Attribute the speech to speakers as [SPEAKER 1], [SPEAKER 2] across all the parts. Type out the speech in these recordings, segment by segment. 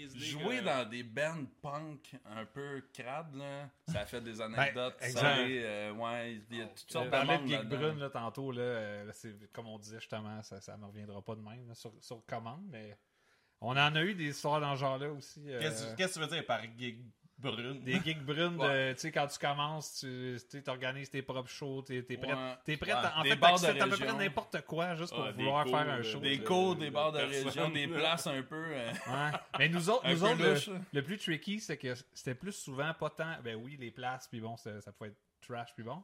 [SPEAKER 1] euh,
[SPEAKER 2] dans des bands punk un peu crades, là. Ça fait des anecdotes.
[SPEAKER 1] Ben, exact.
[SPEAKER 2] ça, et, euh, ouais, il y a toutes sortes
[SPEAKER 1] On
[SPEAKER 2] de
[SPEAKER 1] parlait de
[SPEAKER 2] monde
[SPEAKER 1] Geek
[SPEAKER 2] là-dedans.
[SPEAKER 1] Euh, Brune là, tantôt, là, euh, c'est, comme on disait justement, ça, ça ne reviendra pas de même là, sur, sur commande, mais on en a eu des histoires dans ce genre-là aussi. euh,
[SPEAKER 3] Qu'est-ce qu'est-ce que tu veux dire par geek brune?
[SPEAKER 1] Des geeks brunes, de- tu sais, quand tu commences, tu organises tes propres shows, t'es es prêt.
[SPEAKER 2] Ouais.
[SPEAKER 1] T'es prêt
[SPEAKER 2] Ouais.
[SPEAKER 1] à- en
[SPEAKER 2] Des
[SPEAKER 1] fait,
[SPEAKER 2] bars de
[SPEAKER 1] t'acceptes à peu près
[SPEAKER 2] région.
[SPEAKER 1] n'importe quoi juste pour
[SPEAKER 4] Ah, des
[SPEAKER 1] vouloir
[SPEAKER 4] cours,
[SPEAKER 1] faire un
[SPEAKER 4] euh,
[SPEAKER 1] show.
[SPEAKER 2] Des
[SPEAKER 1] là.
[SPEAKER 2] cours, des bars de
[SPEAKER 4] personne.
[SPEAKER 2] région, des places un peu. euh,
[SPEAKER 1] Ouais. Mais nous autres,
[SPEAKER 2] Un
[SPEAKER 1] nous
[SPEAKER 2] peu
[SPEAKER 1] autres, le-
[SPEAKER 2] louche, là.
[SPEAKER 1] le, plus tricky, c'est que c'était plus souvent pas tant. Ben oui, les places, puis bon, ça, ça pouvait être trash, puis bon.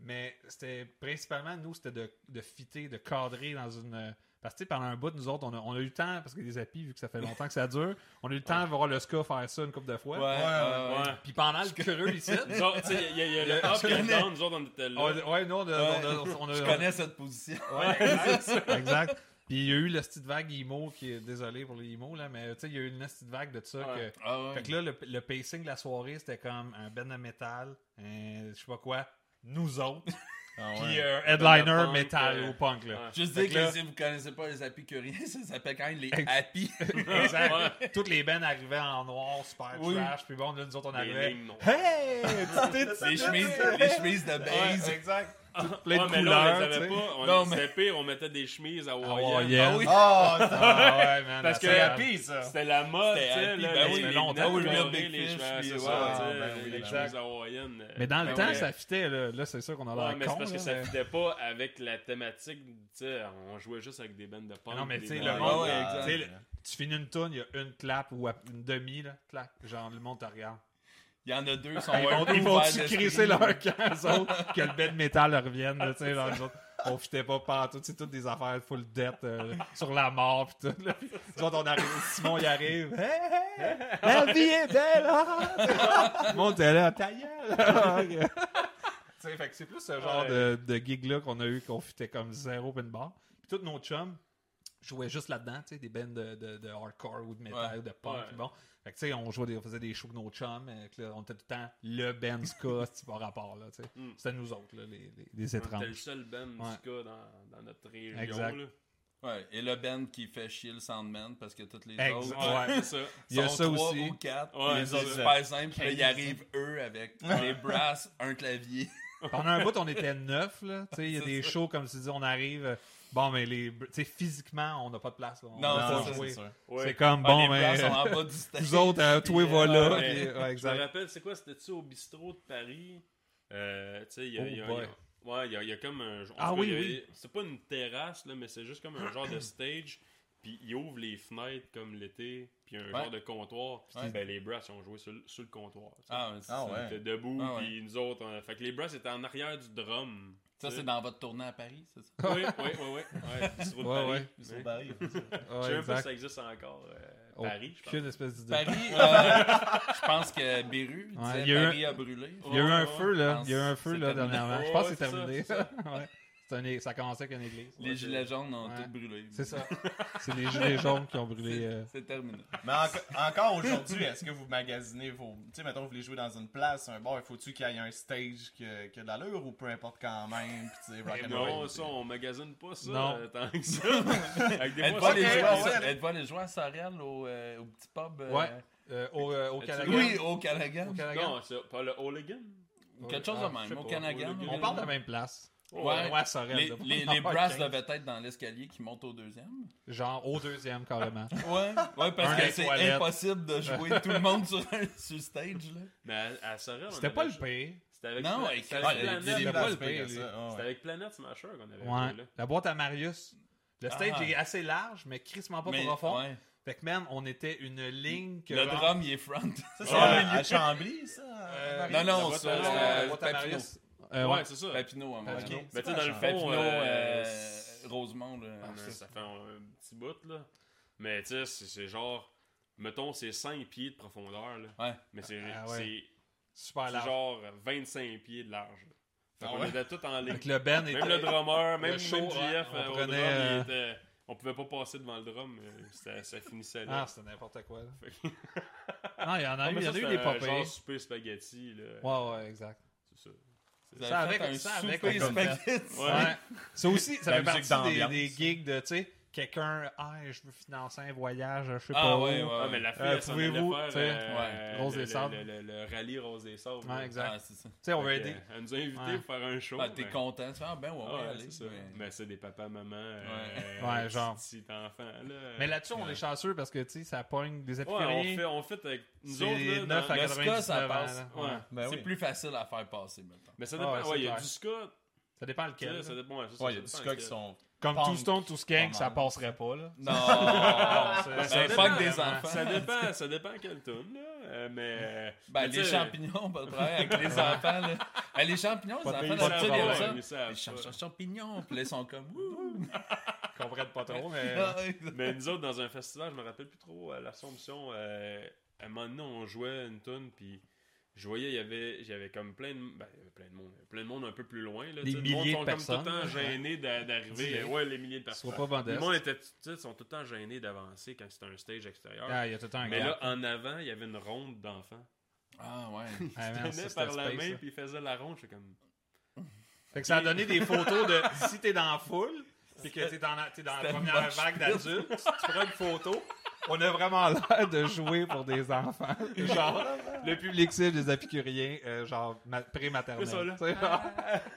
[SPEAKER 1] Mais c'était principalement, nous, c'était de, de fitter, de cadrer dans une. Parce que, tu sais, pendant un bout, nous autres, on a, on a eu le temps, parce que les appuis, vu que ça fait longtemps que ça dure, on a eu le temps de voir le SCA faire ça une couple de fois.
[SPEAKER 2] ouais, euh,
[SPEAKER 4] Ouais.
[SPEAKER 1] Puis pendant le creux ici,
[SPEAKER 4] Nous autres, tu sais, il y a, il y a le
[SPEAKER 1] Le-
[SPEAKER 4] up
[SPEAKER 1] je
[SPEAKER 4] et le
[SPEAKER 1] connais.
[SPEAKER 4] down, nous autres, on était là.
[SPEAKER 1] on- ouais, nous, on a.
[SPEAKER 2] Ouais.
[SPEAKER 1] on a- on a-
[SPEAKER 2] Je connais cette position.
[SPEAKER 1] Ouais, exact. exact. Puis il y a eu la petite vague IMO qui est désolé pour les IMO là, mais tu sais il y a eu une petite vague de ça que
[SPEAKER 4] Ouais.
[SPEAKER 2] Ah ouais.
[SPEAKER 1] Fait que là, le, le pacing de la soirée, c'était comme un band de métal, un- je sais pas quoi, nous autres,
[SPEAKER 3] Ah ouais.
[SPEAKER 1] puis euh,
[SPEAKER 4] Band de
[SPEAKER 1] headliner
[SPEAKER 4] punk,
[SPEAKER 1] métal
[SPEAKER 4] euh,
[SPEAKER 1] ou punk, là.
[SPEAKER 4] ouais.
[SPEAKER 2] Juste
[SPEAKER 1] Fait
[SPEAKER 2] dire
[SPEAKER 1] que
[SPEAKER 2] que,
[SPEAKER 1] là-
[SPEAKER 2] si vous connaissez pas les apicuriens, ça s'appelle quand même les
[SPEAKER 1] Ex-
[SPEAKER 2] happy.
[SPEAKER 1] Exact. Toutes les bands arrivaient en noir, super
[SPEAKER 2] Oui.
[SPEAKER 1] trash, puis bon, là, nous autres, on
[SPEAKER 4] Des
[SPEAKER 1] arrivait.
[SPEAKER 4] lignes, non.
[SPEAKER 1] Hey! Tu t'es- tu
[SPEAKER 2] les,
[SPEAKER 1] t'es-
[SPEAKER 2] chemises,
[SPEAKER 1] tu t'es-
[SPEAKER 2] les chemises de
[SPEAKER 1] Ouais,
[SPEAKER 2] base.
[SPEAKER 1] exact. Toutes
[SPEAKER 4] Ouais,
[SPEAKER 1] pleines de
[SPEAKER 4] mais là, on
[SPEAKER 1] couleurs,
[SPEAKER 4] les
[SPEAKER 1] tu sais.
[SPEAKER 4] avait pas. On-
[SPEAKER 2] Non, mais-
[SPEAKER 4] C'était pire, on mettait des chemises à Hawaï.
[SPEAKER 1] Hawaïenne.
[SPEAKER 2] Ah oui.
[SPEAKER 3] Oh, ça-
[SPEAKER 1] Ah ouais, man,
[SPEAKER 4] Parce
[SPEAKER 1] la
[SPEAKER 4] que-
[SPEAKER 3] c'est
[SPEAKER 1] salade.
[SPEAKER 3] happy, ça!
[SPEAKER 4] C'était la mode, tu
[SPEAKER 2] C'était
[SPEAKER 4] sais,
[SPEAKER 2] happy,
[SPEAKER 4] là,
[SPEAKER 2] ben
[SPEAKER 4] les-
[SPEAKER 2] oui,
[SPEAKER 4] les
[SPEAKER 1] mais longtemps,
[SPEAKER 4] nattes
[SPEAKER 1] oui, le
[SPEAKER 4] colorées,
[SPEAKER 2] Big
[SPEAKER 4] les
[SPEAKER 2] Fish,
[SPEAKER 4] cheveux,
[SPEAKER 2] puis
[SPEAKER 4] c'est
[SPEAKER 2] ouais,
[SPEAKER 4] ça, tu sais,
[SPEAKER 3] ben oui,
[SPEAKER 4] les
[SPEAKER 3] ben
[SPEAKER 4] chemises
[SPEAKER 1] oui.
[SPEAKER 4] hawaïennes. euh.
[SPEAKER 1] Mais dans le
[SPEAKER 2] Ben
[SPEAKER 1] temps,
[SPEAKER 2] ouais.
[SPEAKER 1] ça fitait, là. Là, c'est sûr qu'on a l'air
[SPEAKER 4] Ah Ouais, mais
[SPEAKER 1] con,
[SPEAKER 4] c'est parce que
[SPEAKER 1] là,
[SPEAKER 4] ça
[SPEAKER 1] mais-
[SPEAKER 4] fitait pas avec la thématique, tu sais, on jouait juste avec des bandes de punk.
[SPEAKER 1] Non, mais
[SPEAKER 4] des
[SPEAKER 1] tu sais,
[SPEAKER 4] bandes
[SPEAKER 1] le
[SPEAKER 4] de-
[SPEAKER 1] monde,
[SPEAKER 2] ouais,
[SPEAKER 3] Ah,
[SPEAKER 1] tu sais, le-
[SPEAKER 3] ouais.
[SPEAKER 1] tu finis une toune, il y a une clap ou à- une demi, là, clac, genre le monde te regarde.
[SPEAKER 2] Il y en a deux qui sont
[SPEAKER 1] Ils
[SPEAKER 2] un
[SPEAKER 1] vont,
[SPEAKER 2] peu
[SPEAKER 1] ils vont
[SPEAKER 2] ouverts
[SPEAKER 1] tu
[SPEAKER 2] d'esprit.
[SPEAKER 1] crisser leur camp, eux autres, que le bed métal leur revienne, là, tu sais, là, nous autres, on fitait pas partout, c'est toutes des affaires full dette euh, sur la mort, pis tout, là. Nous autres, on arrive, Simon, il arrive, hey, hey, la vie est belle, ah! Tout le monde était là, ta gueule! Tu sais, fait que c'est plus ce genre de, de gig-là qu'on a eu, qu'on fitait comme zéro open bar. Puis tous nos chums jouaient juste là-dedans, tu sais, des bands de, de- de hardcore ou de métal
[SPEAKER 2] Ouais.
[SPEAKER 1] ou de punk,
[SPEAKER 4] Ouais.
[SPEAKER 1] puis bon. Fait que tu sais, on, jouait des- on faisait des shows avec nos chums, euh, que là, on était tout le temps le band ska, c'est pas rapport, là, tu sais.
[SPEAKER 4] Mm.
[SPEAKER 1] C'était nous autres, là, les, les, les
[SPEAKER 4] on était le
[SPEAKER 1] étranges.
[SPEAKER 4] seul band du
[SPEAKER 1] Ouais.
[SPEAKER 4] cas dans, dans notre région.
[SPEAKER 1] Exact.
[SPEAKER 4] là.
[SPEAKER 2] Ouais, et le band qui fait chier le Soundman parce que toutes les
[SPEAKER 1] Exact.
[SPEAKER 2] autres
[SPEAKER 1] Ouais.
[SPEAKER 4] Ouais, c'est ça.
[SPEAKER 1] Il y a
[SPEAKER 2] sont
[SPEAKER 1] ça
[SPEAKER 2] trois
[SPEAKER 1] aussi.
[SPEAKER 2] ou quatre.
[SPEAKER 4] Ouais,
[SPEAKER 2] les
[SPEAKER 4] c'est
[SPEAKER 2] autres,
[SPEAKER 4] ça.
[SPEAKER 2] c'est super simple. Puis là, ils
[SPEAKER 3] Quinze.
[SPEAKER 2] arrivent eux avec des brasses, un clavier.
[SPEAKER 1] Pendant un bout, on était neuf, là. Tu sais, il y a
[SPEAKER 2] C'est
[SPEAKER 1] des
[SPEAKER 2] ça.
[SPEAKER 1] shows, comme tu dis, on arrive. euh, Bon, mais les. Tu sais, physiquement, on n'a pas de place. là, on
[SPEAKER 2] Non,
[SPEAKER 1] va
[SPEAKER 2] c'est
[SPEAKER 1] pas
[SPEAKER 2] ça,
[SPEAKER 1] jouer.
[SPEAKER 3] sûr.
[SPEAKER 4] Ouais.
[SPEAKER 1] C'est comme,
[SPEAKER 2] Ah,
[SPEAKER 1] bon,
[SPEAKER 2] les brasses
[SPEAKER 1] mais.
[SPEAKER 2] sont en bas du stage.
[SPEAKER 1] Vous autres, euh, toi, voilà.
[SPEAKER 4] Ouais,
[SPEAKER 1] puis- ouais,
[SPEAKER 4] Je me
[SPEAKER 1] exact.
[SPEAKER 4] rappelle, c'est quoi, c'était-tu au bistrot de Paris? Euh, tu sais, il y
[SPEAKER 1] Oh
[SPEAKER 4] a, il y a-
[SPEAKER 1] boy.
[SPEAKER 4] il y a- ouais, il y a- il y a comme un... en tout
[SPEAKER 1] Ah
[SPEAKER 4] cas,
[SPEAKER 1] oui,
[SPEAKER 4] il y a-
[SPEAKER 1] oui.
[SPEAKER 4] C'est pas une terrasse, là, mais c'est juste comme un genre de stage, puis ils ouvrent les fenêtres comme l'été, puis un genre de comptoir, puis
[SPEAKER 2] Ouais.
[SPEAKER 4] ben, les Brass ont joué sur, le- sur le comptoir. tu sais.
[SPEAKER 2] Ah, mais c'est
[SPEAKER 3] Ah
[SPEAKER 2] ça.
[SPEAKER 3] ouais.
[SPEAKER 4] On était debout,
[SPEAKER 2] Ah ouais.
[SPEAKER 4] puis nous autres, on- fait que les Brass étaient en arrière du drum.
[SPEAKER 2] Ça,
[SPEAKER 4] tu sais.
[SPEAKER 2] c'est dans votre tournée à Paris, c'est ça?
[SPEAKER 4] Oui, oui, oui, oui. Ouais, bistrot de
[SPEAKER 1] Ouais,
[SPEAKER 4] Paris.
[SPEAKER 1] ouais.
[SPEAKER 3] Sur
[SPEAKER 4] Ouais.
[SPEAKER 3] Paris, c'est ça.
[SPEAKER 4] Je
[SPEAKER 1] Ouais,
[SPEAKER 4] sais même pas si
[SPEAKER 1] exact.
[SPEAKER 4] ça existe encore. euh,
[SPEAKER 1] Oh,
[SPEAKER 4] Paris, je pense.
[SPEAKER 1] Aucune espèce d'idée.
[SPEAKER 2] Paris, euh, je pense que Beru disait
[SPEAKER 1] Ouais, il y a eu
[SPEAKER 2] Paris a brûlé.
[SPEAKER 1] Il y a eu un
[SPEAKER 4] Ouais,
[SPEAKER 1] feu, là.
[SPEAKER 2] pense
[SPEAKER 1] Il y a eu un feu,
[SPEAKER 2] c'est
[SPEAKER 1] là,
[SPEAKER 2] terminé.
[SPEAKER 1] dernièrement. Je
[SPEAKER 4] Ouais,
[SPEAKER 1] pense que c'est
[SPEAKER 4] c'est ça,
[SPEAKER 1] terminé.
[SPEAKER 4] c'est
[SPEAKER 1] Ouais. C'est un é- Ça commençait avec une église.
[SPEAKER 2] Les gilets jaunes ont
[SPEAKER 1] Ouais.
[SPEAKER 2] tout brûlé.
[SPEAKER 1] C'est ça. C'est les gilets jaunes qui ont brûlé. euh,
[SPEAKER 2] C'est c'est terminé.
[SPEAKER 3] Mais enco- encore aujourd'hui, est-ce que vous magasinez vos. Tu sais, mettons, vous voulez jouer dans une place, un bar, il faut-tu qu'il y ait un stage qui a, qui a de l'allure ou peu importe quand même? Puis, tu sais, rock
[SPEAKER 4] Eh
[SPEAKER 3] and
[SPEAKER 4] Non,
[SPEAKER 3] roll,
[SPEAKER 4] ça, on magasine pas ça
[SPEAKER 1] Non.
[SPEAKER 4] euh, tant que ça. Avec des
[SPEAKER 2] Elle
[SPEAKER 4] fois,
[SPEAKER 2] va
[SPEAKER 4] ça-
[SPEAKER 3] Ok,
[SPEAKER 2] les jouer
[SPEAKER 3] ouais,
[SPEAKER 2] à-
[SPEAKER 3] ouais.
[SPEAKER 2] elle va les jouer à Sorel au, euh, au petit pub. euh,
[SPEAKER 1] Ouais. euh, au, euh, au
[SPEAKER 4] Tu-
[SPEAKER 1] Canagan.
[SPEAKER 2] Oui, au Canagan.
[SPEAKER 1] Au Canagan.
[SPEAKER 4] Non, c'est pas le Hooligan.
[SPEAKER 2] Ou Quelque chose de
[SPEAKER 1] Ah,
[SPEAKER 4] je sais
[SPEAKER 2] même. Au
[SPEAKER 4] pas.
[SPEAKER 2] Canagan.
[SPEAKER 4] Au-
[SPEAKER 1] On parle de la même place.
[SPEAKER 2] Ouais.
[SPEAKER 1] Ouais, à Sorel.
[SPEAKER 2] Les,
[SPEAKER 1] là.
[SPEAKER 2] les, les brasses devaient être dans l'escalier qui monte au deuxième.
[SPEAKER 1] Genre au deuxième, carrément.
[SPEAKER 2] Ouais, ouais parce
[SPEAKER 1] Un
[SPEAKER 2] que
[SPEAKER 1] des
[SPEAKER 2] c'est
[SPEAKER 1] toilettes.
[SPEAKER 2] impossible de jouer tout le monde sur, un- sur le stage. Là.
[SPEAKER 4] Mais à, à Sorel, on
[SPEAKER 1] C'était
[SPEAKER 4] avait
[SPEAKER 1] pas le
[SPEAKER 4] joué-
[SPEAKER 1] pire.
[SPEAKER 4] C'était avec,
[SPEAKER 2] Non,
[SPEAKER 4] Pla-
[SPEAKER 2] avec-
[SPEAKER 4] c'était avec
[SPEAKER 2] Ah,
[SPEAKER 4] Planet.
[SPEAKER 2] il y a des
[SPEAKER 1] C'était
[SPEAKER 3] c'est
[SPEAKER 1] pas
[SPEAKER 3] pas
[SPEAKER 1] le pire, lui.
[SPEAKER 3] ça.
[SPEAKER 4] C'était
[SPEAKER 3] ouais.
[SPEAKER 4] avec Planet Smasher qu'on avait
[SPEAKER 1] Ouais.
[SPEAKER 4] joué, là.
[SPEAKER 1] La boîte à Marius. Le stage
[SPEAKER 2] Ah.
[SPEAKER 1] est assez large, mais crissement pas
[SPEAKER 2] Mais,
[SPEAKER 1] profond.
[SPEAKER 2] ouais.
[SPEAKER 1] Fait que, man, on était une ligne que.
[SPEAKER 2] Le
[SPEAKER 1] genre-
[SPEAKER 2] drum, il est front.
[SPEAKER 3] Ça,
[SPEAKER 4] Ouais.
[SPEAKER 3] c'est à, à Chambly, ça?
[SPEAKER 1] Euh,
[SPEAKER 3] à Paris?
[SPEAKER 2] non,
[SPEAKER 4] la
[SPEAKER 2] non,
[SPEAKER 4] boîte
[SPEAKER 2] sur
[SPEAKER 4] à-
[SPEAKER 2] euh,
[SPEAKER 1] la boîte à
[SPEAKER 2] Papineau.
[SPEAKER 1] Marius. Euh,
[SPEAKER 4] ouais,
[SPEAKER 1] ouais.
[SPEAKER 4] c'est ça. Mais
[SPEAKER 2] Papineau, à mon
[SPEAKER 1] Papineau.
[SPEAKER 2] avis.
[SPEAKER 3] C'est
[SPEAKER 4] tu sais,
[SPEAKER 3] pas
[SPEAKER 4] dans le
[SPEAKER 3] la
[SPEAKER 4] fond,
[SPEAKER 2] Papineau,
[SPEAKER 4] euh,
[SPEAKER 2] euh,
[SPEAKER 4] c'est-
[SPEAKER 2] Rosemont. Là.
[SPEAKER 4] Ah, ça, ça fait un petit bout, là. Mais tu sais, c'est- c'est genre... Mettons, c'est 5 pieds de profondeur, là.
[SPEAKER 2] Ouais.
[SPEAKER 4] Mais c'est
[SPEAKER 1] Ah, ouais.
[SPEAKER 4] c'est-
[SPEAKER 1] Super
[SPEAKER 4] c'est
[SPEAKER 1] large.
[SPEAKER 4] genre 25 pieds de large. Fait
[SPEAKER 3] Ah
[SPEAKER 4] qu'on
[SPEAKER 3] ouais.
[SPEAKER 4] était tout en ligne.
[SPEAKER 1] Fait que le Ben était.
[SPEAKER 4] Même le drummer, même,
[SPEAKER 1] Le show,
[SPEAKER 4] même GF,
[SPEAKER 1] ouais, on
[SPEAKER 4] euh, au
[SPEAKER 1] prenait,
[SPEAKER 4] drum, il
[SPEAKER 1] euh,
[SPEAKER 4] était- on pouvait pas passer devant le drum, euh, ça, ça finissait là.
[SPEAKER 1] Ah, c'était n'importe quoi. là.
[SPEAKER 4] Fait que-
[SPEAKER 1] Non, il y en a
[SPEAKER 4] Ah,
[SPEAKER 1] eu,
[SPEAKER 4] mais
[SPEAKER 1] il y en
[SPEAKER 4] ça,
[SPEAKER 1] a eu des
[SPEAKER 4] c'était
[SPEAKER 2] euh,
[SPEAKER 4] un
[SPEAKER 1] papiers.
[SPEAKER 4] Genre super spaghetti, là.
[SPEAKER 1] Ouais, ouais, exact.
[SPEAKER 4] C'est ça.
[SPEAKER 2] Vous avez
[SPEAKER 1] Ça quelqu'un, ah, je veux financer un voyage, je sais
[SPEAKER 2] Ah,
[SPEAKER 1] pas
[SPEAKER 2] ouais,
[SPEAKER 1] où.
[SPEAKER 2] ouais.
[SPEAKER 4] Ah, mais la fille,
[SPEAKER 1] Euh,
[SPEAKER 4] elle s'en allait
[SPEAKER 1] pouvez-vous,
[SPEAKER 4] faire,
[SPEAKER 1] tu sais,
[SPEAKER 4] euh,
[SPEAKER 1] Rose
[SPEAKER 4] le-
[SPEAKER 1] des
[SPEAKER 4] le-
[SPEAKER 1] Sables.
[SPEAKER 4] Le, le- le rallye Rose des Sables.
[SPEAKER 1] Ouais,
[SPEAKER 4] là.
[SPEAKER 1] exact.
[SPEAKER 2] Ah, c'est ça.
[SPEAKER 1] Tu sais, on veut
[SPEAKER 4] Fait que,
[SPEAKER 1] aider.
[SPEAKER 4] euh, Elle nous a invités
[SPEAKER 1] Ouais.
[SPEAKER 4] pour faire un show.
[SPEAKER 2] Ah, t'es
[SPEAKER 4] mais-
[SPEAKER 2] content, tu fais, ah ben ouais, ouais,
[SPEAKER 4] Ah, ouais,
[SPEAKER 2] allez, Ben
[SPEAKER 4] c'est ça.
[SPEAKER 2] mais-
[SPEAKER 4] Mais c'est des papas, euh, maman.
[SPEAKER 2] Ouais.
[SPEAKER 1] Ouais, genre.
[SPEAKER 4] Petit enfant, là.
[SPEAKER 1] Mais là-dessus, on
[SPEAKER 2] Ouais.
[SPEAKER 1] est chanceux parce que, tu sais, ça pogne des
[SPEAKER 4] euh, Ouais, on
[SPEAKER 1] épicuriens.
[SPEAKER 4] fait, on fait avec nous
[SPEAKER 1] C'est
[SPEAKER 4] autres, là,
[SPEAKER 1] 9
[SPEAKER 4] dans-
[SPEAKER 1] à
[SPEAKER 2] Le ska, ça
[SPEAKER 1] 99 ans,
[SPEAKER 2] passe.
[SPEAKER 1] là. Ouais.
[SPEAKER 4] Ouais.
[SPEAKER 3] Ben
[SPEAKER 2] c'est
[SPEAKER 3] oui.
[SPEAKER 2] plus facile à faire passer maintenant.
[SPEAKER 4] Mais ça
[SPEAKER 1] Ah,
[SPEAKER 4] dépend,
[SPEAKER 1] ouais,
[SPEAKER 4] ouais, il y
[SPEAKER 1] c'est
[SPEAKER 4] a
[SPEAKER 1] clair.
[SPEAKER 4] du ska,
[SPEAKER 1] Ça dépend
[SPEAKER 4] tu sais,
[SPEAKER 1] lequel.
[SPEAKER 4] ça
[SPEAKER 1] là.
[SPEAKER 4] dépend, ouais, c'est ça,
[SPEAKER 3] Ouais, il y
[SPEAKER 4] ça
[SPEAKER 3] a du ska
[SPEAKER 4] dépend
[SPEAKER 3] qui
[SPEAKER 4] lequel.
[SPEAKER 3] sont.
[SPEAKER 1] Comme
[SPEAKER 3] Punk.
[SPEAKER 1] tout Stone, tout Skank,
[SPEAKER 3] Pas
[SPEAKER 1] ça
[SPEAKER 3] mal.
[SPEAKER 1] passerait pas, là.
[SPEAKER 4] Ah,
[SPEAKER 2] Non! c'est
[SPEAKER 1] C'est- c'est
[SPEAKER 2] fuck
[SPEAKER 1] vraiment-
[SPEAKER 2] des enfants.
[SPEAKER 4] Ça dépend, ça dépend quelle tune, là. euh, mais.
[SPEAKER 2] Ben,
[SPEAKER 4] mais
[SPEAKER 2] les
[SPEAKER 4] tu sais,
[SPEAKER 2] champignons, pas de problème, avec les enfants, là. Ben, les champignons, les
[SPEAKER 1] Pas de
[SPEAKER 2] enfants,
[SPEAKER 1] pays,
[SPEAKER 4] ils
[SPEAKER 2] d'habitude,
[SPEAKER 1] pas de
[SPEAKER 2] ils aiment
[SPEAKER 1] problème,
[SPEAKER 2] ça.
[SPEAKER 4] savent, ils savent
[SPEAKER 2] Les
[SPEAKER 4] pas.
[SPEAKER 2] champ- champ- champignons, puis là, ils sont comme, Ouh!
[SPEAKER 1] Ils comprennent pas trop, mais.
[SPEAKER 2] Ah, ouais.
[SPEAKER 4] Mais nous autres, dans un festival, je me rappelle plus trop, à l'Assomption, euh, à un moment donné, on jouait une tune, puis je voyais, il y avait, il y avait comme plein de, ben, il y avait plein de monde, il y avait plein de monde un peu plus loin. Là,
[SPEAKER 1] Des
[SPEAKER 4] tu sais, le monde
[SPEAKER 1] milliers
[SPEAKER 4] sont
[SPEAKER 1] de
[SPEAKER 4] comme tout le temps
[SPEAKER 1] personnes.
[SPEAKER 4] gênés d'a- d'arriver.
[SPEAKER 1] Dis-le.
[SPEAKER 4] Ouais, les milliers de personnes.
[SPEAKER 1] Sois pas
[SPEAKER 4] Les
[SPEAKER 1] vendeur.
[SPEAKER 4] gens étaient, tu sais, sont tout le temps gênés d'avancer quand c'est un stage extérieur.
[SPEAKER 1] Ah, il y a tout le temps un
[SPEAKER 4] mais là,
[SPEAKER 1] gars.
[SPEAKER 4] en avant, il y avait une ronde d'enfants.
[SPEAKER 2] Ah, ouais.
[SPEAKER 1] Ah,
[SPEAKER 4] Ils
[SPEAKER 1] man, ça,
[SPEAKER 4] tenaient
[SPEAKER 1] c'était
[SPEAKER 4] par la
[SPEAKER 1] space,
[SPEAKER 4] main
[SPEAKER 1] ça.
[SPEAKER 4] puis ils faisaient la ronde. Je comme.
[SPEAKER 1] Fait que ça a donné des photos de si t'es dans la foule, puis que t'es dans la, t'es dans la
[SPEAKER 2] C'était
[SPEAKER 1] première
[SPEAKER 2] moche.
[SPEAKER 1] vague d'adultes, tu prends une photo. On a vraiment l'air de jouer pour des enfants. Genre, le public cible des apicuriens, euh, genre ma- pré-maternel.
[SPEAKER 4] Ils sont là.
[SPEAKER 1] Tu sais, genre,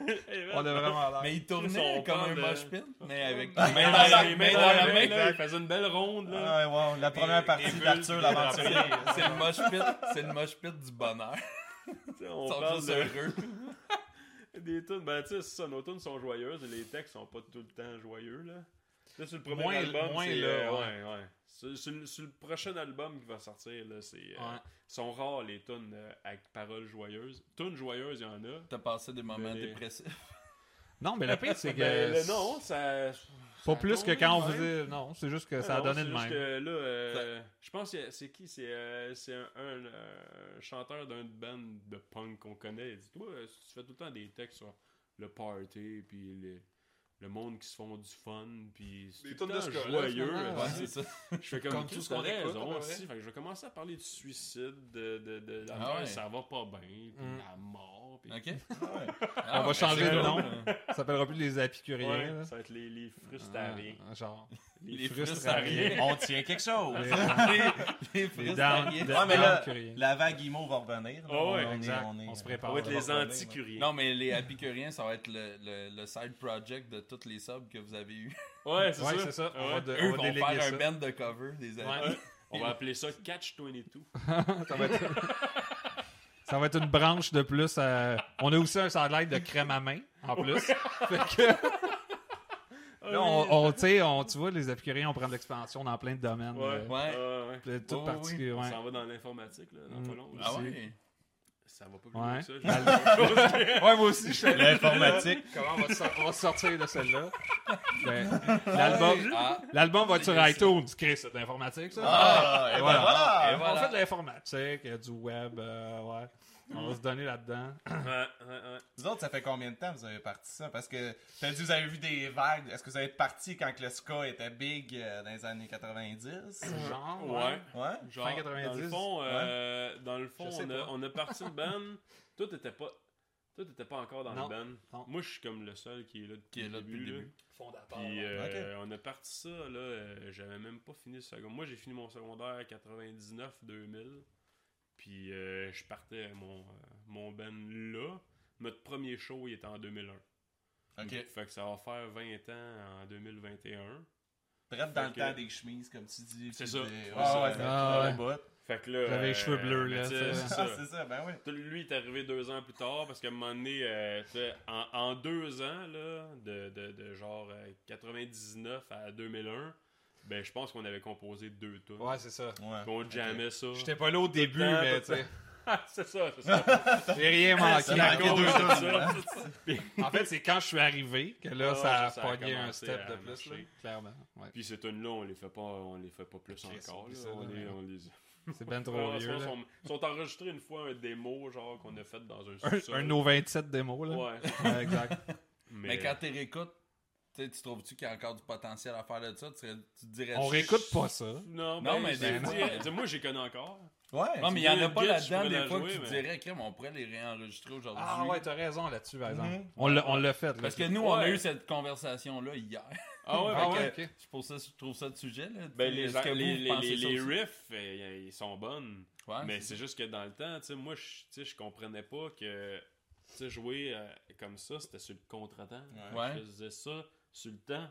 [SPEAKER 4] Eh,
[SPEAKER 1] On a vraiment l'air.
[SPEAKER 2] Mais ils
[SPEAKER 4] sont
[SPEAKER 2] tournaient comme
[SPEAKER 4] pas
[SPEAKER 2] un
[SPEAKER 4] de-
[SPEAKER 2] mosh pit, mais avec
[SPEAKER 4] les mains dans les mains, dans la Ah, main, là,
[SPEAKER 2] là.
[SPEAKER 4] ils faisaient une belle ronde. Là.
[SPEAKER 3] Ah, ouais, ouais, la première partie
[SPEAKER 1] bulles,
[SPEAKER 3] d'Arthur l'aventurier.
[SPEAKER 2] C'est le mosh pit, c'est le mosh pit du bonheur.
[SPEAKER 4] Tu sais,
[SPEAKER 2] Ils
[SPEAKER 4] on
[SPEAKER 2] sont
[SPEAKER 4] parle
[SPEAKER 2] juste
[SPEAKER 4] de-
[SPEAKER 2] heureux.
[SPEAKER 4] Des tunes, ben tu sais, c'est ça, nos tunes sont joyeuses et les textes sont pas tout le temps joyeux, là. Là, sur le premier
[SPEAKER 1] Moins-
[SPEAKER 4] album,
[SPEAKER 1] moins
[SPEAKER 4] c'est,
[SPEAKER 1] là,
[SPEAKER 4] euh,
[SPEAKER 1] ouais.
[SPEAKER 4] ouais, ouais. Sur, sur le- sur le prochain album qui va sortir, là, c'est... euh,
[SPEAKER 1] Ouais.
[SPEAKER 4] sont rares les tunes euh, avec paroles joyeuses. Tunes joyeuses, il y en a.
[SPEAKER 2] T'as passé des moments
[SPEAKER 4] Mais-
[SPEAKER 2] dépressifs.
[SPEAKER 1] Non, mais le pire, c'est que.
[SPEAKER 4] Ben, là, non, ça...
[SPEAKER 1] Pas plus que quand on vous
[SPEAKER 4] dit
[SPEAKER 1] dit. Non, c'est juste que ça a donné de même.
[SPEAKER 4] là, euh, je pense que c'est qui? C'est euh, c'est un, un, euh, un chanteur d'un band de punk qu'on connaît. Il dit, toi, euh, tu fais tout le temps des textes sur le party, puis le, le monde qui se font du fun, puis c'est
[SPEAKER 1] Des
[SPEAKER 4] tout le
[SPEAKER 1] tonnes de
[SPEAKER 4] temps
[SPEAKER 1] ska, là,
[SPEAKER 4] joyeux.
[SPEAKER 1] finalement,
[SPEAKER 2] Ouais,
[SPEAKER 4] euh,
[SPEAKER 2] c'est ça.
[SPEAKER 4] Je fais comme,
[SPEAKER 1] Comme
[SPEAKER 4] Chris,
[SPEAKER 1] tout ce qu'on
[SPEAKER 4] t'as
[SPEAKER 1] écoute,
[SPEAKER 4] raison,
[SPEAKER 1] à peu près.
[SPEAKER 4] aussi. Fait que je vais commencer à parler de suicide, de, de, de, de-
[SPEAKER 2] Ah ouais.
[SPEAKER 4] ça va pas bien, puis
[SPEAKER 1] Mm.
[SPEAKER 4] la mort, puis...
[SPEAKER 2] OK?
[SPEAKER 1] On
[SPEAKER 2] Ah,
[SPEAKER 1] va
[SPEAKER 2] ouais,
[SPEAKER 1] changer
[SPEAKER 2] c'est
[SPEAKER 1] de
[SPEAKER 2] drôle,
[SPEAKER 1] nom.
[SPEAKER 2] là.
[SPEAKER 1] Ça s'appellera plus les apicuriens.
[SPEAKER 4] Ouais,
[SPEAKER 1] là.
[SPEAKER 4] ça va être les, les frustariens.
[SPEAKER 1] Ah, genre.
[SPEAKER 2] Les
[SPEAKER 1] frustariens.
[SPEAKER 2] frustariens.
[SPEAKER 3] On tient quelque chose.
[SPEAKER 2] Les, les
[SPEAKER 1] Les down,
[SPEAKER 2] frustariés.
[SPEAKER 3] Ouais, mais là,
[SPEAKER 1] apicuriens.
[SPEAKER 3] la vague IMO va revenir. là.
[SPEAKER 4] Ah ouais,
[SPEAKER 3] On est-
[SPEAKER 1] exact.
[SPEAKER 3] on est-
[SPEAKER 1] On se prépare.
[SPEAKER 4] Ça va être les
[SPEAKER 3] revenir,
[SPEAKER 4] anticuriens.
[SPEAKER 2] Non, mais les apicuriens, ça va être le, le, le side project de toutes les subs que vous avez eues.
[SPEAKER 4] Ouais, c'est
[SPEAKER 1] Ouais,
[SPEAKER 4] ça.
[SPEAKER 1] c'est ça. On
[SPEAKER 4] Ouais.
[SPEAKER 1] va, de-
[SPEAKER 2] Eux
[SPEAKER 1] on
[SPEAKER 2] vont
[SPEAKER 1] va
[SPEAKER 2] faire
[SPEAKER 1] déléguer
[SPEAKER 2] un
[SPEAKER 1] ça.
[SPEAKER 2] band de cover des amis.
[SPEAKER 1] Ouais.
[SPEAKER 4] On va appeler ça Catch 22.
[SPEAKER 1] ça, va être... ça va être une branche de plus. euh, On a aussi un satellite de crème à main, en plus. Fait que,
[SPEAKER 4] Ah
[SPEAKER 1] là, on, on, tu sais, on- tu vois, les apicuriens, on prend de l'expansion dans plein de domaines.
[SPEAKER 4] Ouais,
[SPEAKER 1] euh,
[SPEAKER 2] Ouais.
[SPEAKER 4] ouais, ouais.
[SPEAKER 1] de Toutes
[SPEAKER 2] Oh,
[SPEAKER 1] particuliers.
[SPEAKER 4] On
[SPEAKER 1] ouais.
[SPEAKER 4] s'en va dans l'informatique, là, dans
[SPEAKER 1] Mm.
[SPEAKER 4] pas long. là.
[SPEAKER 2] Ah
[SPEAKER 1] aussi.
[SPEAKER 2] ouais?
[SPEAKER 4] Ça va pas plus
[SPEAKER 1] Ouais.
[SPEAKER 4] loin que ça. je-
[SPEAKER 1] Ouais, moi aussi, je suis allé-
[SPEAKER 3] L'informatique.
[SPEAKER 1] Comment on va, se- on va se sortir de celle-là? Ben, L'album
[SPEAKER 2] Ah,
[SPEAKER 1] l'album va être sur iTunes. Chris, c'est de l'informatique, ça?
[SPEAKER 3] Ah, et
[SPEAKER 1] Et
[SPEAKER 3] ben
[SPEAKER 1] voilà.
[SPEAKER 3] voilà.
[SPEAKER 2] Et voilà.
[SPEAKER 1] On fait de l'informatique, euh, du web, euh, ouais. On va se donner là-dedans.
[SPEAKER 4] ouais, ouais, ouais.
[SPEAKER 3] Vous autres, ça fait combien de temps que vous avez parti ça? Parce que t'as dit que vous avez vu des vagues. Est-ce que vous avez parti quand que le ska était big euh, dans les années 90?
[SPEAKER 1] Genre,
[SPEAKER 4] Ouais.
[SPEAKER 3] Ouais?
[SPEAKER 4] Genre,
[SPEAKER 1] Fin
[SPEAKER 4] dans le
[SPEAKER 1] 90.
[SPEAKER 4] fond, euh, dans le fond
[SPEAKER 1] Je sais
[SPEAKER 4] on, a,
[SPEAKER 1] pas.
[SPEAKER 4] on a parti de band. Toi, t'étais pas, toi, t'étais pas encore dans
[SPEAKER 1] Non.
[SPEAKER 4] le band.
[SPEAKER 1] Non.
[SPEAKER 4] Moi, je suis comme le seul qui est là depuis,
[SPEAKER 2] Qui est là depuis le
[SPEAKER 4] là.
[SPEAKER 2] début.
[SPEAKER 1] Fondateur.
[SPEAKER 4] Puis
[SPEAKER 1] ouais.
[SPEAKER 4] euh, on a parti ça, là, euh, j'avais même pas fini le secondaire. Moi, j'ai fini mon secondaire 99-2000. Puis euh, je partais à mon, euh, mon ben là. Notre premier show, il était en 2001.
[SPEAKER 2] OK.
[SPEAKER 4] Fait que ça va faire 20 ans en 2021.
[SPEAKER 3] Bref, dans
[SPEAKER 4] Ok.
[SPEAKER 3] le temps des chemises, comme tu dis.
[SPEAKER 4] C'est
[SPEAKER 3] puis
[SPEAKER 4] ça.
[SPEAKER 3] des-
[SPEAKER 4] C'est
[SPEAKER 3] Ouais,
[SPEAKER 4] ça.
[SPEAKER 3] ouais, c'est
[SPEAKER 1] Ah,
[SPEAKER 3] ça,
[SPEAKER 1] ouais.
[SPEAKER 3] les bottes.
[SPEAKER 4] Fait que là.
[SPEAKER 1] J'avais les cheveux bleus,
[SPEAKER 4] mais
[SPEAKER 1] là,
[SPEAKER 4] tu sais,
[SPEAKER 1] tu sais.
[SPEAKER 4] c'est
[SPEAKER 3] Ah,
[SPEAKER 4] ça.
[SPEAKER 3] c'est ça, ben ouais.
[SPEAKER 4] Tout- Lui, il est arrivé deux ans plus tard parce qu'à un moment donné, euh, tu sais, en, en deux ans, là, de, de, de genre euh, 99 à 2001, ben je pense qu'on avait composé deux tunes.
[SPEAKER 1] Ouais, c'est ça.
[SPEAKER 4] Puis on jammait ça.
[SPEAKER 1] J'étais pas là au début,
[SPEAKER 4] temps,
[SPEAKER 1] mais
[SPEAKER 4] tout
[SPEAKER 1] tu sais,
[SPEAKER 4] Ah, c'est ça, c'est ça.
[SPEAKER 1] j'ai rien manqué.
[SPEAKER 3] C'est la
[SPEAKER 1] Encore
[SPEAKER 3] cause.
[SPEAKER 1] deux.
[SPEAKER 3] tonnes,
[SPEAKER 1] En fait, c'est quand je suis arrivé que là,
[SPEAKER 4] Ah,
[SPEAKER 1] ça a
[SPEAKER 4] ça a
[SPEAKER 1] pogné un
[SPEAKER 4] commencé à
[SPEAKER 1] step de plus,
[SPEAKER 4] marcher.
[SPEAKER 1] là. Clairement. Ouais.
[SPEAKER 4] Puis ces tunes-là, on les fait pas, on les fait pas plus
[SPEAKER 1] Chris,
[SPEAKER 4] encore.
[SPEAKER 1] oublie
[SPEAKER 4] là.
[SPEAKER 1] ça,
[SPEAKER 4] on,
[SPEAKER 1] là,
[SPEAKER 4] les,
[SPEAKER 1] mais-
[SPEAKER 4] on les-
[SPEAKER 1] C'est ben trop
[SPEAKER 4] Franchement,
[SPEAKER 1] vieux, là.
[SPEAKER 4] sont, sont enregistrés une fois un démo genre qu'on a fait dans un
[SPEAKER 1] Un,
[SPEAKER 4] sous-sol.
[SPEAKER 1] un de nos 27 démos, là.
[SPEAKER 4] Ouais.
[SPEAKER 1] Ouais, exact.
[SPEAKER 4] Mais, euh,
[SPEAKER 2] Mais, quand tu réécoutes, tu sais, tu trouves-tu qu'il y a encore du potentiel à faire de ça? Tu, serais- tu te dirais...
[SPEAKER 1] On réécoute pas ça.
[SPEAKER 2] Non,
[SPEAKER 4] non, ben,
[SPEAKER 2] mais
[SPEAKER 4] je
[SPEAKER 2] des-
[SPEAKER 4] dis- je dis, moi, j'ai connu encore.
[SPEAKER 3] Ouais.
[SPEAKER 2] Non, mais il y
[SPEAKER 4] tu
[SPEAKER 2] en a
[SPEAKER 4] veux
[SPEAKER 2] pas
[SPEAKER 4] le
[SPEAKER 2] là-dedans
[SPEAKER 4] guide, tu
[SPEAKER 2] des
[SPEAKER 4] peux
[SPEAKER 2] fois
[SPEAKER 4] la
[SPEAKER 2] que tu
[SPEAKER 4] jouer,
[SPEAKER 2] te
[SPEAKER 4] mais-
[SPEAKER 2] dirais, crème, on pourrait les réenregistrer aujourd'hui.
[SPEAKER 1] Ah ouais, t'as raison là-dessus, par exemple.
[SPEAKER 3] Mhm.
[SPEAKER 1] On l'a- On l'a fait, là.
[SPEAKER 2] Parce que nous, on a
[SPEAKER 4] Ouais.
[SPEAKER 2] eu cette conversation-là hier.
[SPEAKER 4] Ah ouais,
[SPEAKER 1] Ah
[SPEAKER 4] fait que-
[SPEAKER 1] ouais, ok.
[SPEAKER 2] C'est pour ça que je trouve ça le sujet. Là.
[SPEAKER 4] Ben, les,
[SPEAKER 2] Est-ce que vous
[SPEAKER 4] les, les-
[SPEAKER 2] pensez
[SPEAKER 4] les-
[SPEAKER 2] ça
[SPEAKER 4] les
[SPEAKER 2] aussi? Ah,
[SPEAKER 4] riffs, euh, ils sont bonnes.
[SPEAKER 2] Ouais,
[SPEAKER 4] mais c'est juste que dans le temps, tu sais, moi, je tu sais, je comprenais pas que tu sais, jouer euh, comme ça, c'était sur le contre-temps.
[SPEAKER 3] Ouais.
[SPEAKER 2] Ouais.
[SPEAKER 4] Je faisais ça sur le temps.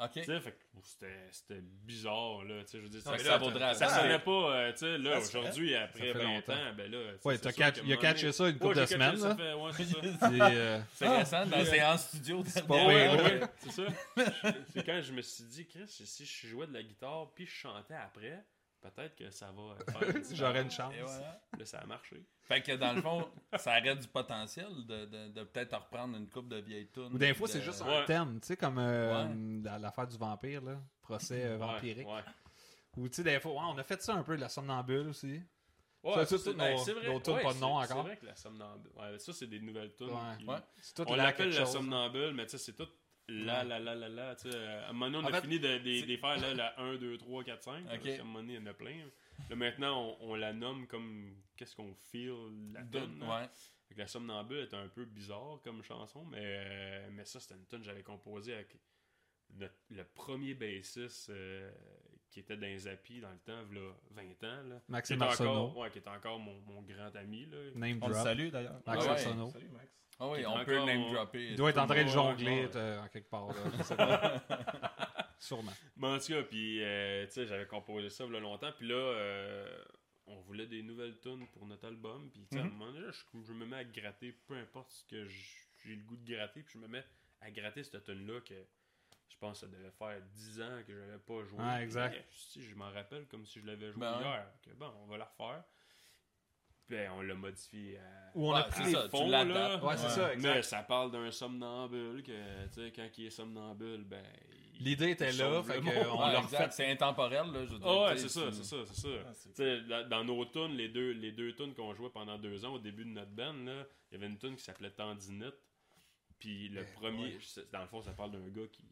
[SPEAKER 2] Ok.
[SPEAKER 4] Tu sais, fait que, bon, c'était c'était bizarre, là. Tu sais, je veux dire,
[SPEAKER 2] Ouais,
[SPEAKER 4] ça,
[SPEAKER 2] mais
[SPEAKER 4] ça,
[SPEAKER 2] là, t'as-
[SPEAKER 4] ça
[SPEAKER 3] t'as-
[SPEAKER 4] sonnait pas, euh, tu sais,
[SPEAKER 3] Ça
[SPEAKER 4] là,
[SPEAKER 3] se fait.
[SPEAKER 4] aujourd'hui,
[SPEAKER 1] Ça
[SPEAKER 4] après
[SPEAKER 1] fait
[SPEAKER 4] 20
[SPEAKER 1] longtemps.
[SPEAKER 4] ans, ben là.
[SPEAKER 1] Ouais, t'as catch- il a catché ça une couple de semaines, là.
[SPEAKER 4] c'est ça.
[SPEAKER 1] Puis, euh,
[SPEAKER 2] C'est récent, dans-
[SPEAKER 4] Ouais.
[SPEAKER 2] c'est en studio.
[SPEAKER 1] pas
[SPEAKER 2] Ouais,
[SPEAKER 4] Ouais,
[SPEAKER 1] pire,
[SPEAKER 4] ouais,
[SPEAKER 1] ouais.
[SPEAKER 4] ouais, c'est ça. C'est quand je me suis dit, Chris, si je jouais de la guitare puis je chantais après, peut-être que ça va. faire une différence.
[SPEAKER 1] j'aurais une chance.
[SPEAKER 2] Et voilà.
[SPEAKER 4] Là, ça a marché.
[SPEAKER 2] Fait que dans le fond, ça aurait du potentiel de, de, de peut-être reprendre une coupe de vieilles tunes.
[SPEAKER 1] Ou des fois,
[SPEAKER 2] de-
[SPEAKER 1] c'est juste
[SPEAKER 4] Ouais.
[SPEAKER 1] un thème, tu sais, comme euh,
[SPEAKER 2] Ouais.
[SPEAKER 1] la- l'affaire du vampire, là, procès euh,
[SPEAKER 4] Ouais,
[SPEAKER 1] vampirique.
[SPEAKER 4] ouais.
[SPEAKER 1] Ou tu sais, des fois, ouais, on a fait ça un peu, la somnambule aussi.
[SPEAKER 4] Ouais,
[SPEAKER 1] Ça,
[SPEAKER 4] ça,
[SPEAKER 1] tout-
[SPEAKER 4] c'est-
[SPEAKER 1] nos-
[SPEAKER 4] ben, c'est vrai.
[SPEAKER 1] nos tunes
[SPEAKER 4] ouais,
[SPEAKER 1] pas de nom
[SPEAKER 4] c'est-
[SPEAKER 1] encore.
[SPEAKER 4] C'est vrai que la somnambule. Ouais, ça, c'est des nouvelles tunes.
[SPEAKER 1] Ouais.
[SPEAKER 4] qui-
[SPEAKER 2] Ouais.
[SPEAKER 1] C'est tout
[SPEAKER 4] On
[SPEAKER 1] là
[SPEAKER 4] l'appelle
[SPEAKER 1] quelque
[SPEAKER 4] la
[SPEAKER 1] chose.
[SPEAKER 4] somnambule, mais tu sais, c'est tout la la la la la. Tu sais, euh, à un moment donné, on
[SPEAKER 2] En
[SPEAKER 4] a
[SPEAKER 2] fait,
[SPEAKER 4] fini de, de-
[SPEAKER 2] c'est-
[SPEAKER 4] de faire là, la 1, 2, 3, 4, 5.
[SPEAKER 2] Ok.
[SPEAKER 4] À un moment donné, il y en a plein. Là, maintenant, on, on la nomme comme qu'est-ce qu'on feel la hein?
[SPEAKER 2] de-
[SPEAKER 4] tune.
[SPEAKER 2] ouais.
[SPEAKER 4] Fait que la somnambule est un peu bizarre comme chanson, mais, euh, mais ça, c'était une tune que j'avais composée avec notre- le premier bassiste euh, qui était dans Zappi dans le temps, v'là 20 ans. Là, qui
[SPEAKER 1] Maxime
[SPEAKER 4] était
[SPEAKER 1] Arsenault.
[SPEAKER 4] encore, ouais, qui était encore mon, mon grand ami. Là,
[SPEAKER 1] Name
[SPEAKER 3] On le
[SPEAKER 1] drop.
[SPEAKER 3] salue d'ailleurs.
[SPEAKER 2] Ah
[SPEAKER 1] Max
[SPEAKER 2] ouais.
[SPEAKER 1] Arsenault.
[SPEAKER 3] Salut Max.
[SPEAKER 2] Ah oui,
[SPEAKER 4] Qui est
[SPEAKER 2] on peut
[SPEAKER 4] encore-
[SPEAKER 2] name dropper.
[SPEAKER 1] Il doit être en train de
[SPEAKER 4] Ouais,
[SPEAKER 1] jongler
[SPEAKER 4] ouais.
[SPEAKER 1] euh, en quelque part, là. Je sais pas. Sûrement.
[SPEAKER 4] Mais en tout cas, puis, euh, tu sais, j'avais composé ça il longtemps, puis là, euh, on voulait des nouvelles tunes pour notre album, puis, tu sais, à un
[SPEAKER 2] Mhm.
[SPEAKER 4] moment donné, là, je, je me mets à gratter, peu importe ce que j- j'ai le goût de gratter, puis je me mets à gratter cette tune-là que je pense que ça devait faire 10 ans que j'avais pas joué.
[SPEAKER 1] Ouais,
[SPEAKER 4] Puis,
[SPEAKER 1] exact.
[SPEAKER 4] eh, si, je m'en rappelle comme si je l'avais joué
[SPEAKER 2] Ah, Ben ouais.
[SPEAKER 4] hier. Que, bon, on va la refaire. Puis, eh, on l'a modifié à...
[SPEAKER 1] Ou on a
[SPEAKER 2] Ouais,
[SPEAKER 1] pris
[SPEAKER 2] Ah, c'est
[SPEAKER 1] les
[SPEAKER 2] ça, tu
[SPEAKER 4] fonds,
[SPEAKER 2] l'adaptes.
[SPEAKER 4] là.
[SPEAKER 1] Ouais, c'est
[SPEAKER 3] Ouais.
[SPEAKER 1] ça, exact.
[SPEAKER 4] Mais ça parle d'un somnambule, que, tu sais, quand il est somnambule, ben... il-
[SPEAKER 1] L'idée était
[SPEAKER 4] il
[SPEAKER 1] là,
[SPEAKER 4] sauve
[SPEAKER 1] fait
[SPEAKER 4] le
[SPEAKER 1] que
[SPEAKER 4] monde.
[SPEAKER 1] on
[SPEAKER 2] Ouais,
[SPEAKER 1] l'a
[SPEAKER 2] exact, C'est intemporel, là, je veux dire,
[SPEAKER 4] Ah ouais,
[SPEAKER 2] tu sais,
[SPEAKER 4] c'est ça,
[SPEAKER 2] tu-
[SPEAKER 4] c'est ça, c'est ça.
[SPEAKER 3] Ah, c'est-
[SPEAKER 4] Tu sais, la- dans nos tunes, les deux, les deux tunes qu'on jouait pendant deux ans au début de notre band, là, il y avait une tune qui s'appelait Tendinite. Puis le
[SPEAKER 1] Eh,
[SPEAKER 4] premier, c'est- dans le fond, ça parle d'un gars qui,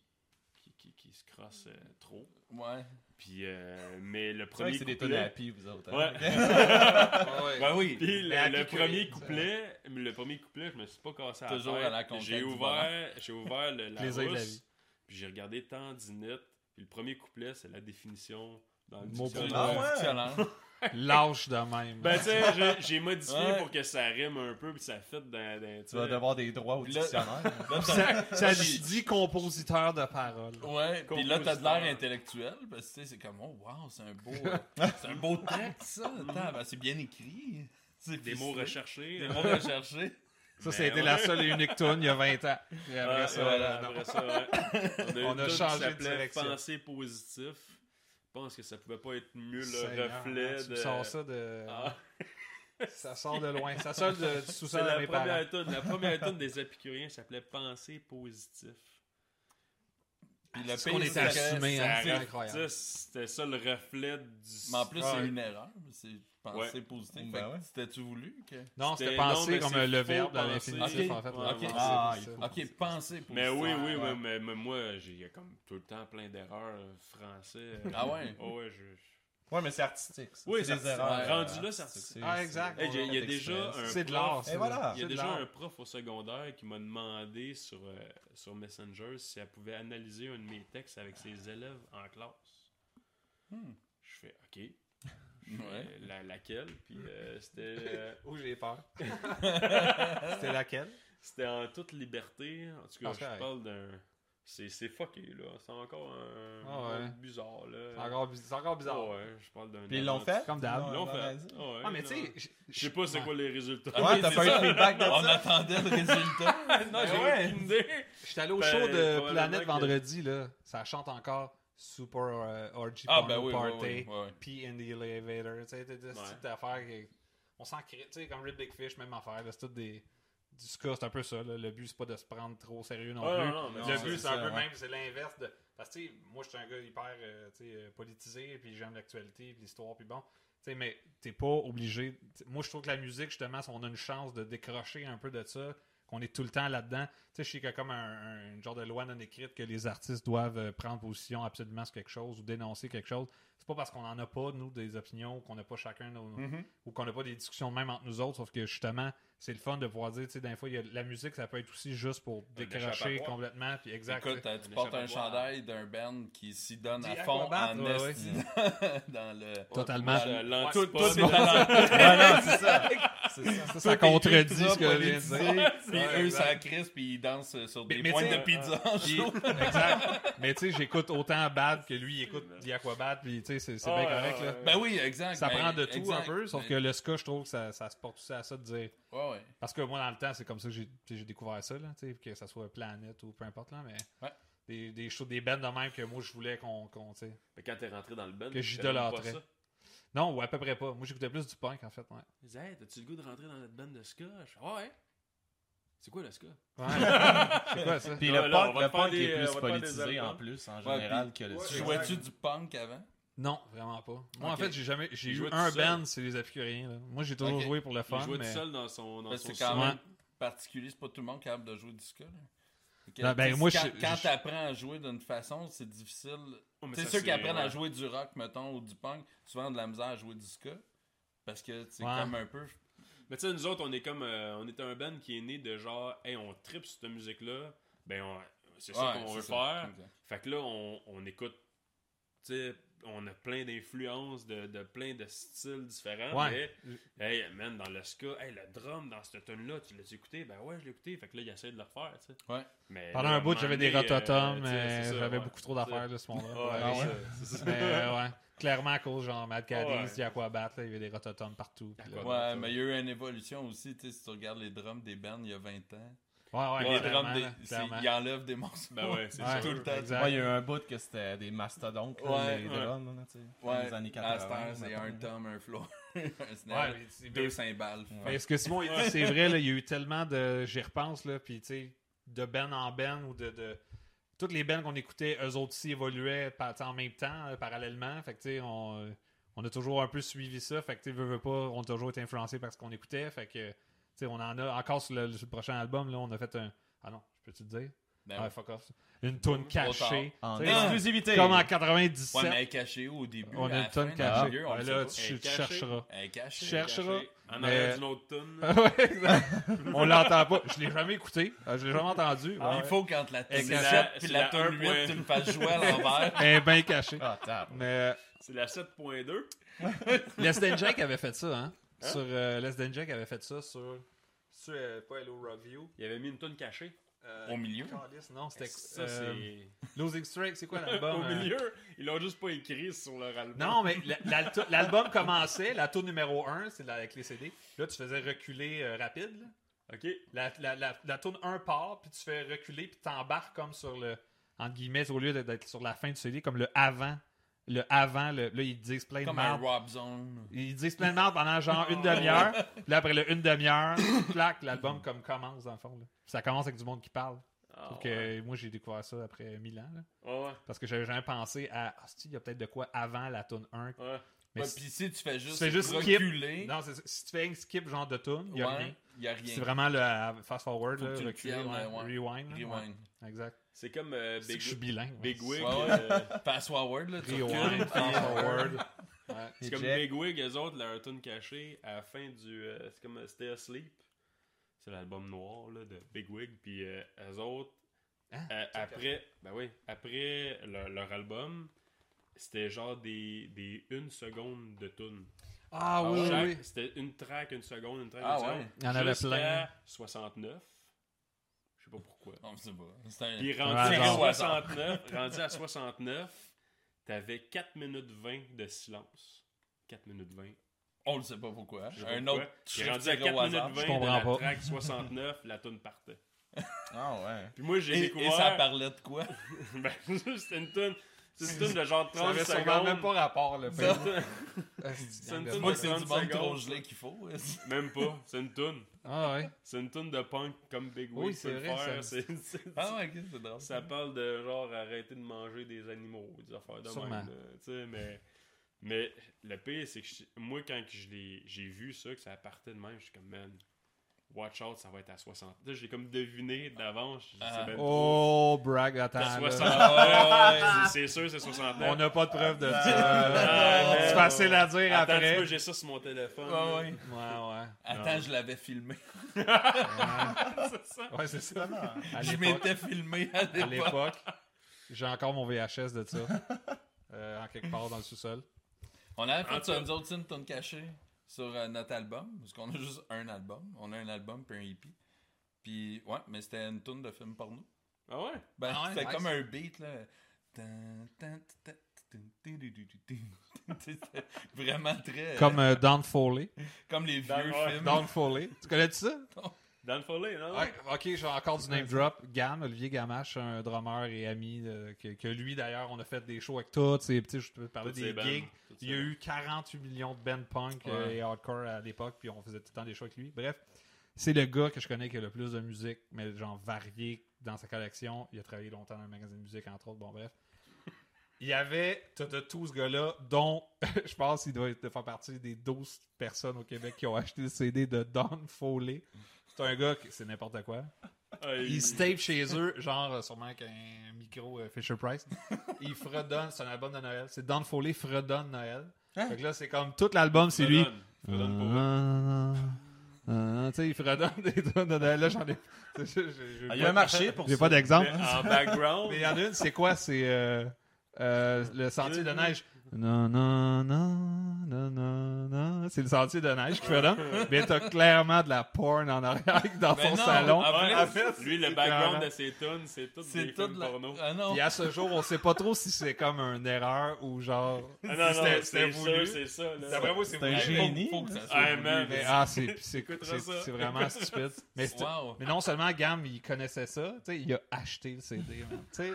[SPEAKER 4] qui, qui, qui se crosse euh, trop.
[SPEAKER 3] Ah
[SPEAKER 2] Ouais.
[SPEAKER 4] Puis, euh, mais le
[SPEAKER 3] C'est vrai
[SPEAKER 4] premier
[SPEAKER 3] que c'est des tonnes
[SPEAKER 4] couplet...
[SPEAKER 3] happy, vous autres. hein?
[SPEAKER 4] Ouais.
[SPEAKER 2] Ben oui.
[SPEAKER 4] Puis le,
[SPEAKER 1] Mais à
[SPEAKER 4] le
[SPEAKER 1] piquer,
[SPEAKER 4] premier
[SPEAKER 1] ça.
[SPEAKER 4] couplet, le premier couplet, je me suis pas cassé la
[SPEAKER 2] Toujours
[SPEAKER 4] tête.
[SPEAKER 2] à la conquête
[SPEAKER 4] J'ai
[SPEAKER 2] du
[SPEAKER 4] ouvert, j'ai ouvert le, la
[SPEAKER 1] Plaisir de la
[SPEAKER 4] rousse,
[SPEAKER 1] vie.
[SPEAKER 4] puis j'ai regardé Tendinite. Puis le premier couplet, c'est la définition dans le
[SPEAKER 1] Mot pour
[SPEAKER 4] dictionnaire.
[SPEAKER 3] mot. Ah ouais?
[SPEAKER 2] Violent.
[SPEAKER 1] Lâche de même.
[SPEAKER 4] Ben, tu sais, j'ai- j'ai modifié
[SPEAKER 2] Ouais.
[SPEAKER 4] pour que ça rime un peu, puis ça fit dans. dans tu
[SPEAKER 3] Tu vas
[SPEAKER 4] sais.
[SPEAKER 3] devoir des droits au
[SPEAKER 2] Là-
[SPEAKER 3] dictionnaire.
[SPEAKER 2] Là, t'as-
[SPEAKER 1] ça, ça
[SPEAKER 2] j'ai-
[SPEAKER 1] dit compositeur de paroles.
[SPEAKER 2] Ouais, puis là, t'as de
[SPEAKER 4] Compositeur.
[SPEAKER 2] l'air intellectuel, parce que tu sais, c'est comme, oh, wow, c'est un beau, euh, c'est un beau texte, ça. Attends, ben, c'est bien écrit. C'est
[SPEAKER 4] Des
[SPEAKER 2] ficelé.
[SPEAKER 4] mots recherchés.
[SPEAKER 2] Des
[SPEAKER 4] là.
[SPEAKER 2] mots recherchés.
[SPEAKER 1] Ça,
[SPEAKER 4] Mais
[SPEAKER 1] c'était
[SPEAKER 4] Ben ouais.
[SPEAKER 1] la seule et unique tune il y a 20 ans. Et
[SPEAKER 4] Ouais,
[SPEAKER 1] après ça,
[SPEAKER 4] voilà,
[SPEAKER 1] euh, non.
[SPEAKER 4] après ça, ouais. On a,
[SPEAKER 1] On
[SPEAKER 4] une
[SPEAKER 1] a
[SPEAKER 4] tune qui
[SPEAKER 1] changé de
[SPEAKER 4] s'appelait
[SPEAKER 1] direction.
[SPEAKER 4] Pensée positif. Je pense que ça pouvait pas être mieux le
[SPEAKER 1] Seigneur, hein,
[SPEAKER 4] reflet
[SPEAKER 1] tu
[SPEAKER 4] de.
[SPEAKER 1] me sors ça de...
[SPEAKER 4] Ah,
[SPEAKER 1] Ça sort de loin. Ça sort de- du
[SPEAKER 4] c'est
[SPEAKER 1] sous-sol de
[SPEAKER 4] la
[SPEAKER 1] mes parents.
[SPEAKER 4] première tune. La première tune des Épicuriens s'appelait Pensée positif.
[SPEAKER 2] Puis le
[SPEAKER 1] C'est qu'on
[SPEAKER 2] pire,
[SPEAKER 1] est
[SPEAKER 2] c'est que
[SPEAKER 1] assumé,
[SPEAKER 2] ça
[SPEAKER 1] hein,
[SPEAKER 2] reste-
[SPEAKER 1] c'est
[SPEAKER 4] Arrête,
[SPEAKER 1] incroyable.
[SPEAKER 4] tu sais, C'était ça le reflet du.
[SPEAKER 2] Mais en plus,
[SPEAKER 1] Ouais.
[SPEAKER 2] c'est une erreur. C'est pensée positive.
[SPEAKER 3] Ben
[SPEAKER 2] Fait que
[SPEAKER 3] ouais.
[SPEAKER 2] c'était-tu voulu que.
[SPEAKER 1] Non,
[SPEAKER 4] C'était-
[SPEAKER 1] c'était
[SPEAKER 4] non, mais
[SPEAKER 1] pensé comme
[SPEAKER 4] c'est
[SPEAKER 1] le
[SPEAKER 4] faux
[SPEAKER 1] verbe à
[SPEAKER 4] pensé.
[SPEAKER 1] l'infinitif,
[SPEAKER 2] Ok.
[SPEAKER 1] en fait.
[SPEAKER 4] Ouais.
[SPEAKER 1] là.
[SPEAKER 2] Ok.
[SPEAKER 1] C'est
[SPEAKER 3] Ah,
[SPEAKER 1] possible.
[SPEAKER 3] il faut-
[SPEAKER 2] Ok, pensée positive.
[SPEAKER 4] Mais oui, oui,
[SPEAKER 3] Ouais.
[SPEAKER 4] oui, mais, mais moi, j'ai il y a comme tout le temps plein d'erreurs euh, français. euh,
[SPEAKER 2] Ah ouais?
[SPEAKER 4] oh ouais, je. je-
[SPEAKER 3] Ouais, mais c'est artistique. ça.
[SPEAKER 4] Oui,
[SPEAKER 3] c'est
[SPEAKER 4] c'est
[SPEAKER 3] des
[SPEAKER 4] artistique.
[SPEAKER 3] erreurs.
[SPEAKER 4] Rendu
[SPEAKER 3] euh,
[SPEAKER 4] là, c'est
[SPEAKER 3] artistique.
[SPEAKER 1] Ah,
[SPEAKER 3] C'est-
[SPEAKER 1] exact.
[SPEAKER 3] c'est-
[SPEAKER 4] Hey, j'ai- il y a
[SPEAKER 3] c'est
[SPEAKER 4] déjà
[SPEAKER 3] express.
[SPEAKER 4] un
[SPEAKER 1] C'est de
[SPEAKER 4] prof-
[SPEAKER 1] l'art. ça,
[SPEAKER 3] Et voilà.
[SPEAKER 1] là.
[SPEAKER 4] Il y
[SPEAKER 1] C'est
[SPEAKER 4] a
[SPEAKER 1] de
[SPEAKER 4] déjà
[SPEAKER 1] l'art.
[SPEAKER 4] un prof au secondaire qui m'a demandé sur, euh, sur Messenger si elle pouvait analyser un de mes textes avec ses élèves en classe.
[SPEAKER 2] Hmm.
[SPEAKER 4] Je fais OK. Je fais, euh,
[SPEAKER 2] Ouais.
[SPEAKER 4] la, laquelle? Puis euh, c'était euh,
[SPEAKER 1] Oh, j'ai peur. C'était laquelle?
[SPEAKER 4] c'était en toute liberté. En tout cas,
[SPEAKER 1] Ah,
[SPEAKER 4] je
[SPEAKER 1] correct.
[SPEAKER 4] parle d'un. C'est c'est fucké, là. C'est encore un.
[SPEAKER 1] Ah ouais.
[SPEAKER 4] un bizarre, là.
[SPEAKER 1] C'est encore, bi- c'est encore bizarre.
[SPEAKER 4] Ouais, je parle d'un.
[SPEAKER 3] Puis ils l'ont fait.
[SPEAKER 1] Comme d'hab.
[SPEAKER 4] Ils l'ont fait.
[SPEAKER 3] Ouais,
[SPEAKER 4] Ah ouais,
[SPEAKER 1] Ah, mais
[SPEAKER 4] non.
[SPEAKER 1] tu sais... j-
[SPEAKER 4] Je sais pas c'est quoi les résultats.
[SPEAKER 2] Ah,
[SPEAKER 3] t'as
[SPEAKER 2] c'est
[SPEAKER 3] pas eu de
[SPEAKER 2] ça.
[SPEAKER 3] feedback de
[SPEAKER 2] On
[SPEAKER 3] ça.
[SPEAKER 2] attendait le résultat.
[SPEAKER 4] non, j'ai
[SPEAKER 1] Ah, Ouais.
[SPEAKER 4] aucune idée.
[SPEAKER 1] J'étais allé au
[SPEAKER 4] Ben,
[SPEAKER 1] show de
[SPEAKER 4] probablement
[SPEAKER 1] Planète
[SPEAKER 4] que-
[SPEAKER 1] vendredi, là. Ça chante encore Super euh, orgy
[SPEAKER 2] Ah,
[SPEAKER 1] Porno
[SPEAKER 2] ben oui,
[SPEAKER 1] Party,
[SPEAKER 2] oui, oui, oui.
[SPEAKER 1] Pee in the Elevator. Tu sais, c'est
[SPEAKER 4] Ouais.
[SPEAKER 1] cette affaire qui... On s'en crée, tu sais, comme Red Big Fish, même affaire. là, C'est tout des... Du cas, c'est un peu ça. là. Le but, c'est pas de se prendre trop au sérieux non
[SPEAKER 4] Ah,
[SPEAKER 1] plus.
[SPEAKER 4] non, non, mais
[SPEAKER 1] le
[SPEAKER 4] non,
[SPEAKER 1] but,
[SPEAKER 3] c'est
[SPEAKER 1] c'est un
[SPEAKER 3] ça,
[SPEAKER 1] peu
[SPEAKER 3] ouais.
[SPEAKER 1] même, c'est l'inverse de. Parce que, tu sais, moi, je suis un gars hyper euh, tu sais, euh, politisé, puis j'aime l'actualité, puis l'histoire, puis bon. Tu sais, mais t'es pas obligé. t'sais, moi, je trouve que la musique, justement, si on a une chance de décrocher un peu de ça, qu'on est tout le temps là-dedans. Tu sais, je sais qu'il y a comme un, un genre de loi non écrite que les artistes doivent euh, prendre position absolument sur quelque chose ou dénoncer quelque chose. c'est pas parce qu'on en a pas, nous, des opinions, ou qu'on n'a pas chacun nos,
[SPEAKER 2] Mhm.
[SPEAKER 1] ou qu'on n'a pas des discussions de même entre nous autres, sauf que justement, c'est le fun de pouvoir dire, tu sais, des fois, il y a- la musique, ça peut être aussi juste pour décrocher
[SPEAKER 5] échappatoire.
[SPEAKER 1] complètement, puis exact.
[SPEAKER 2] Écoute,
[SPEAKER 1] tu
[SPEAKER 2] euh, tu
[SPEAKER 4] Un
[SPEAKER 2] portes un
[SPEAKER 4] échappatoire.
[SPEAKER 2] chandail d'un band qui s'y donne
[SPEAKER 1] Dis
[SPEAKER 2] à fond
[SPEAKER 1] Aquabat,
[SPEAKER 2] en
[SPEAKER 1] ouais, ouais.
[SPEAKER 2] esti dans le.
[SPEAKER 1] Totalement.
[SPEAKER 4] Euh,
[SPEAKER 5] Tout-
[SPEAKER 4] L'antipode.
[SPEAKER 5] tout est dans
[SPEAKER 1] sais. Ouais, non, c'est ça. C'est ça, ça, ça contredit
[SPEAKER 2] ultra
[SPEAKER 1] ce que je viens de dire.
[SPEAKER 2] politisé, Puis
[SPEAKER 1] Ouais,
[SPEAKER 2] eux,
[SPEAKER 1] exact.
[SPEAKER 2] ça crispe, puis ils dansent euh, sur
[SPEAKER 1] Mais-
[SPEAKER 2] des
[SPEAKER 1] mais
[SPEAKER 2] pointes
[SPEAKER 1] t'sais,
[SPEAKER 2] de
[SPEAKER 1] euh,
[SPEAKER 2] pizza en
[SPEAKER 1] Puis-
[SPEAKER 2] chaud.
[SPEAKER 1] exact. Mais tu sais, j'écoute autant Bad que lui, il écoute The Aquabat, puis tu sais, c'est c'est bien
[SPEAKER 4] Ah,
[SPEAKER 1] correct,
[SPEAKER 4] ouais,
[SPEAKER 1] là.
[SPEAKER 4] ouais.
[SPEAKER 2] Ben oui, exact.
[SPEAKER 1] Ça
[SPEAKER 2] ben,
[SPEAKER 1] prend de tout un
[SPEAKER 2] exact. Ben,
[SPEAKER 1] peu, sauf
[SPEAKER 4] Ben.
[SPEAKER 1] que le ska, je trouve que ça, ça se porte aussi à ça de dire.
[SPEAKER 2] Ouais, ouais.
[SPEAKER 1] Parce que moi, dans le temps, c'est comme ça que j'ai tu sais, j'ai découvert ça, là, tu sais, que ça soit Planète ou peu importe, là, mais
[SPEAKER 2] Ouais.
[SPEAKER 1] des, des shows, des bands de même que moi, je voulais qu'on, qu'on, tu sais.
[SPEAKER 4] Mais quand t'es rentré dans le band,
[SPEAKER 1] Que j'idolâtrais. Non, ou à peu près pas. Moi, j'écoutais plus du punk, en fait, ouais.
[SPEAKER 4] Zay, t'as-tu le goût de rentrer dans notre band de ska? Je fais, ouais. C'est quoi le ska?
[SPEAKER 1] Ouais. c'est quoi, ça?
[SPEAKER 3] Puis
[SPEAKER 4] Là,
[SPEAKER 3] le
[SPEAKER 4] là,
[SPEAKER 3] punk,
[SPEAKER 4] on va
[SPEAKER 3] le
[SPEAKER 4] te faire
[SPEAKER 3] punk
[SPEAKER 4] des-
[SPEAKER 3] est
[SPEAKER 4] on va
[SPEAKER 3] plus
[SPEAKER 4] te faire des
[SPEAKER 3] politisé
[SPEAKER 4] albums.
[SPEAKER 3] en plus, en
[SPEAKER 2] Ouais,
[SPEAKER 3] général,
[SPEAKER 2] puis-
[SPEAKER 3] que le
[SPEAKER 4] ouais,
[SPEAKER 2] Tu
[SPEAKER 3] ska.
[SPEAKER 4] exact.
[SPEAKER 2] jouais-tu du punk avant?
[SPEAKER 1] Non, vraiment pas. Moi, en
[SPEAKER 2] Ok.
[SPEAKER 1] fait, j'ai jamais. J'ai
[SPEAKER 4] Il
[SPEAKER 1] eu
[SPEAKER 4] jouait
[SPEAKER 1] un
[SPEAKER 4] tout seul.
[SPEAKER 1] band, c'est les Apicuriens, là. Moi, j'ai toujours
[SPEAKER 2] Ok.
[SPEAKER 1] joué pour le
[SPEAKER 4] Il
[SPEAKER 1] fun,
[SPEAKER 4] jouait
[SPEAKER 1] mais.
[SPEAKER 4] tout seul dans son dans
[SPEAKER 2] Parce
[SPEAKER 4] son
[SPEAKER 2] que c'est quand
[SPEAKER 4] son.
[SPEAKER 2] même particulier, c'est pas tout le monde capable de jouer du ska. là. Fait que,
[SPEAKER 1] Non, ben,
[SPEAKER 2] t'sais,
[SPEAKER 1] moi,
[SPEAKER 2] quand,
[SPEAKER 1] je-
[SPEAKER 2] quand
[SPEAKER 1] je-
[SPEAKER 2] t'apprends à jouer d'une façon, c'est difficile.
[SPEAKER 4] Oh, mais
[SPEAKER 2] C'est
[SPEAKER 4] ça,
[SPEAKER 2] ceux qui apprennent à
[SPEAKER 4] ouais.
[SPEAKER 2] jouer du rock, mettons, ou du punk, souvent ont de la misère à jouer du ska. Parce que c'est
[SPEAKER 1] Ouais.
[SPEAKER 2] comme un peu.
[SPEAKER 4] Mais tu sais, nous autres, on est comme. euh, on est un band qui est né de genre, hey, on tripe sur cette musique-là. Ben, on- c'est ça
[SPEAKER 2] Ouais,
[SPEAKER 4] qu'on veut
[SPEAKER 2] c'est
[SPEAKER 4] faire.
[SPEAKER 2] Exact.
[SPEAKER 4] Fait que là, on, on écoute. Tu sais, on a plein d'influences, de, de plein de styles différents.
[SPEAKER 1] Ouais.
[SPEAKER 4] Mais, hey, man, dans le ska, hey, le drum dans cette tune-là, tu l'as écouté? Ben ouais, je l'ai écouté. Fait que là, il essaie de le refaire, tu sais.
[SPEAKER 2] Ouais.
[SPEAKER 4] Mais
[SPEAKER 1] Pendant
[SPEAKER 4] là,
[SPEAKER 1] un
[SPEAKER 4] à
[SPEAKER 1] bout,
[SPEAKER 4] moment
[SPEAKER 1] j'avais des
[SPEAKER 4] donné, euh,
[SPEAKER 1] rototoms,
[SPEAKER 4] tu sais,
[SPEAKER 1] mais
[SPEAKER 4] c'est ça,
[SPEAKER 1] j'avais
[SPEAKER 4] ouais.
[SPEAKER 1] beaucoup trop d'affaires de ce moment-là.
[SPEAKER 4] Ah,
[SPEAKER 1] Ouais,
[SPEAKER 4] ouais,
[SPEAKER 1] c'est-
[SPEAKER 4] c'est ça.
[SPEAKER 1] Mais euh, ouais, clairement à cause genre Mad
[SPEAKER 4] Ouais.
[SPEAKER 1] Caddies, The Aquabat, là, il y avait des rototoms partout. puis là-
[SPEAKER 4] Aquabat.
[SPEAKER 2] Ouais, mais il y a eu une évolution aussi. tu sais, Si tu regardes les drums des bands il y a 20 ans,
[SPEAKER 1] ouais, ouais,
[SPEAKER 2] les
[SPEAKER 1] clairement,
[SPEAKER 2] drums, des-
[SPEAKER 1] là,
[SPEAKER 2] c'est-
[SPEAKER 1] clairement.
[SPEAKER 2] ils enlèvent des morceaux.
[SPEAKER 4] Ben ouais, c'est
[SPEAKER 1] Ouais,
[SPEAKER 4] sûr.
[SPEAKER 2] tout le temps.
[SPEAKER 1] exact.
[SPEAKER 3] Ouais, il y a eu un bout que c'était des mastodontes, là,
[SPEAKER 2] Ouais,
[SPEAKER 3] les
[SPEAKER 4] ouais.
[SPEAKER 3] drums, là, tu sais,
[SPEAKER 2] Ouais,
[SPEAKER 3] dans les années
[SPEAKER 2] à
[SPEAKER 3] 80.
[SPEAKER 2] cette heure, c'est
[SPEAKER 3] mettons,
[SPEAKER 2] un
[SPEAKER 3] là.
[SPEAKER 2] tom, un floor, un
[SPEAKER 1] Ouais,
[SPEAKER 2] snare,
[SPEAKER 1] mais c'est-
[SPEAKER 2] deux cymbales.
[SPEAKER 1] mais Est-ce que Simon, il dit, c'est vrai, là, il y a eu tellement de. J'y repense, là, puis tu sais, de ben en ben ou de. de- toutes les bands qu'on écoutait, eux autres aussi évoluaient par- tu sais, en même temps, euh, parallèlement. Fait que tu sais, on, euh, on a toujours un peu suivi ça. Fait que tu sais, veux, veux pas, on a toujours été influencé par ce qu'on écoutait. Fait que tu sais, on en a encore sur le, sur le prochain album, là, on a fait un. Ah non, je peux-tu te dire?
[SPEAKER 2] Ben
[SPEAKER 1] Ah,
[SPEAKER 2] ouais.
[SPEAKER 1] fuck off. Une toune cachée.
[SPEAKER 3] En
[SPEAKER 1] Tu sais,
[SPEAKER 3] exclusivité.
[SPEAKER 1] Comme en
[SPEAKER 2] Ouais,
[SPEAKER 1] 97,
[SPEAKER 2] mais elle est cachée où, au début.
[SPEAKER 1] on
[SPEAKER 2] à
[SPEAKER 1] a
[SPEAKER 2] la
[SPEAKER 1] une tonne
[SPEAKER 2] fin,
[SPEAKER 1] cachée.
[SPEAKER 2] au milieu, on
[SPEAKER 1] Ouais,
[SPEAKER 2] le
[SPEAKER 1] là,
[SPEAKER 2] sait
[SPEAKER 1] tu, tu
[SPEAKER 4] Elle est cachée.
[SPEAKER 1] chercheras.
[SPEAKER 2] pas. Elle est cachée.
[SPEAKER 1] Cher- Cherchera.
[SPEAKER 4] En
[SPEAKER 1] Mais- euh,
[SPEAKER 4] arrière d'une autre tune.
[SPEAKER 1] Ouais, exact. on l'entend pas. Je l'ai jamais écouté. Euh, Je l'ai jamais entendu. Ouais.
[SPEAKER 2] Ah, Il faut quand la tonne
[SPEAKER 1] Exact.
[SPEAKER 2] 7 puis
[SPEAKER 4] C'est
[SPEAKER 2] la
[SPEAKER 4] la
[SPEAKER 2] tonne 8,
[SPEAKER 4] 1.1.
[SPEAKER 2] tu le fasses jouer à l'envers.
[SPEAKER 1] Elle est bien cachée.
[SPEAKER 3] Ah, tab.
[SPEAKER 1] Mais
[SPEAKER 4] C'est la 7.2.
[SPEAKER 1] Les Dan Jack avait fait ça, hein? Sur euh, Les Dan Jack avait fait ça sur. Sur euh, pas Hello Rockview.
[SPEAKER 4] Il avait mis une tonne cachée.
[SPEAKER 1] Euh,
[SPEAKER 2] Au milieu.
[SPEAKER 1] Calisse, non, c'était.
[SPEAKER 4] Ça,
[SPEAKER 1] euh,
[SPEAKER 4] c'est.
[SPEAKER 1] Losing Strike, c'est quoi l'album?
[SPEAKER 4] Au
[SPEAKER 1] euh?
[SPEAKER 4] milieu, ils l'ont juste pas écrit sur leur album.
[SPEAKER 1] Non, mais la- la- l'album commençait, la tour numéro 1, c'est la- avec les CD. Là, tu faisais reculer euh, rapide. là.
[SPEAKER 4] Ok.
[SPEAKER 1] La, la, la, la tourne 1 part, puis tu fais reculer, puis t'embarques comme sur le. Entre guillemets, au lieu d'être- d'être sur la fin du CD, comme le avant. Le avant, le- là, ils disent plein de
[SPEAKER 2] Comme un
[SPEAKER 1] merde.
[SPEAKER 2] Rob Zone.
[SPEAKER 1] Ils disent plein de merde pendant genre une demi-heure. Puis là, après le une demi-heure, clac, l'album comme commence, dans le fond. là. Puis ça commence avec du monde qui parle.
[SPEAKER 4] Ah,
[SPEAKER 1] Sauf que
[SPEAKER 4] ouais.
[SPEAKER 1] moi, j'ai découvert ça après mille ans. là.
[SPEAKER 4] Ah, ouais.
[SPEAKER 1] parce que j'avais jamais pensé à. Ah, c'ti, il y a peut-être de quoi avant la tourne 1.
[SPEAKER 4] Ouais.
[SPEAKER 1] Mais
[SPEAKER 2] Ouais,
[SPEAKER 1] si-
[SPEAKER 2] Puis si tu fais juste
[SPEAKER 1] fais juste skip.
[SPEAKER 2] reculer,
[SPEAKER 1] Non, c'est ça. si tu fais un skip genre de tune, il n'y a rien.
[SPEAKER 2] ouais, il n'y a rien.
[SPEAKER 1] C'est vraiment le euh, fast forward,
[SPEAKER 2] Faut
[SPEAKER 1] là,
[SPEAKER 2] que tu le
[SPEAKER 1] reculer,
[SPEAKER 2] tiennes,
[SPEAKER 1] ouais,
[SPEAKER 2] ouais.
[SPEAKER 1] rewind. là,
[SPEAKER 2] Rewind.
[SPEAKER 1] ouais. Exact.
[SPEAKER 4] C'est comme euh,
[SPEAKER 1] C'est
[SPEAKER 4] Big,
[SPEAKER 1] que je suis bilingue. ouais.
[SPEAKER 4] Big Wig.
[SPEAKER 2] Ouais, ouais.
[SPEAKER 4] euh,
[SPEAKER 2] Fast forward, là, tu recules. euh,
[SPEAKER 1] Rewind, fast forward. Ah
[SPEAKER 4] c'est comme Big Wig, eux autres, leur tune cachée à la fin du. euh, c'est comme euh, Stay Asleep. C'est l'album noir là, de Big Wig. Puis euh, eux autres,
[SPEAKER 1] Hein?
[SPEAKER 4] euh, après, ben oui, après leur, leur album, c'était genre des, des une seconde de tune.
[SPEAKER 1] Ah oui,
[SPEAKER 4] Chaque-
[SPEAKER 1] oui.
[SPEAKER 4] C'était une track, une seconde, une track,
[SPEAKER 2] Ah
[SPEAKER 4] une
[SPEAKER 2] ouais.
[SPEAKER 4] seconde.
[SPEAKER 1] Il y en avait
[SPEAKER 4] Jusqu'à
[SPEAKER 1] plein.
[SPEAKER 4] 69. Je sais pas pourquoi.
[SPEAKER 2] Non, c'est pas. C'est un.
[SPEAKER 4] Puis
[SPEAKER 1] Ouais,
[SPEAKER 4] rendu, à
[SPEAKER 1] genre.
[SPEAKER 4] 69, rendu à 69, t'avais 4 minutes 20 de silence. 4 minutes 20.
[SPEAKER 2] On le sait pas pourquoi.
[SPEAKER 4] Je sais pas
[SPEAKER 2] Un
[SPEAKER 4] pourquoi.
[SPEAKER 2] autre
[SPEAKER 4] Puis
[SPEAKER 2] chiffre
[SPEAKER 4] rendu à
[SPEAKER 2] tiré
[SPEAKER 4] 4
[SPEAKER 2] au hasard.
[SPEAKER 4] minutes 20
[SPEAKER 1] Je comprends
[SPEAKER 4] de la
[SPEAKER 1] pas.
[SPEAKER 4] track 69, la toune partait.
[SPEAKER 3] Ah, ouais.
[SPEAKER 4] Puis moi, j'ai
[SPEAKER 2] Et, et ça
[SPEAKER 4] découvert...
[SPEAKER 2] parlait de quoi?
[SPEAKER 4] ben, c'était une toune... C'est une toune de genre
[SPEAKER 1] Ça
[SPEAKER 4] 30
[SPEAKER 1] avait sûrement
[SPEAKER 4] secondes.
[SPEAKER 1] même pas rapport, le
[SPEAKER 4] C'est
[SPEAKER 1] film.
[SPEAKER 4] une toune-
[SPEAKER 1] Ah,
[SPEAKER 4] c'est une toune
[SPEAKER 2] Moi,
[SPEAKER 4] de
[SPEAKER 2] c'est du
[SPEAKER 4] 30
[SPEAKER 2] bon trop
[SPEAKER 4] secondes.
[SPEAKER 2] gelé qu'il faut. est-ce?
[SPEAKER 4] Même pas. C'est une toune.
[SPEAKER 1] Ah ouais.
[SPEAKER 4] C'est une toune de punk comme Big
[SPEAKER 1] Oui,
[SPEAKER 4] Wig
[SPEAKER 1] c'est
[SPEAKER 4] peut le
[SPEAKER 1] vrai,
[SPEAKER 4] faire.
[SPEAKER 1] ça-
[SPEAKER 4] C'est- c'est-
[SPEAKER 2] Ah ouais, ok, c'est drôle.
[SPEAKER 4] Ça parle de genre arrêter de manger des animaux, des affaires de
[SPEAKER 1] Sûrement.
[SPEAKER 4] même. là, tu sais, mais, mais le pire, c'est que je- moi, quand que je l'ai- j'ai vu ça, que ça partait de même, je suis comme, man, Watch out, ça va être à 60. Là, j'ai comme deviné d'avance. je dis,
[SPEAKER 2] Ah.
[SPEAKER 4] C'est ben
[SPEAKER 1] Oh, brag,
[SPEAKER 4] trop.
[SPEAKER 1] attends.
[SPEAKER 4] C'est
[SPEAKER 1] là.
[SPEAKER 4] 69. C'est c'est sûr, c'est 69.
[SPEAKER 1] On n'a pas de preuve de ça.
[SPEAKER 4] Ah,
[SPEAKER 1] C'est
[SPEAKER 4] man.
[SPEAKER 1] facile à dire
[SPEAKER 4] Attends un petit
[SPEAKER 1] après.
[SPEAKER 4] peu, j'ai ça sur mon téléphone.
[SPEAKER 2] Ah ouais.
[SPEAKER 1] Ouais, ouais.
[SPEAKER 2] Attends, je l'avais filmé.
[SPEAKER 4] C'est ça.
[SPEAKER 1] Ouais, c'est ça.
[SPEAKER 3] Vraiment.
[SPEAKER 1] À
[SPEAKER 2] Je
[SPEAKER 1] l'époque-
[SPEAKER 2] m'étais filmé à
[SPEAKER 1] à
[SPEAKER 2] l'époque.
[SPEAKER 1] l'époque, j'ai encore mon VHS de ça. Euh, en quelque part dans le sous-sol.
[SPEAKER 2] On avait
[SPEAKER 4] En
[SPEAKER 2] fait
[SPEAKER 4] tout
[SPEAKER 2] ça,
[SPEAKER 4] cas.
[SPEAKER 2] nous autres, c'est une tonne cachée sur euh, notre album, parce qu'on a juste un album. On a un album puis un hippie. Puis, ouais, mais c'était une tonne de films porno.
[SPEAKER 4] Ah ouais?
[SPEAKER 2] Ben,
[SPEAKER 1] Ah ouais,
[SPEAKER 2] c'était
[SPEAKER 1] nice.
[SPEAKER 2] comme un beat, là. Tan, tan, tan, tan, tan, tan, tan, tan, tan, tan, tan. Vraiment très.
[SPEAKER 1] Comme euh, Don Foley.
[SPEAKER 2] comme les
[SPEAKER 4] Dans-
[SPEAKER 2] vieux
[SPEAKER 4] ouais,
[SPEAKER 2] films.
[SPEAKER 1] Don Foley. Tu connais-tu ça?
[SPEAKER 4] Dans le follet, non?
[SPEAKER 1] Ouais, ok, j'ai encore du name drop. Gam, Olivier Gamache, un drummer et ami euh, que, que lui d'ailleurs, on a fait des shows avec tout. c'est- tu sais, Je te parlais
[SPEAKER 4] Toutes ces
[SPEAKER 1] des
[SPEAKER 4] bandes.
[SPEAKER 1] gigs.
[SPEAKER 4] Toutes ces
[SPEAKER 1] Il y a
[SPEAKER 4] bandes.
[SPEAKER 1] eu 48 millions de bands punk euh,
[SPEAKER 2] Ouais.
[SPEAKER 1] et hardcore à l'époque, puis on faisait tout le temps des shows avec lui. Bref, c'est le gars que je connais qui a le plus de musique, mais genre variée dans sa collection. Il a travaillé longtemps dans un magasin de musique, entre autres. Bon, bref. Il y avait t'as de tout ce gars-là, dont je pense qu'il doit être- faire partie des 12 personnes au Québec qui ont acheté le CD de Don Foley. C'est un gars qui c'est n'importe quoi.
[SPEAKER 4] Ah, il-
[SPEAKER 1] Ils se tapent chez eux, genre euh, sûrement avec un micro euh, Fisher Price. Ils fredonnent, c'est un album de Noël. C'est Don Foley fredonne Noël.
[SPEAKER 2] Hein?
[SPEAKER 1] Fait que là, c'est comme tout l'album, c'est lui.
[SPEAKER 4] Fredonne. Fredonne pour eux.
[SPEAKER 1] Ah, ah, Tu sais, il fredonne des tonnes de Noël. Là, j'en ai. j'ai- j'ai- j'ai
[SPEAKER 3] Il y
[SPEAKER 1] pas-
[SPEAKER 3] a un marché pour
[SPEAKER 1] J'ai
[SPEAKER 3] ça.
[SPEAKER 1] pas d'exemple.
[SPEAKER 4] Mais En background.
[SPEAKER 1] Mais il y en a une, c'est quoi C'est euh, euh, le sentier de neige. Non, non, non, non, non, non. C'est le sentier de neige qui fait là. Mais t'as clairement de la porn en arrière dans
[SPEAKER 2] Ben non,
[SPEAKER 1] son salon.
[SPEAKER 2] en
[SPEAKER 4] Ah,
[SPEAKER 2] vrai,
[SPEAKER 4] ouais,
[SPEAKER 1] fait,
[SPEAKER 4] lui, le
[SPEAKER 1] c'est
[SPEAKER 4] background
[SPEAKER 1] clairement-
[SPEAKER 4] de ses tunes, c'est tout des
[SPEAKER 2] C'est tout
[SPEAKER 4] films
[SPEAKER 2] la...
[SPEAKER 4] porno.
[SPEAKER 2] Ah non.
[SPEAKER 1] Puis à ce jour, on sait pas trop si c'est comme une erreur ou genre.
[SPEAKER 4] Ah non,
[SPEAKER 1] si
[SPEAKER 4] non,
[SPEAKER 1] c'était-
[SPEAKER 4] c'est
[SPEAKER 1] c'était
[SPEAKER 4] sûr, c'est ça. là.
[SPEAKER 1] D'après moi, c'est
[SPEAKER 3] C'est un
[SPEAKER 2] Hey, faut-
[SPEAKER 1] voulu.
[SPEAKER 3] génie,
[SPEAKER 2] Faut que ça soit
[SPEAKER 4] Ah,
[SPEAKER 2] voulu.
[SPEAKER 4] man.
[SPEAKER 1] Mais ah, c'est c'est-
[SPEAKER 4] T'écouteras
[SPEAKER 1] c'est-
[SPEAKER 4] ça.
[SPEAKER 1] c'est vraiment stupide. Mais, c'est-
[SPEAKER 2] Wow.
[SPEAKER 1] mais non seulement Gam, il connaissait ça, tu sais, il a acheté le CD. man. Tu sais,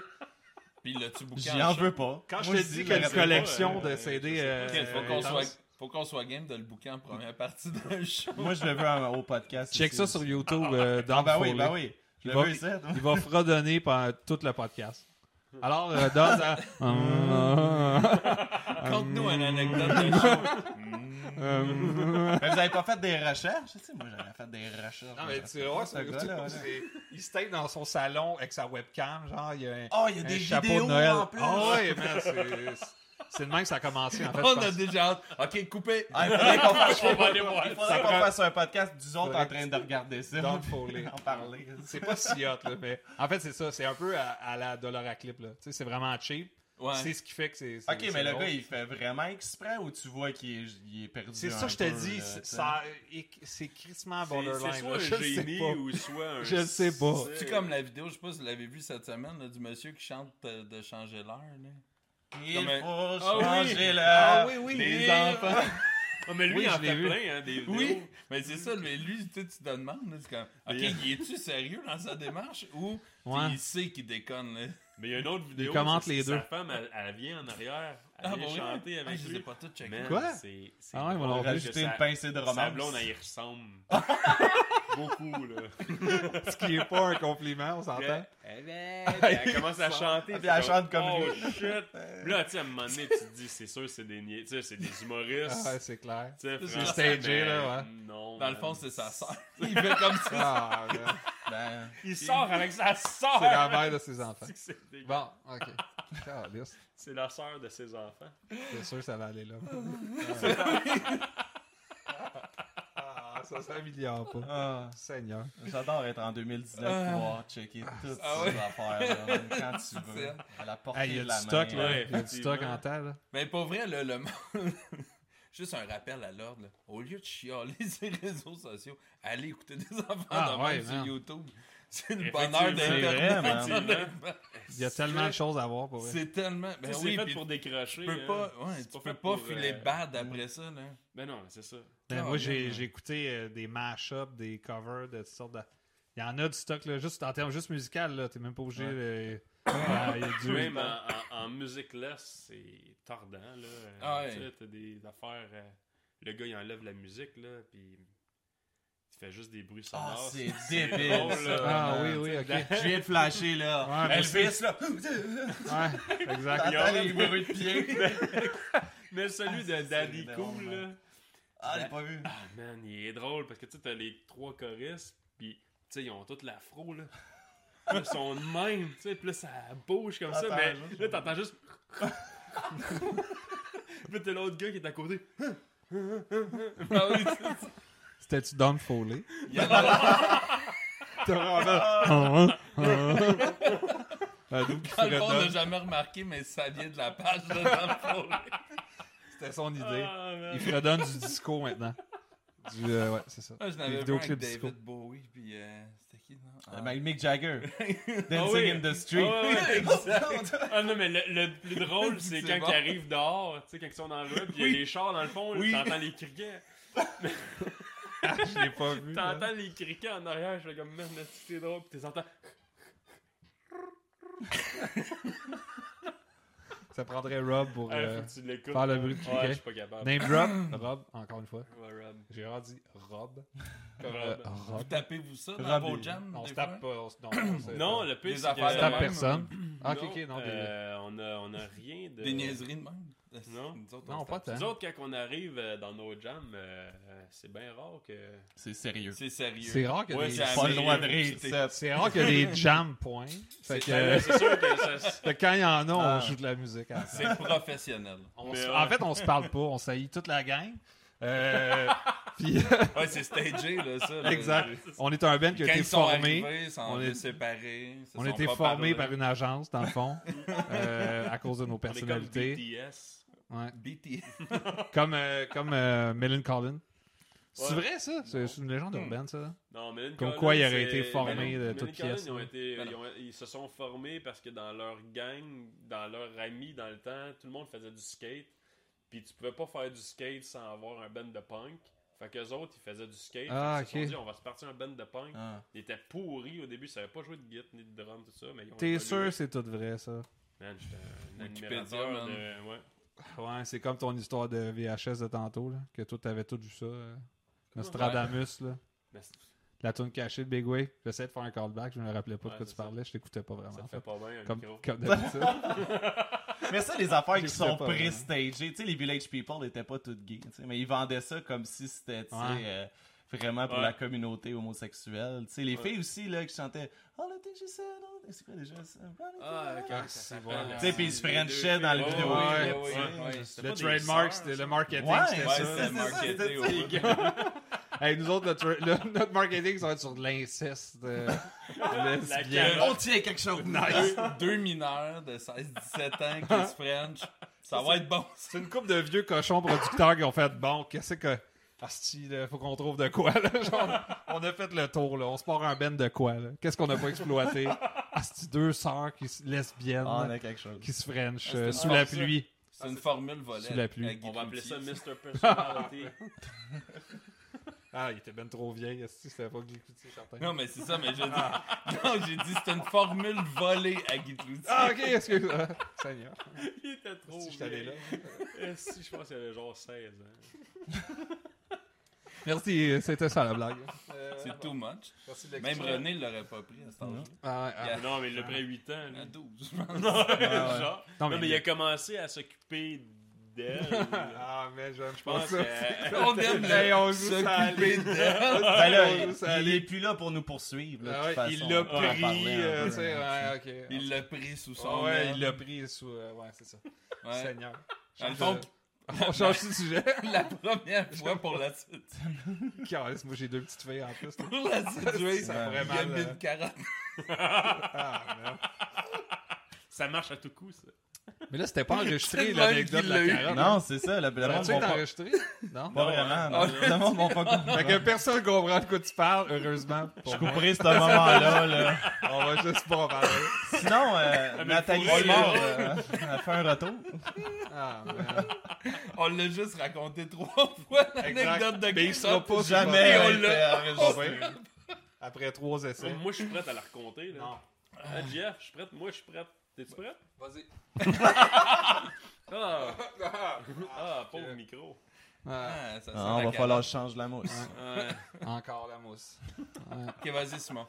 [SPEAKER 2] Puis l'as-tu bouqué
[SPEAKER 3] J'y
[SPEAKER 2] en
[SPEAKER 3] en veux pas.
[SPEAKER 1] Quand je
[SPEAKER 3] Moi,
[SPEAKER 1] te
[SPEAKER 3] je
[SPEAKER 1] dis que
[SPEAKER 3] le
[SPEAKER 1] une
[SPEAKER 4] je sais pas,
[SPEAKER 1] collection
[SPEAKER 4] euh,
[SPEAKER 1] de CD.
[SPEAKER 4] je sais
[SPEAKER 1] euh,
[SPEAKER 4] pas.
[SPEAKER 2] Ok, faut qu'on
[SPEAKER 1] intense.
[SPEAKER 2] soit, faut qu'on soit game de le bouquer en première partie d'un show.
[SPEAKER 3] Moi, je le veux en- au podcast.
[SPEAKER 1] Check
[SPEAKER 3] ici.
[SPEAKER 1] ça sur YouTube. euh,
[SPEAKER 3] Ah,
[SPEAKER 1] Don
[SPEAKER 3] bah oui,
[SPEAKER 1] Foley.
[SPEAKER 3] bah oui. Je
[SPEAKER 1] Il
[SPEAKER 3] le
[SPEAKER 1] va-
[SPEAKER 3] veux, ça. toi.
[SPEAKER 1] Il va fredonner pendant tout le podcast. Alors, euh, Don, ça- Hum,
[SPEAKER 2] Conte-nous une anecdote d'un show. Mm.
[SPEAKER 1] hum.
[SPEAKER 3] Mais vous avez pas fait des recherches? Tu sais, moi, j'avais fait des recherches.
[SPEAKER 1] Non, mais tu vois,
[SPEAKER 3] ce
[SPEAKER 4] hein.
[SPEAKER 3] gars-là. ouais.
[SPEAKER 1] il se tape dans son salon avec sa webcam. Genre, il y a un,
[SPEAKER 3] Oh, il y a
[SPEAKER 1] un
[SPEAKER 3] des
[SPEAKER 1] Euh, chapeau
[SPEAKER 3] vidéos
[SPEAKER 1] de Noël.
[SPEAKER 3] en plus.
[SPEAKER 1] Ah ouais, man, c'est- c'est le même que ça a commencé. En fait, je
[SPEAKER 2] On a
[SPEAKER 1] pense.
[SPEAKER 2] déjà hâte. Ok, coupé.
[SPEAKER 3] Ah, il faudrait qu'on fasse-
[SPEAKER 4] On va aller voir.
[SPEAKER 3] il faudrait qu'on fasse un podcast du autre en
[SPEAKER 1] Faudrait
[SPEAKER 3] train de regarder ça.
[SPEAKER 1] Don Foley.
[SPEAKER 3] En parler.
[SPEAKER 1] C'est pas si hot, là, mais en fait, c'est ça. C'est un peu à, à la dollar à clip. là. Tu sais, C'est vraiment cheap. C'est
[SPEAKER 2] Ouais.
[SPEAKER 1] ce qui fait que c'est. c'est-
[SPEAKER 3] Ok, mais
[SPEAKER 1] c'est
[SPEAKER 3] le
[SPEAKER 1] drôle.
[SPEAKER 3] gars, il fait vraiment exprès ou tu vois qu'il est, il est perdu?
[SPEAKER 1] C'est euh,
[SPEAKER 3] un
[SPEAKER 1] ça, je te
[SPEAKER 3] peu,
[SPEAKER 1] dis.
[SPEAKER 3] là,
[SPEAKER 1] c'est-
[SPEAKER 3] tu sais?
[SPEAKER 1] ça- C'est crissement
[SPEAKER 4] C'est-
[SPEAKER 1] borderline.
[SPEAKER 4] C'est soit
[SPEAKER 1] là,
[SPEAKER 4] un
[SPEAKER 1] je le sais
[SPEAKER 4] génie
[SPEAKER 1] pas.
[SPEAKER 4] ou soit un.
[SPEAKER 1] Je le sais pas.
[SPEAKER 4] sais-
[SPEAKER 2] C'est comme la vidéo, je sais pas si vous l'avez vu cette semaine, là, du monsieur qui chante euh, de changer l'heure. là.
[SPEAKER 3] Il
[SPEAKER 2] Comme un-
[SPEAKER 3] faut
[SPEAKER 2] Ah oui!
[SPEAKER 3] changer le...
[SPEAKER 1] Ah oui, oui.
[SPEAKER 3] Les
[SPEAKER 2] Et-
[SPEAKER 3] enfants.
[SPEAKER 4] Ah, mais lui,
[SPEAKER 1] Oui,
[SPEAKER 4] il
[SPEAKER 1] je
[SPEAKER 4] en
[SPEAKER 1] l'ai
[SPEAKER 4] fait
[SPEAKER 1] vu.
[SPEAKER 4] plein, hein, des vidéos.
[SPEAKER 2] Oui, mais c'est ça, mais lui, tu sais, tu te demandes, là, c'est comme, ok,
[SPEAKER 4] Mais-
[SPEAKER 2] il est-tu sérieux dans sa démarche ou
[SPEAKER 1] Ouais.
[SPEAKER 2] il sait qu'il déconne, là?
[SPEAKER 4] Mais il y a une autre vidéo.
[SPEAKER 1] commente
[SPEAKER 4] c'est
[SPEAKER 1] les
[SPEAKER 4] sa
[SPEAKER 1] deux.
[SPEAKER 4] femme, elle, elle vient en arrière. Elle
[SPEAKER 2] Ah,
[SPEAKER 4] vient
[SPEAKER 2] bah oui.
[SPEAKER 4] chanter
[SPEAKER 2] Ah,
[SPEAKER 4] avec
[SPEAKER 2] je les ai
[SPEAKER 4] lui.
[SPEAKER 2] pas tout checkés.
[SPEAKER 4] Man,
[SPEAKER 1] Quoi?
[SPEAKER 4] c'est- c'est
[SPEAKER 1] Ah ouais, on
[SPEAKER 4] drôle
[SPEAKER 1] va
[SPEAKER 4] parce que
[SPEAKER 3] Rajouter
[SPEAKER 4] sa-
[SPEAKER 3] une pincée de
[SPEAKER 4] Sa
[SPEAKER 3] romance.
[SPEAKER 4] blonde, elle y ressemble. Beaucoup, là.
[SPEAKER 1] Ce qui est pas un compliment, on s'entend.
[SPEAKER 4] Elle commence à chanter.
[SPEAKER 3] Puis
[SPEAKER 4] t'es
[SPEAKER 3] elle chante comme
[SPEAKER 4] oh,
[SPEAKER 3] lui.
[SPEAKER 4] shit. Puis Là, tu sais, à un moment donné, tu te dis, c'est sûr, c'est des niais. Tu sais, c'est des humoristes.
[SPEAKER 1] Ah, ouais, c'est clair.
[SPEAKER 4] Tu sais,
[SPEAKER 2] C'est
[SPEAKER 4] François,
[SPEAKER 1] stagé,
[SPEAKER 4] mais
[SPEAKER 1] là, ouais.
[SPEAKER 4] Non.
[SPEAKER 2] Dans le
[SPEAKER 4] man.
[SPEAKER 2] fond, c'est sa sœur. Il fait comme ça.
[SPEAKER 1] Ah, man,
[SPEAKER 3] Ben,
[SPEAKER 4] Il sort avec sa
[SPEAKER 1] c'est la
[SPEAKER 4] sœur.
[SPEAKER 1] mère de ses enfants.
[SPEAKER 4] C'est dégueu.
[SPEAKER 1] Bon, ok. Caliste.
[SPEAKER 4] C'est la sœur de ses enfants.
[SPEAKER 1] C'est sûr que ça va aller là. Ah, ça, ça milliard pas.
[SPEAKER 3] ah,
[SPEAKER 1] Seigneur.
[SPEAKER 3] j'adore être en 2019
[SPEAKER 2] Ah.
[SPEAKER 3] pouvoir checker toutes
[SPEAKER 2] Ah
[SPEAKER 3] ces
[SPEAKER 2] ouais.
[SPEAKER 3] affaires là, quand tu veux. À la portée
[SPEAKER 1] Hey, Ah, il y a
[SPEAKER 3] de
[SPEAKER 1] du
[SPEAKER 3] la
[SPEAKER 1] stock,
[SPEAKER 3] main.
[SPEAKER 1] là.
[SPEAKER 4] Ouais,
[SPEAKER 1] il y a du stock
[SPEAKER 4] effectivement.
[SPEAKER 1] en table. là.
[SPEAKER 2] Mais pour vrai, là, le monde. Juste un rappel à l'ordre, là. au lieu de chialer sur les réseaux sociaux, allez écouter des enfants
[SPEAKER 1] Ah,
[SPEAKER 2] de
[SPEAKER 1] ouais,
[SPEAKER 2] même sur
[SPEAKER 1] man.
[SPEAKER 2] YouTube. C'est le
[SPEAKER 4] Effectivement.
[SPEAKER 3] Ah,
[SPEAKER 2] bonheur
[SPEAKER 3] C'est vrai,
[SPEAKER 2] d'Internet.
[SPEAKER 3] man.
[SPEAKER 2] honnêtement.
[SPEAKER 1] Ah, Il y a tellement de choses à voir pour vrai.
[SPEAKER 2] C'est tellement.
[SPEAKER 4] Tu sais,
[SPEAKER 2] Ben
[SPEAKER 4] c'est
[SPEAKER 2] oui,
[SPEAKER 4] fait
[SPEAKER 2] puis
[SPEAKER 4] pour décrocher.
[SPEAKER 2] tu peux
[SPEAKER 4] hein.
[SPEAKER 2] pas, ouais,
[SPEAKER 4] C'est
[SPEAKER 2] tu
[SPEAKER 4] fait
[SPEAKER 2] peux pas
[SPEAKER 4] pour,
[SPEAKER 2] filer
[SPEAKER 4] euh,
[SPEAKER 2] bad après ça. Là.
[SPEAKER 4] Ben non, c'est ça.
[SPEAKER 1] Ben, moi,
[SPEAKER 2] Ah,
[SPEAKER 1] j'ai
[SPEAKER 2] ouais.
[SPEAKER 1] j'ai écouté euh, des mash-ups, des covers de toutes sortes de. Il y en a du stock, là, juste en termes juste musical, là. T'es même pas obligé. euh, ah, il y a du-
[SPEAKER 4] Même hein. en, en, en musique less, c'est tordant, là. Euh,
[SPEAKER 2] Ah ouais.
[SPEAKER 4] Tu sais, t'as des affaires... euh, le gars, il enlève la musique, là, puis il fait juste des bruits
[SPEAKER 3] Ah,
[SPEAKER 4] sonores.
[SPEAKER 3] c'est
[SPEAKER 4] drôle,
[SPEAKER 3] débile,
[SPEAKER 4] là.
[SPEAKER 3] ça.
[SPEAKER 1] Ah oui,
[SPEAKER 3] man.
[SPEAKER 1] oui, ok.
[SPEAKER 3] Je viens de flasher, là.
[SPEAKER 1] Ouais, moi
[SPEAKER 3] Elvis, là.
[SPEAKER 1] Ouais, exact.
[SPEAKER 3] T'entends les bruits de pied.
[SPEAKER 4] Mais celui
[SPEAKER 3] Ah,
[SPEAKER 4] de
[SPEAKER 3] c'est
[SPEAKER 4] Daddy
[SPEAKER 3] drôle,
[SPEAKER 4] Cool, là,
[SPEAKER 3] man. Ah, l'ai pas vu.
[SPEAKER 4] Ah, man, il est drôle parce que tu sais, t'as les trois choristes, puis tu sais, ils ont toute l'afro, là. Puis là, Ils sont de même, tu sais, puis là, ça bouge comme ça,
[SPEAKER 3] Attends,
[SPEAKER 4] mais
[SPEAKER 3] juste-
[SPEAKER 4] là, t'entends juste. puis t'as l'autre gars qui est à côté. Ah oui, tu-
[SPEAKER 1] C'était-tu Don Foley? Ah,
[SPEAKER 2] Il y en a-
[SPEAKER 1] T'as vraiment... Un double
[SPEAKER 2] dans
[SPEAKER 1] Ah, qui
[SPEAKER 2] le
[SPEAKER 1] ferait
[SPEAKER 2] fond, on
[SPEAKER 1] Don.
[SPEAKER 2] n'a jamais remarqué, mais ça vient de la page de Jean-Paul.
[SPEAKER 1] C'était son idée.
[SPEAKER 4] Ah, man.
[SPEAKER 1] Il redonne du disco maintenant. Du, euh, ouais, c'est ça.
[SPEAKER 2] Moi, je
[SPEAKER 1] Les
[SPEAKER 2] n'avais pas avec
[SPEAKER 1] vidéoclips disco.
[SPEAKER 2] David Bowie, puis euh, c'était qui, non? Ah.
[SPEAKER 3] Avec Mick Jagger. Dancing
[SPEAKER 4] Ah oui.
[SPEAKER 3] in the Street.
[SPEAKER 4] Ah ouais,
[SPEAKER 3] exact.
[SPEAKER 4] Ah non, mais le, le plus drôle, c'est
[SPEAKER 2] C'est
[SPEAKER 4] quand
[SPEAKER 2] bon.
[SPEAKER 4] ils arrivent dehors, tu sais, quand ils sont dans la rue, puis il y a
[SPEAKER 2] Oui.
[SPEAKER 4] les chars dans le fond, là,
[SPEAKER 2] Oui.
[SPEAKER 4] t'entends les criquets.
[SPEAKER 1] Je l'ai pas vu. là.
[SPEAKER 4] T'entends les criquets en arrière, je fais comme merde, est-ce que c'est drôle, puis t'entends.
[SPEAKER 1] Ça prendrait Rob pour
[SPEAKER 4] Ah,
[SPEAKER 1] euh,
[SPEAKER 4] faut que tu l'écoutes.
[SPEAKER 1] faire le bruit de
[SPEAKER 4] Ouais, je
[SPEAKER 1] criquet.
[SPEAKER 4] suis pas capable.
[SPEAKER 1] Name drop. Rob, encore une fois.
[SPEAKER 4] Ouais, Rob.
[SPEAKER 1] J'ai vraiment dit Rob.
[SPEAKER 4] Comme
[SPEAKER 1] Euh,
[SPEAKER 4] Rob.
[SPEAKER 2] Vous
[SPEAKER 1] Rob.
[SPEAKER 2] tapez-vous ça dans
[SPEAKER 3] Rabé.
[SPEAKER 2] vos jams?
[SPEAKER 1] On
[SPEAKER 2] des
[SPEAKER 1] se tape
[SPEAKER 2] fois?
[SPEAKER 1] pas. on se- non, on se-
[SPEAKER 4] Non,
[SPEAKER 1] on
[SPEAKER 4] le pire,
[SPEAKER 2] Euh, Des
[SPEAKER 4] c'est que-
[SPEAKER 2] affaires
[SPEAKER 1] se
[SPEAKER 2] de
[SPEAKER 1] tape
[SPEAKER 2] même.
[SPEAKER 1] personne. Ah, ok, ok, non. des-
[SPEAKER 4] euh, on, a, on a rien de.
[SPEAKER 2] Des niaiseries hein? de même?
[SPEAKER 4] Non.
[SPEAKER 2] Nous autres, on
[SPEAKER 1] Non,
[SPEAKER 2] se
[SPEAKER 1] pas
[SPEAKER 2] tape
[SPEAKER 1] tant.
[SPEAKER 4] Nous autres, quand on arrive euh, dans nos jams, euh, euh, c'est bien rare que.
[SPEAKER 3] C'est
[SPEAKER 2] ça.
[SPEAKER 3] sérieux.
[SPEAKER 2] C'est sérieux.
[SPEAKER 1] C'est rare que
[SPEAKER 4] Ouais,
[SPEAKER 1] des...
[SPEAKER 4] c'est-
[SPEAKER 3] Pas le droit de rire,
[SPEAKER 2] C'était-
[SPEAKER 3] ça.
[SPEAKER 1] C'est rare que des jam points. Fait
[SPEAKER 2] C'est-
[SPEAKER 1] que,
[SPEAKER 4] Ben là, c'est sûr que ça. s-
[SPEAKER 1] fait que quand il y en a, on
[SPEAKER 3] Ah.
[SPEAKER 1] joue de la musique. ensemble.
[SPEAKER 2] C'est professionnel.
[SPEAKER 1] On
[SPEAKER 4] Mais
[SPEAKER 1] se-
[SPEAKER 4] ouais.
[SPEAKER 1] En fait, on se parle pas. On saillit toute la gang. Euh, puis,
[SPEAKER 2] Ouais, c'est stagé, là, ça. là.
[SPEAKER 1] exact.
[SPEAKER 2] Quand
[SPEAKER 1] On est un band qui a été
[SPEAKER 2] ils sont
[SPEAKER 1] formé.
[SPEAKER 2] arrivés, ils sont
[SPEAKER 1] on
[SPEAKER 2] on
[SPEAKER 1] est-
[SPEAKER 2] séparés. se
[SPEAKER 1] On a
[SPEAKER 2] sont
[SPEAKER 1] été
[SPEAKER 2] pas
[SPEAKER 1] formé
[SPEAKER 2] parlé.
[SPEAKER 1] par une agence, dans le fond, euh, à cause de nos
[SPEAKER 4] On est comme
[SPEAKER 1] personnalités.
[SPEAKER 4] BTS.
[SPEAKER 1] Ouais.
[SPEAKER 2] BTS.
[SPEAKER 1] Comme, euh, comme euh, Millen Collin. C'est
[SPEAKER 4] Ouais. Hmm.
[SPEAKER 1] vrai, ça? C'est c'est une légende urbaine, ça?
[SPEAKER 4] Non, mais Lynn
[SPEAKER 1] Comme
[SPEAKER 4] Collins,
[SPEAKER 1] quoi, il aurait
[SPEAKER 4] c'est-
[SPEAKER 1] été formé
[SPEAKER 4] mais non,
[SPEAKER 1] de
[SPEAKER 4] mais
[SPEAKER 1] toutes
[SPEAKER 4] Lynn Collins,
[SPEAKER 1] pièces, hein.
[SPEAKER 4] Ils, ont
[SPEAKER 1] là.
[SPEAKER 4] été,
[SPEAKER 2] Ben
[SPEAKER 4] ils, ont- ils se sont formés parce que dans leur gang, dans leur ami, dans le temps, tout le monde faisait du skate. Puis tu pouvais pas faire du skate sans avoir un band de punk. Fait qu'eux autres, ils faisaient du skate.
[SPEAKER 1] Ah,
[SPEAKER 4] ils se
[SPEAKER 1] ok.
[SPEAKER 4] sont dit, on va se partir un band de punk.
[SPEAKER 3] Ah.
[SPEAKER 4] Ils étaient pourris au début, ils savaient pas jouer de guitare ni de drum, tout ça. mais ils ont
[SPEAKER 1] T'es
[SPEAKER 4] évolué.
[SPEAKER 1] sûr c'est tout vrai, ça?
[SPEAKER 4] Man, j'étais un
[SPEAKER 2] Wikipédia,
[SPEAKER 4] admirateur
[SPEAKER 2] man.
[SPEAKER 4] de- ouais.
[SPEAKER 1] Ouais, c'est comme ton histoire de VHS de tantôt, là, que toi, t'avais tout vu ça. euh, Nostradamus, là.
[SPEAKER 4] Mais c-
[SPEAKER 1] La tune cachée de Big Way. J'essayais de faire un callback, je me rappelais pas de
[SPEAKER 4] Ouais,
[SPEAKER 1] quoi
[SPEAKER 4] c'est
[SPEAKER 1] tu
[SPEAKER 4] ça.
[SPEAKER 1] parlais, je t'écoutais pas vraiment.
[SPEAKER 4] ça
[SPEAKER 1] Ah, en
[SPEAKER 4] te
[SPEAKER 1] fait.
[SPEAKER 4] fait pas bien un
[SPEAKER 1] Comme,
[SPEAKER 4] micro.
[SPEAKER 1] comme d'habitude.
[SPEAKER 3] Mais ça, les affaires qui
[SPEAKER 1] J'écoutais
[SPEAKER 3] sont
[SPEAKER 1] pas, vraiment.
[SPEAKER 3] pré-stagées, tu sais, les Village People n'étaient pas toutes gays, tu sais, mais ils vendaient ça comme si c'était, tu sais,
[SPEAKER 1] Ouais.
[SPEAKER 3] euh, vraiment pour
[SPEAKER 4] Ouais.
[SPEAKER 3] la communauté homosexuelle. Tu sais, les
[SPEAKER 4] Ouais.
[SPEAKER 3] filles aussi, là, qui chantaient « All the things she said, all the- c'est quoi déjà ça?
[SPEAKER 4] Ah, ok,
[SPEAKER 1] Ah,
[SPEAKER 4] ça
[SPEAKER 1] c'est
[SPEAKER 4] fait-
[SPEAKER 1] bon.
[SPEAKER 4] les
[SPEAKER 3] Tu sais, puis ils se
[SPEAKER 4] deux
[SPEAKER 3] frenchaient dans le
[SPEAKER 4] filles.
[SPEAKER 3] vidéo.
[SPEAKER 1] Ouais,
[SPEAKER 3] là, tu sais.
[SPEAKER 2] ouais, ouais.
[SPEAKER 4] C'était
[SPEAKER 1] le
[SPEAKER 4] pas des
[SPEAKER 1] trademark,
[SPEAKER 4] sœurs,
[SPEAKER 1] c'était
[SPEAKER 4] ça?
[SPEAKER 1] le marketing,
[SPEAKER 3] Ouais,
[SPEAKER 1] c'était
[SPEAKER 3] ouais,
[SPEAKER 2] Ouais,
[SPEAKER 1] ça.
[SPEAKER 2] c'était
[SPEAKER 3] ça,
[SPEAKER 2] marketé
[SPEAKER 3] c'était
[SPEAKER 2] au
[SPEAKER 1] Hey, nous autres, notre, le- notre marketing, ça va être sur de l'inceste. euh, lesbien.
[SPEAKER 4] carotte.
[SPEAKER 3] On tient quelque chose!
[SPEAKER 2] Deux, deux mineurs de 16-17 ans qui se French. Ça va être bon.
[SPEAKER 1] C'est une couple de vieux cochons producteurs qui ont fait bon, qu'est-ce que. Asti, là, faut qu'on trouve de quoi, là. Genre, on a fait le tour, là. On se part un ben de quoi, là. Qu'est-ce qu'on n'a pas exploité? Asti, deux sœurs qui se- lesbiennes
[SPEAKER 3] Ah, on a quelque chose.
[SPEAKER 1] qui se French
[SPEAKER 2] Ah,
[SPEAKER 1] euh,
[SPEAKER 2] c'est
[SPEAKER 1] sous
[SPEAKER 2] une
[SPEAKER 1] la
[SPEAKER 2] farce,
[SPEAKER 1] pluie.
[SPEAKER 2] C'est une formule volée.
[SPEAKER 1] Sous la pluie.
[SPEAKER 2] avec Guy
[SPEAKER 4] On va appeler
[SPEAKER 2] Cloutier.
[SPEAKER 4] ça Mr. Personality.
[SPEAKER 1] Ah, il était ben trop vieil, Asti, c'était pas Guy Cloutier, certain.
[SPEAKER 2] Non, mais c'est ça, mais j'ai dit. Non, j'ai dit, c'est une formule volée à Guy Cloutier.
[SPEAKER 1] Ah, ok, excuse-moi. Seigneur.
[SPEAKER 4] Il était trop
[SPEAKER 1] Si je t'allais là.
[SPEAKER 4] vieil. Eh, Si, je pense qu'il avait genre 16 ans.
[SPEAKER 1] Merci, euh, c'était ça la blague.
[SPEAKER 2] C'est too much.
[SPEAKER 1] Merci de
[SPEAKER 2] Même
[SPEAKER 1] l'excuse.
[SPEAKER 2] René l'aurait pas pris à cet âge-là.
[SPEAKER 1] Ah, ouais, ah,
[SPEAKER 2] Yeah.
[SPEAKER 4] Non, mais il l'a pris à 8 ans.
[SPEAKER 2] À
[SPEAKER 4] lui.
[SPEAKER 2] 12, je pense.
[SPEAKER 4] Genre.
[SPEAKER 1] Non,
[SPEAKER 4] Non,
[SPEAKER 1] mais
[SPEAKER 4] mais,
[SPEAKER 1] il-
[SPEAKER 4] il a commencé à s'occuper d'elle. là.
[SPEAKER 1] Ah, mais j'aime, je
[SPEAKER 4] Je pense
[SPEAKER 1] pense ça.
[SPEAKER 4] que-
[SPEAKER 2] On aime
[SPEAKER 1] Hey,
[SPEAKER 2] le
[SPEAKER 1] on joue ça à
[SPEAKER 2] s'occuper d'elle.
[SPEAKER 3] Ben là,
[SPEAKER 1] on joue
[SPEAKER 3] il,
[SPEAKER 1] ça à
[SPEAKER 3] il
[SPEAKER 1] l'île.
[SPEAKER 3] est plus là pour nous poursuivre. là, de toute
[SPEAKER 1] Ah ouais,
[SPEAKER 3] façon,
[SPEAKER 1] il
[SPEAKER 3] on
[SPEAKER 1] l'a
[SPEAKER 3] peut en
[SPEAKER 1] pris,
[SPEAKER 3] parler un
[SPEAKER 1] euh,
[SPEAKER 3] peu,
[SPEAKER 1] tu sais,
[SPEAKER 3] là,
[SPEAKER 1] ouais, ok. Ah,
[SPEAKER 2] Il l'a pris sous son
[SPEAKER 1] Ouais,
[SPEAKER 2] aile.
[SPEAKER 1] il l'a pris sous. euh, ouais, c'est ça.
[SPEAKER 2] Ouais.
[SPEAKER 1] Seigneur.
[SPEAKER 2] Dans le
[SPEAKER 1] Change
[SPEAKER 2] fond,
[SPEAKER 1] de- On change de sujet.
[SPEAKER 2] la première fois pour la
[SPEAKER 1] Calisse, moi j'ai deux petites filles en plus.
[SPEAKER 2] pour la
[SPEAKER 1] Tuer,
[SPEAKER 2] situation.
[SPEAKER 1] ça
[SPEAKER 3] Ouais.
[SPEAKER 1] pourrait
[SPEAKER 2] Il a
[SPEAKER 1] mal.
[SPEAKER 2] mis
[SPEAKER 1] euh,
[SPEAKER 2] une carotte.
[SPEAKER 1] ah, merde.
[SPEAKER 4] Ça marche à tout coup, ça.
[SPEAKER 1] Mais là, c'était pas enregistré
[SPEAKER 2] C'est le même
[SPEAKER 1] l'anecdote
[SPEAKER 2] qui
[SPEAKER 1] de la
[SPEAKER 2] l'a eu.
[SPEAKER 1] carotte.
[SPEAKER 3] là. Non, c'est ça, le, le
[SPEAKER 1] tu
[SPEAKER 3] monde
[SPEAKER 1] été
[SPEAKER 3] vont pas,
[SPEAKER 1] enregistré? Non?
[SPEAKER 3] pas vraiment. non.
[SPEAKER 2] Ah,
[SPEAKER 3] Le monde vont pas comprendre.
[SPEAKER 1] Fait que personne comprend de quoi tu parles, heureusement. pour
[SPEAKER 3] Je
[SPEAKER 1] moi.
[SPEAKER 3] couperai ce moment-là, là.
[SPEAKER 1] On va juste pas en parler.
[SPEAKER 3] Sinon, euh,
[SPEAKER 4] mais
[SPEAKER 3] Nathalie
[SPEAKER 4] faut rire.
[SPEAKER 3] Simard euh, a fait un retour.
[SPEAKER 1] Ah, merde.
[SPEAKER 2] On l'a juste raconté trois fois l'anecdote de
[SPEAKER 1] Exact. Mais il sera
[SPEAKER 2] carotte.
[SPEAKER 1] pas sur-
[SPEAKER 3] Jamais
[SPEAKER 2] on
[SPEAKER 3] on
[SPEAKER 2] l'a-
[SPEAKER 3] enregistré.
[SPEAKER 1] Après trois essais.
[SPEAKER 4] Moi, je suis prête à la raconter. Là. Ah, Jeff, je suis prête. Moi, je suis prête. T'es-tu prête?
[SPEAKER 1] Vas-y.
[SPEAKER 4] Ah, ah pauvre micro.
[SPEAKER 1] Ah,
[SPEAKER 2] Ah, ça sent
[SPEAKER 3] Ah, on
[SPEAKER 2] la
[SPEAKER 3] va
[SPEAKER 2] carotte.
[SPEAKER 3] falloir que je change la mousse.
[SPEAKER 4] Ouais.
[SPEAKER 1] Encore la mousse. Ah.
[SPEAKER 2] Ok, vas-y, Simon.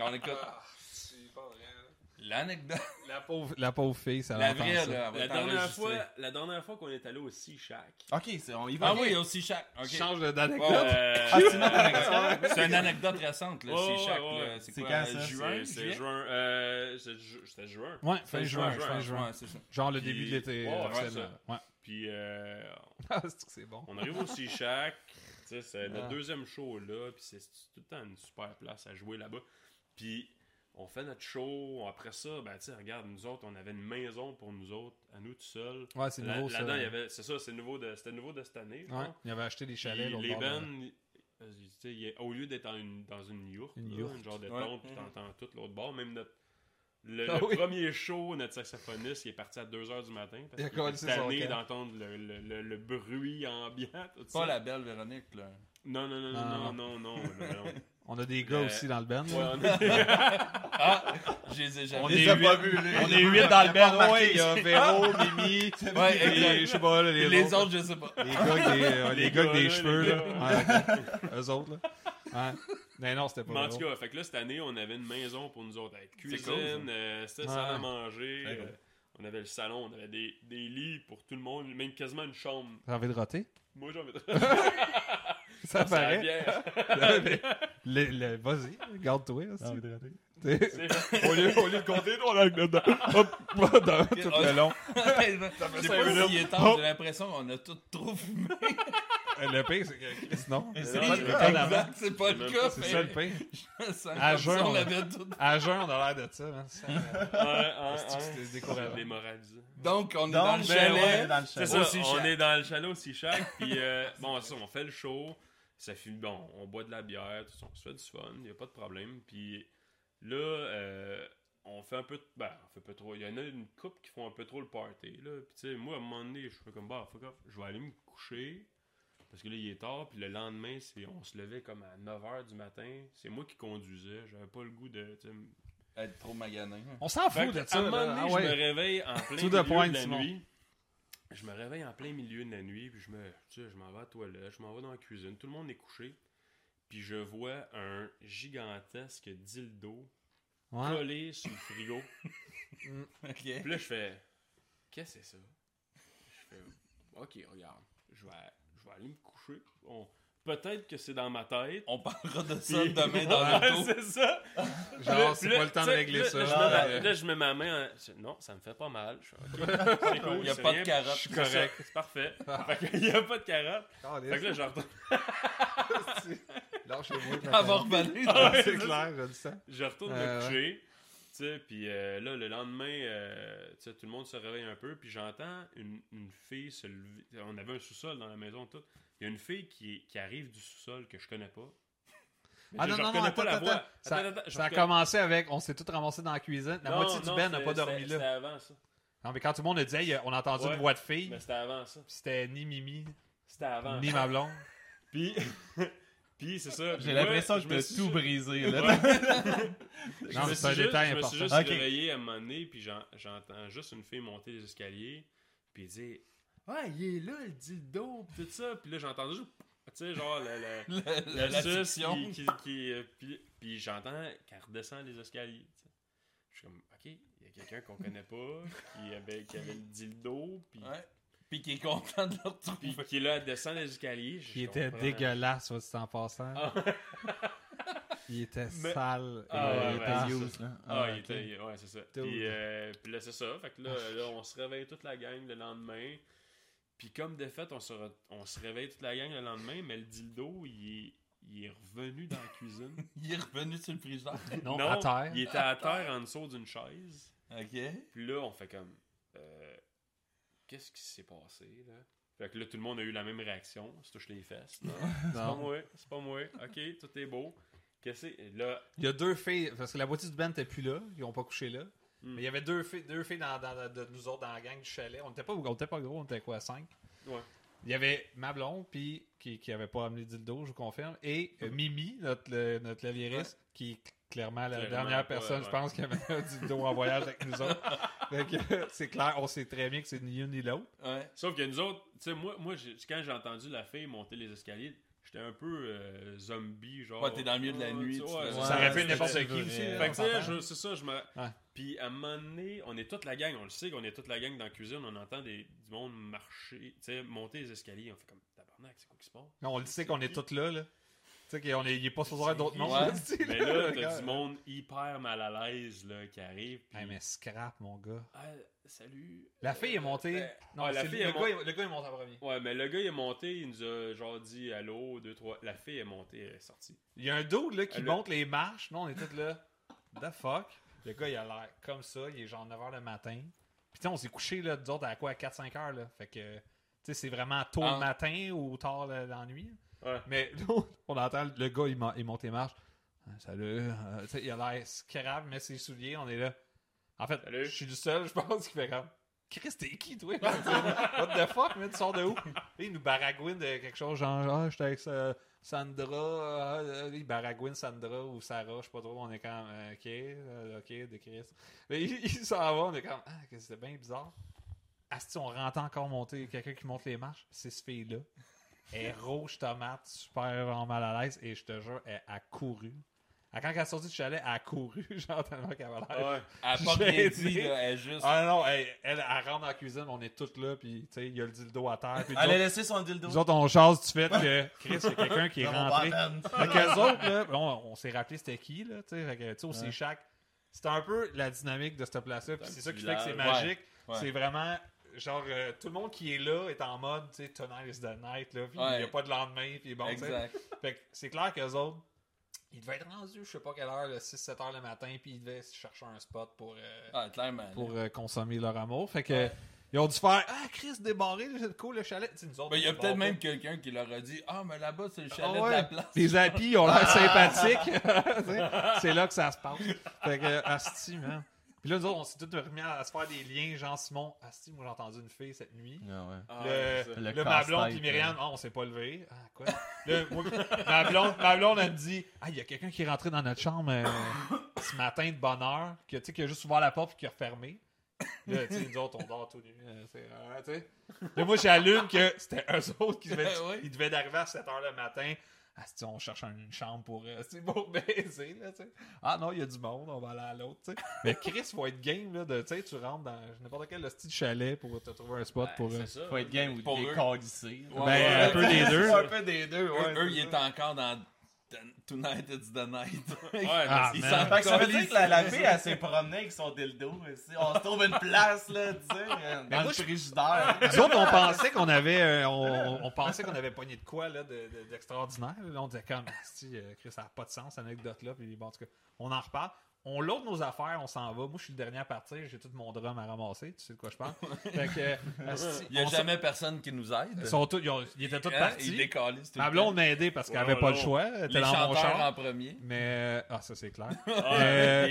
[SPEAKER 2] On écoute.
[SPEAKER 1] C'est pas vrai.
[SPEAKER 2] L'anecdote.
[SPEAKER 1] La pauvre, la pauvre fille, ça
[SPEAKER 2] La
[SPEAKER 1] l'entend,
[SPEAKER 2] vraie,
[SPEAKER 1] Ah,
[SPEAKER 2] là,
[SPEAKER 1] ça.
[SPEAKER 2] elle va
[SPEAKER 4] La
[SPEAKER 2] être
[SPEAKER 4] dernière,
[SPEAKER 2] enregistrée.
[SPEAKER 4] fois, la dernière fois qu'on est allé au Sea Shack.
[SPEAKER 3] Ok, c'est- on y va.
[SPEAKER 2] Ah oui, aussi chaque. ok.
[SPEAKER 1] Change de-
[SPEAKER 2] Ouais,
[SPEAKER 1] d'anecdote.
[SPEAKER 2] ouais.
[SPEAKER 4] Euh,
[SPEAKER 3] Ah, c'est une autre anecdote.
[SPEAKER 2] C'est une anecdote récente, là.
[SPEAKER 4] Ouais,
[SPEAKER 2] c'est
[SPEAKER 4] ouais,
[SPEAKER 2] chaque.
[SPEAKER 4] ouais.
[SPEAKER 2] là, C'est
[SPEAKER 3] C'est
[SPEAKER 2] quoi
[SPEAKER 3] quand,
[SPEAKER 2] euh,
[SPEAKER 3] ça?
[SPEAKER 2] Juin,
[SPEAKER 4] c'est- c'est
[SPEAKER 2] juillet?
[SPEAKER 4] juin. euh, c'est ju- C'était juin.
[SPEAKER 1] Ouais, fin juin,
[SPEAKER 4] juin,
[SPEAKER 1] fin juin.
[SPEAKER 2] Ouais, c'est ça.
[SPEAKER 1] Genre le
[SPEAKER 4] Puis-
[SPEAKER 1] début de l'été.
[SPEAKER 4] Ouais,
[SPEAKER 1] euh,
[SPEAKER 4] ouais,
[SPEAKER 1] officiellement. Ouais.
[SPEAKER 4] Puis euh,
[SPEAKER 1] Ah, c'est que c'est bon.
[SPEAKER 4] on arrive au Sea Shack. tu sais, C'est notre
[SPEAKER 1] Ah.
[SPEAKER 4] deuxième show là. Puis c'est c'est tout le temps une super place à jouer là-bas. Puis on fait notre show. Après ça, ben, tu sais, regarde, nous autres, on avait une maison pour nous autres, à nous tout seuls.
[SPEAKER 1] Ouais, c'est
[SPEAKER 4] Là-
[SPEAKER 1] nouveau, ça.
[SPEAKER 4] Là-dedans, il y avait. C'est ça, c'est nouveau de- c'était nouveau de cette année. je
[SPEAKER 1] Ouais,
[SPEAKER 4] pense.
[SPEAKER 1] il avait acheté des
[SPEAKER 4] Puis
[SPEAKER 1] chalets. l'autre
[SPEAKER 4] les
[SPEAKER 1] bord de-
[SPEAKER 4] bands, euh, tu sais, il y a- au lieu d'être dans une, dans une yourte,
[SPEAKER 1] Une
[SPEAKER 4] là,
[SPEAKER 1] yourte.
[SPEAKER 4] un genre de
[SPEAKER 2] Ouais.
[SPEAKER 4] tente, puis t'entends tout l'autre bord, même notre. Le,
[SPEAKER 1] Ah
[SPEAKER 4] le
[SPEAKER 1] oui.
[SPEAKER 4] premier show, notre saxophoniste, il est parti à 2h du matin.
[SPEAKER 1] Il a
[SPEAKER 4] Parce
[SPEAKER 1] collé sur
[SPEAKER 4] qu'il
[SPEAKER 1] son
[SPEAKER 4] était tanné
[SPEAKER 1] camp.
[SPEAKER 4] d'entendre le, le, le, le bruit ambiant. Tout ça.
[SPEAKER 2] Pas la belle Véronique, là.
[SPEAKER 4] Non, non, non,
[SPEAKER 1] Ah.
[SPEAKER 4] non, non, non, non. non, non.
[SPEAKER 1] On a des gars
[SPEAKER 4] Euh,
[SPEAKER 1] aussi dans le band.
[SPEAKER 4] Ouais,
[SPEAKER 1] là.
[SPEAKER 4] on est-
[SPEAKER 2] Ah, je les ai jamais
[SPEAKER 1] On
[SPEAKER 2] vus.
[SPEAKER 1] est
[SPEAKER 3] Les a
[SPEAKER 1] huit.
[SPEAKER 3] pas Ah, vus, là.
[SPEAKER 1] On est huit dans le
[SPEAKER 3] pas
[SPEAKER 1] band. Ouais, il y a Véro, Mimi,
[SPEAKER 2] Ouais,
[SPEAKER 1] et je
[SPEAKER 2] exact.
[SPEAKER 1] sais pas, là,
[SPEAKER 2] Et
[SPEAKER 1] les,
[SPEAKER 2] les
[SPEAKER 1] autres.
[SPEAKER 2] autres, je sais pas.
[SPEAKER 1] Les gars avec des, euh, les
[SPEAKER 4] Les
[SPEAKER 1] gars avec
[SPEAKER 4] gars,
[SPEAKER 1] des
[SPEAKER 4] là,
[SPEAKER 1] cheveux,
[SPEAKER 4] les
[SPEAKER 1] là. Ouais, ok. Eux autres, là. Ouais. Mais non, c'était pas
[SPEAKER 4] Mais en tout
[SPEAKER 1] Véro.
[SPEAKER 4] cas, fait que là, cette année, on avait une maison pour nous autres. Avec cuisine,
[SPEAKER 2] cool, ça.
[SPEAKER 4] euh, c'était
[SPEAKER 1] Ouais.
[SPEAKER 4] salle à manger.
[SPEAKER 3] Très cool.
[SPEAKER 4] euh, on avait le salon, on avait des, des lits pour tout le monde, même quasiment une chambre.
[SPEAKER 1] T'as envie de roter?
[SPEAKER 4] Moi, j'en mettrais
[SPEAKER 1] Ça
[SPEAKER 4] C'est la
[SPEAKER 1] paraît.
[SPEAKER 4] bière.
[SPEAKER 1] Ouais, mais- le- le- Vas-y, garde-toi. là, si- t'es-
[SPEAKER 4] Ah, C'est-
[SPEAKER 1] Au lieu, au lieu de compter, on l'a dedans. Hop, dans tout le long.
[SPEAKER 2] Je sais pas s'il est tard, j'ai l'impression qu'on a tout trop fumé.
[SPEAKER 1] Le pire, c'est que Chris, non.
[SPEAKER 3] Et
[SPEAKER 1] C'est
[SPEAKER 3] c'est
[SPEAKER 1] pas
[SPEAKER 3] lui,
[SPEAKER 1] le
[SPEAKER 3] le
[SPEAKER 1] temps d'avant.
[SPEAKER 2] Exact, c'est pas le
[SPEAKER 4] même
[SPEAKER 2] cas,
[SPEAKER 4] pas-
[SPEAKER 1] C'est ça le pire.
[SPEAKER 2] mais ça me
[SPEAKER 1] À
[SPEAKER 2] semble
[SPEAKER 1] jeun,
[SPEAKER 2] si on
[SPEAKER 1] on-
[SPEAKER 2] l'avait tout.
[SPEAKER 1] À jeun, on a l'air de ça. hein. Ça, euh,
[SPEAKER 4] Ouais, ouais,
[SPEAKER 1] c'est-tu que
[SPEAKER 4] ouais.
[SPEAKER 1] C'était décourageant.
[SPEAKER 4] Démoralisé.
[SPEAKER 2] Donc, on
[SPEAKER 3] Donc,
[SPEAKER 2] est dans le
[SPEAKER 3] ben, ouais, on est
[SPEAKER 2] chalet.
[SPEAKER 3] dans le
[SPEAKER 4] C'est
[SPEAKER 3] chalet.
[SPEAKER 4] ça,
[SPEAKER 2] Au Sea
[SPEAKER 4] on
[SPEAKER 2] Shack.
[SPEAKER 4] est dans le chalet au Sea Shack, puis euh, bon, ça, on fait le show, ça fait bon, on boit de la bière, tout ça, on se fait du fun, il a pas de problème, puis là, euh, on fait un peu, de- ben, on fait pas trop, il y en a une couple qui font un peu trop le party, là, puis tu sais, moi, à un moment donné, je fais comme, bah, fuck off, je vais aller me coucher, parce que là, il est tard, puis le lendemain, c'est, on se levait comme à 9h du matin, c'est moi qui conduisais, j'avais pas le goût de, tu sais, me-
[SPEAKER 2] Être trop magané. hein.
[SPEAKER 1] On s'en
[SPEAKER 4] fait
[SPEAKER 1] fout
[SPEAKER 4] que,
[SPEAKER 1] de ça.
[SPEAKER 4] À un moment
[SPEAKER 1] là.
[SPEAKER 4] donné,
[SPEAKER 1] Ah
[SPEAKER 4] je me
[SPEAKER 1] ouais.
[SPEAKER 4] réveille en plein
[SPEAKER 1] Tout de
[SPEAKER 4] milieu de,
[SPEAKER 1] pointe,
[SPEAKER 4] la
[SPEAKER 1] Simon.
[SPEAKER 4] nuit. Je me réveille en plein milieu de la nuit, puis je me, tu sais, je m'en vais à la toilette, je m'en vais dans la cuisine, tout le monde est couché, puis je vois un gigantesque dildo
[SPEAKER 1] Ouais.
[SPEAKER 4] collé sur le frigo.
[SPEAKER 2] Ok.
[SPEAKER 4] Puis là, je fais, qu'est-ce que c'est ça? Je fais, ok, regarde, je vais, je vais aller me coucher. On- Peut-être que c'est dans ma tête.
[SPEAKER 2] On parlera de ça
[SPEAKER 4] Puis-
[SPEAKER 2] demain dans
[SPEAKER 4] Ouais,
[SPEAKER 2] le tour.
[SPEAKER 4] c'est ça.
[SPEAKER 1] Genre, c'est
[SPEAKER 4] Puis là,
[SPEAKER 1] pas le temps de
[SPEAKER 4] tu sais,
[SPEAKER 1] régler
[SPEAKER 4] là,
[SPEAKER 1] ça.
[SPEAKER 4] Là, je,
[SPEAKER 1] Ah,
[SPEAKER 4] mets
[SPEAKER 1] ouais.
[SPEAKER 4] ma, là, je mets ma main. en- je- Non, ça me fait pas mal. Je suis ok. C'est cool,
[SPEAKER 2] Il n'y a
[SPEAKER 4] c'est
[SPEAKER 2] pas
[SPEAKER 4] rien.
[SPEAKER 2] de carotte.
[SPEAKER 1] Je suis
[SPEAKER 4] C'est ça,
[SPEAKER 1] correct.
[SPEAKER 4] C'est parfait. Il n'y a pas de carotte. Fait que là, je retourne,
[SPEAKER 1] Lâchez-moi.
[SPEAKER 2] Avoir valu.
[SPEAKER 1] Ah,
[SPEAKER 2] là.
[SPEAKER 1] c'est clair, je le sens.
[SPEAKER 4] je retourne
[SPEAKER 1] Euh,
[SPEAKER 4] me coucher. Tu sais, puis euh, là, le lendemain, euh, tu sais, tout le monde se réveille un peu. Puis j'entends une, une fille se lever. On avait un sous-sol dans la maison, tout. Il y a une fille qui, est- qui arrive du sous-sol que je connais pas. Mais
[SPEAKER 1] Ah
[SPEAKER 4] je-
[SPEAKER 1] non,
[SPEAKER 4] je
[SPEAKER 1] non,
[SPEAKER 4] reconnais
[SPEAKER 1] non,
[SPEAKER 4] pas
[SPEAKER 1] attends,
[SPEAKER 4] la voix.
[SPEAKER 1] attends. Ça,
[SPEAKER 4] Attends, attends, je
[SPEAKER 1] ça a
[SPEAKER 4] reconnais-
[SPEAKER 1] commencé avec on s'est tous ramassés dans la cuisine. La
[SPEAKER 4] Non,
[SPEAKER 1] moitié du
[SPEAKER 4] non,
[SPEAKER 1] band n'a
[SPEAKER 4] c'est-
[SPEAKER 1] pas dormi
[SPEAKER 4] c'était-
[SPEAKER 1] là.
[SPEAKER 4] C'était avant ça.
[SPEAKER 1] Non, mais quand tout le monde a dit, Hey, on a entendu
[SPEAKER 4] Ouais.
[SPEAKER 1] une voix de fille,
[SPEAKER 4] Mais c'était avant ça.
[SPEAKER 1] puis c'était ni Mimi,
[SPEAKER 4] C'était avant.
[SPEAKER 1] ni ma blonde.
[SPEAKER 4] Puis, puis c'est ça.
[SPEAKER 3] J'ai
[SPEAKER 4] Puis
[SPEAKER 3] l'impression
[SPEAKER 4] moi,
[SPEAKER 3] que je
[SPEAKER 4] me
[SPEAKER 3] me
[SPEAKER 4] suis
[SPEAKER 3] tout
[SPEAKER 4] ju-
[SPEAKER 3] brisé, là.
[SPEAKER 4] Ouais. Je
[SPEAKER 1] Non,
[SPEAKER 4] me
[SPEAKER 1] mais
[SPEAKER 4] suis
[SPEAKER 1] c'est un
[SPEAKER 4] juste-
[SPEAKER 1] détail
[SPEAKER 4] Je me
[SPEAKER 1] important.
[SPEAKER 4] suis juste
[SPEAKER 3] Ok.
[SPEAKER 4] réveillé à un moment donné, puis j'en- j'entends juste une fille monter les escaliers, puis dire Ah, il est là, le dildo, puis tout ça. Puis là, j'entends juste, tu sais, genre, le, le,
[SPEAKER 2] Le-
[SPEAKER 4] le
[SPEAKER 2] La
[SPEAKER 4] sus
[SPEAKER 2] fiction.
[SPEAKER 4] qui. qui, qui, euh, puis puis j'entends qu'elle redescend les escaliers. tu sais. Je suis comme Ok, il y a quelqu'un qu'on connaît pas, qui avait, qui avait le dildo, puis,
[SPEAKER 2] Ouais. Puis qui est content de le retrouver.
[SPEAKER 4] puis qui est là, elle descend les escaliers. je
[SPEAKER 1] Qui était
[SPEAKER 4] comprends.
[SPEAKER 1] dégueulasse, soit dit en passant.
[SPEAKER 4] Ah.
[SPEAKER 1] Il était
[SPEAKER 4] Mais-
[SPEAKER 1] sale.
[SPEAKER 4] Ah,
[SPEAKER 1] Euh,
[SPEAKER 4] ouais,
[SPEAKER 1] il
[SPEAKER 4] ouais,
[SPEAKER 1] était
[SPEAKER 4] ah,
[SPEAKER 1] used.
[SPEAKER 3] là.
[SPEAKER 4] Ah, il était. Ouais, c'est ça.
[SPEAKER 1] Dude.
[SPEAKER 4] Puis, euh, puis là, c'est ça. Fait que là, là, on se réveille toute la gang le lendemain. Puis comme de fait, on se, re- on se réveille toute la gang le lendemain, mais le dildo, il est, il est revenu dans la cuisine.
[SPEAKER 2] Il est revenu sur le frigidaire.
[SPEAKER 1] Non, à terre.
[SPEAKER 4] Il était à terre en dessous d'une chaise.
[SPEAKER 2] Ok.
[SPEAKER 4] Puis là, on fait comme. euh, Qu'est-ce qui s'est passé, là? Fait que là, tout le monde a eu la même réaction. On se touche les fesses. Non, C'est pas
[SPEAKER 1] Non.
[SPEAKER 4] moi, c'est pas moi. Ok, tout est beau. Qu'est-ce que c'est? Là,
[SPEAKER 1] Il y a deux filles, parce que la moitié du band n'était plus là, ils n'ont pas couché là.
[SPEAKER 4] Hmm.
[SPEAKER 1] Mais il y avait deux filles, deux filles dans, dans- de nous autres dans la gang du chalet. On n'était pas, on était pas gros, on était quoi, cinq?
[SPEAKER 4] ouais.
[SPEAKER 1] Il y avait ma blonde, puis qui, qui avait pas amené de dildo, je vous confirme, et
[SPEAKER 4] Hmm.
[SPEAKER 1] euh, Mimi, notre, le- notre claviériste, qui est clairement la
[SPEAKER 4] Clairement
[SPEAKER 1] dernière
[SPEAKER 4] pas,
[SPEAKER 1] personne,
[SPEAKER 4] ouais.
[SPEAKER 1] je pense, qui avait un dildo en voyage avec nous autres. Fait que, euh, c'est clair, on sait très bien que c'est ni une ni l'autre.
[SPEAKER 2] Ouais.
[SPEAKER 4] Sauf que nous autres, tu sais, moi, moi j'ai- quand j'ai entendu la fille monter les escaliers, J'étais un peu euh, zombie, genre.
[SPEAKER 2] Ouais, t'es dans le milieu de la
[SPEAKER 4] Ah,
[SPEAKER 2] nuit,
[SPEAKER 4] tu
[SPEAKER 2] tu
[SPEAKER 4] vois,
[SPEAKER 2] fais
[SPEAKER 4] c'est
[SPEAKER 2] ça.
[SPEAKER 1] Ça aurait pu
[SPEAKER 4] c'est
[SPEAKER 1] être n'importe
[SPEAKER 4] vrai.
[SPEAKER 1] qui aussi,
[SPEAKER 4] Fait
[SPEAKER 1] là,
[SPEAKER 4] que
[SPEAKER 1] on
[SPEAKER 4] tu sais,
[SPEAKER 1] s'entend.
[SPEAKER 4] je- c'est ça, je me.
[SPEAKER 1] Ouais.
[SPEAKER 4] Puis à un moment donné, on est toute la gang, on le sait qu'on est toute la gang dans la cuisine, on entend des, du monde marcher, tu sais, monter les escaliers, on fait comme tabarnak, c'est quoi qui se passe?
[SPEAKER 1] Non, on le sait qu'on est tous là, là. Tu sais qu'il n'est pas supposé avoir d'autres
[SPEAKER 2] Ouais.
[SPEAKER 1] noms. tu sais,
[SPEAKER 4] Mais là,
[SPEAKER 1] regarde.
[SPEAKER 4] t'as du monde hyper mal à l'aise là, qui arrive. Puis...
[SPEAKER 1] Hey, mais scrap, mon gars.
[SPEAKER 4] Ah, salut.
[SPEAKER 1] La fille est montée.
[SPEAKER 4] ben,
[SPEAKER 1] Non,
[SPEAKER 4] ouais, la
[SPEAKER 1] c'est-
[SPEAKER 4] fille
[SPEAKER 1] le,
[SPEAKER 4] est
[SPEAKER 1] gars,
[SPEAKER 4] mon-
[SPEAKER 1] il- le gars, il monte en premier.
[SPEAKER 4] Ouais, mais le gars, il est monté, il nous a genre dit allô, deux, trois. La fille est montée, elle est sortie.
[SPEAKER 1] Il y a un dude là, qui
[SPEAKER 4] Le-
[SPEAKER 1] monte les marches. Non, on est tous là. The fuck. Le gars, il a l'air comme ça. Il est genre 9h le matin. Puis tu sais, on s'est couché là, nous autres, à quoi, à 4-5 heures, là. Fait que, tu sais, c'est vraiment tôt
[SPEAKER 2] Ah.
[SPEAKER 1] le matin ou tard la, la nuit.
[SPEAKER 4] Ouais.
[SPEAKER 1] Mais l'autre, on entend le gars, il, mon- il monte les marches. Ah, Salut. Euh, tu sais, il a l'air scrap, mais ses souliers, on est là. En fait,
[SPEAKER 4] Salut.
[SPEAKER 1] je suis du seul, je pense, qui fait comme. Chris, t'es qui, toi? What the fuck, man? Tu sors de où? Là, il nous baragouine de quelque chose, genre, ah, j'étais avec euh, Sandra, euh, euh, il baragouine Sandra ou Sarah, je sais pas trop, on est comme, euh, ok, euh, ok, de Chris. Là, il, il s'en va, on est comme, ah, que c'était bien bizarre. Asti, on rentre encore monter, quelqu'un qui monte les marches, c'est ce fille-là. Elle est rouge tomate, super en mal à l'aise, et je te jure, elle a couru. Ah, Quand elle est sortie du chalet, elle a couru, genre tellement qu'elle avait l'air
[SPEAKER 4] Ouais.
[SPEAKER 2] Elle a pas
[SPEAKER 1] J'ai
[SPEAKER 2] rien
[SPEAKER 1] dit.
[SPEAKER 2] dit, là, elle est juste.
[SPEAKER 1] ah non, elle, elle, elle rentre dans la cuisine, on est toutes là, puis tu sais, il y a le dildo à terre. Puis nous,
[SPEAKER 3] Elle a
[SPEAKER 1] autres,
[SPEAKER 3] laissé son dildo.
[SPEAKER 1] nous autres, on jase du fait que Chris, il y a quelqu'un qui est
[SPEAKER 3] Dans mon
[SPEAKER 1] rentré.
[SPEAKER 3] band.
[SPEAKER 1] Fait qu'eux autres, là, bon, on, s'est rappelé c'était qui, là, tu sais, fait que, tu sais, au
[SPEAKER 3] Ouais.
[SPEAKER 1] Seychac, c'était un peu la dynamique de cette place-là, puis
[SPEAKER 4] C'est un
[SPEAKER 1] c'est ça
[SPEAKER 4] petit
[SPEAKER 1] qui fait que c'est
[SPEAKER 2] village.
[SPEAKER 1] magique.
[SPEAKER 2] Ouais, ouais.
[SPEAKER 1] C'est vraiment, genre, euh, tout le monde qui est là est en mode, tu sais, tonight is the night, là, puis il
[SPEAKER 2] Ouais.
[SPEAKER 1] n'y a pas de lendemain, puis bon, tu sais.
[SPEAKER 2] exact.
[SPEAKER 1] Fait que c'est clair qu'eux autres, ils devaient être rendus, je sais pas quelle heure, 6-7 heures le matin, puis ils devaient chercher un spot pour... euh,
[SPEAKER 2] Ah, clairement.
[SPEAKER 1] pour euh, consommer leur amour. Fait que ils ont dû faire Ah Chris débarré, c'est cool le chalet. Tu sais, nous autres,
[SPEAKER 2] Ben, il y
[SPEAKER 1] on
[SPEAKER 2] a
[SPEAKER 1] débarre
[SPEAKER 2] peut-être
[SPEAKER 1] pas.
[SPEAKER 2] même quelqu'un qui leur a dit Ah, mais là-bas, c'est le chalet
[SPEAKER 1] Ah ouais.
[SPEAKER 2] de la place.
[SPEAKER 1] Les apis ils ont l'air sympathiques. Tu sais, c'est là que ça se passe. Fait que euh, Asti, man. Puis là, nous autres, on s'est tous remis à, à se faire des liens, Jean Simon, Asti, moi j'ai entendu une fille cette nuit.
[SPEAKER 3] Ah ouais.
[SPEAKER 4] Ah,
[SPEAKER 1] Le,
[SPEAKER 4] c'est ça.
[SPEAKER 1] le,
[SPEAKER 3] Le
[SPEAKER 1] Mablon
[SPEAKER 3] casse-tête,
[SPEAKER 1] puis Myriam, Ah, on s'est pas levé. Ah, quoi? Là, moi, ma, blonde, ma blonde, elle me dit Ah, il y a quelqu'un qui est rentré dans notre chambre euh, ce matin de bonne heure, qui, a- tu sais, qui a juste ouvert la porte et qui a refermé. Là, tu sais, nous autres, on dort tout nu. euh, c'est rare, tu sais. Là, moi, j'allume que c'était eux autres qui devaient,
[SPEAKER 2] Ouais.
[SPEAKER 1] ils devaient arriver à 7 h le matin. Ah, si on cherche un- une chambre pour, euh, c'est pour baiser, là, tu sais. Ah non, il y a du monde, on va aller à l'autre, tu sais. Mais Chris, faut être game, là, de, tu sais, tu rentres dans n'importe quel style chalet pour te trouver un spot
[SPEAKER 4] Ouais,
[SPEAKER 1] pour... euh,
[SPEAKER 4] c'est ça.
[SPEAKER 3] Faut être game ou
[SPEAKER 2] Pour
[SPEAKER 3] des
[SPEAKER 2] eux.
[SPEAKER 3] calices.
[SPEAKER 2] Ouais,
[SPEAKER 1] Ben,
[SPEAKER 2] ouais.
[SPEAKER 1] un peu des deux.
[SPEAKER 3] Un peu des deux, ouais.
[SPEAKER 2] Eux, eux,
[SPEAKER 3] c'est
[SPEAKER 2] ils
[SPEAKER 3] ça.
[SPEAKER 2] étaient encore dans Ten- Tonight It's the Night.
[SPEAKER 4] Ouais,
[SPEAKER 1] Ah,
[SPEAKER 2] Ils
[SPEAKER 1] man.
[SPEAKER 2] s'en
[SPEAKER 3] Fait que ça veut
[SPEAKER 2] collent,
[SPEAKER 3] dire que la, la fille, elle s'est promenée avec son dildo. ici. On se trouve une place, là, tu sais, euh, dans
[SPEAKER 1] moi,
[SPEAKER 3] le
[SPEAKER 1] je-
[SPEAKER 3] frigidaire.
[SPEAKER 1] Nous autres, on pensait qu'on avait, euh, on, on pensait qu'on avait pogné de quoi là, de- de- d'extraordinaire. là. on disait comme, si euh, Chris, ça n'a pas de sens, cette anecdote-là. Puis bon, en tout cas, on en reparle. On l'autre nos affaires, on s'en va. Moi, je suis le dernier à partir. J'ai tout mon drum à ramasser. Tu sais de quoi je parle. Fait que, euh, asti,
[SPEAKER 2] Il n'y a
[SPEAKER 1] on s'en-
[SPEAKER 2] jamais personne qui nous aide.
[SPEAKER 1] ils sont tous- ils ont- ils étaient tous
[SPEAKER 2] Hein? Ils
[SPEAKER 1] partis.
[SPEAKER 2] décalissent tout le
[SPEAKER 1] Ma
[SPEAKER 2] temps.
[SPEAKER 1] blonde m'a aidé parce qu'elle
[SPEAKER 4] Ouais,
[SPEAKER 1] n'avait pas le
[SPEAKER 4] non.
[SPEAKER 1] choix. Elle était
[SPEAKER 2] Les
[SPEAKER 1] dans mon
[SPEAKER 2] chanteurs
[SPEAKER 1] char.
[SPEAKER 2] en premier.
[SPEAKER 1] Mais, euh, ah, ça, c'est clair.
[SPEAKER 4] Ah, les
[SPEAKER 1] Euh,
[SPEAKER 3] Ah,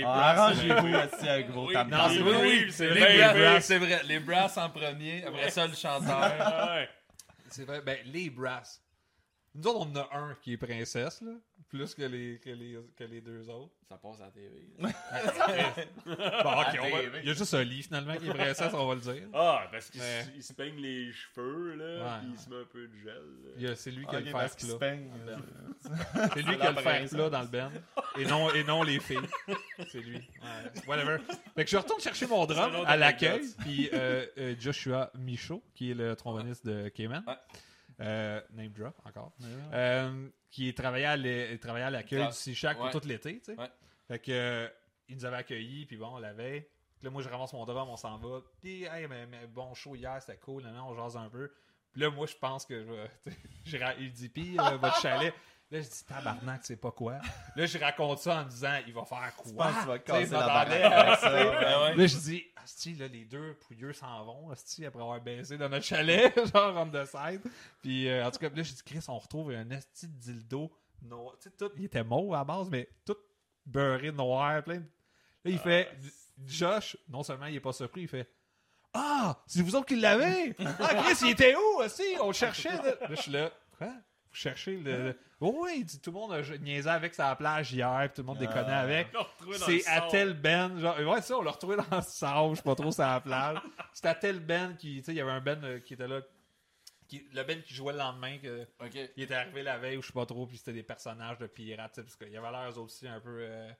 [SPEAKER 4] places,
[SPEAKER 3] Arrangez-vous aussi avec vos
[SPEAKER 4] Oui,
[SPEAKER 3] tables.
[SPEAKER 1] non, Ah, c'est
[SPEAKER 4] les
[SPEAKER 1] vrai, oui,
[SPEAKER 4] rives,
[SPEAKER 1] les
[SPEAKER 2] Les
[SPEAKER 4] bien
[SPEAKER 2] bra-
[SPEAKER 4] vrai.
[SPEAKER 2] Ben, c'est vrai. Les brasses en premier, après ça, le chanteur.
[SPEAKER 4] Ah, Ouais, ouais.
[SPEAKER 1] C'est vrai, ben, les brasses. Nous autres, on en a un qui est princesse, là, plus que les, que les, que les deux autres.
[SPEAKER 4] Ça passe à la TV.
[SPEAKER 1] Bon, ok,
[SPEAKER 3] La
[SPEAKER 1] on va-
[SPEAKER 3] TV.
[SPEAKER 1] Il y a juste un lit, finalement, qui est princesse, on va le dire.
[SPEAKER 4] Ah, parce qu'il
[SPEAKER 1] Ouais.
[SPEAKER 4] se- il se peigne les cheveux, là,
[SPEAKER 1] Ouais.
[SPEAKER 4] puis il se met un peu de gel.
[SPEAKER 1] Il y a- C'est lui qui a
[SPEAKER 3] Ok, ben,
[SPEAKER 1] le
[SPEAKER 3] parce
[SPEAKER 1] faire
[SPEAKER 3] qu'il se
[SPEAKER 1] plat.
[SPEAKER 3] peigne.
[SPEAKER 1] C'est lui qui Euh, a le faire plat dans le band. Et non, et non les filles. C'est lui. Ouais, Whatever. Fait que je retourne chercher mon drum
[SPEAKER 4] C'est un autre
[SPEAKER 1] à l'accueil.
[SPEAKER 4] anecdote.
[SPEAKER 1] Puis euh, euh, Joshua Michaud, qui est le tromboniste de Cayman.
[SPEAKER 2] Ouais.
[SPEAKER 1] Euh, name drop encore. Euh, qui travaillait à l'é- travaillait à l'accueil
[SPEAKER 2] Ah,
[SPEAKER 1] du Cichac
[SPEAKER 2] ouais.
[SPEAKER 1] pour tout l'été. tu sais.
[SPEAKER 2] Ouais.
[SPEAKER 1] Fait que, euh, il nous avait accueillis, puis bon, on l'avait. Puis Là, moi, je ramasse mon drum, on s'en va. Puis, hey, mais, mais bon show hier, c'était cool. Là, on jase un peu. Puis là, moi, je pense que je vais- tu sais, je ra- Il dit, puis euh, votre chalet. Là, je dis, tabarnak, c'est pas quoi. Là, je raconte ça en me disant, il va faire
[SPEAKER 3] Je
[SPEAKER 1] quoi?
[SPEAKER 3] pense que tu vas
[SPEAKER 1] Tu sais,
[SPEAKER 3] casser
[SPEAKER 1] je
[SPEAKER 3] la
[SPEAKER 1] m'attendais
[SPEAKER 3] baraque avec
[SPEAKER 1] à-
[SPEAKER 3] ça. Ah,
[SPEAKER 2] Ben ouais.
[SPEAKER 1] Là, je dis, Asti, là, les deux pouilleux s'en vont, Asti, après avoir baisé dans notre chalet, genre, on the side. Puis, euh, en tout cas, là, je dis, Chris, on retrouve un Asti de dildo. No... Tu sais, tout, il était mauve à la base, mais tout beurré noir, plein. de- Là, il fait, Josh, non seulement il est pas surpris, il fait, Ah, c'est vous autres qui l'avez! Ah, Chris, il était où, Asti? On le cherchait. Là, Là, je suis là, quoi? Vous cherchez le. Oh, oui, il dit, tout le monde a niaisé avec sa plage hier, puis tout le monde déconnait
[SPEAKER 3] Ah.
[SPEAKER 1] avec. C'est à telle ben, genre, ouais, ça, on l'a retrouvé dans le sable, je sais pas trop, sur la plage. C'est à telle ben qui, tu sais, il y avait un ben euh, qui était là, qui- le band qui jouait le lendemain, que,
[SPEAKER 2] Ok.
[SPEAKER 1] il était arrivé la veille ou je sais pas trop, puis c'était des personnages de pirates, tu sais, parce qu'il y avait l'air eux autres aussi un peu. euh,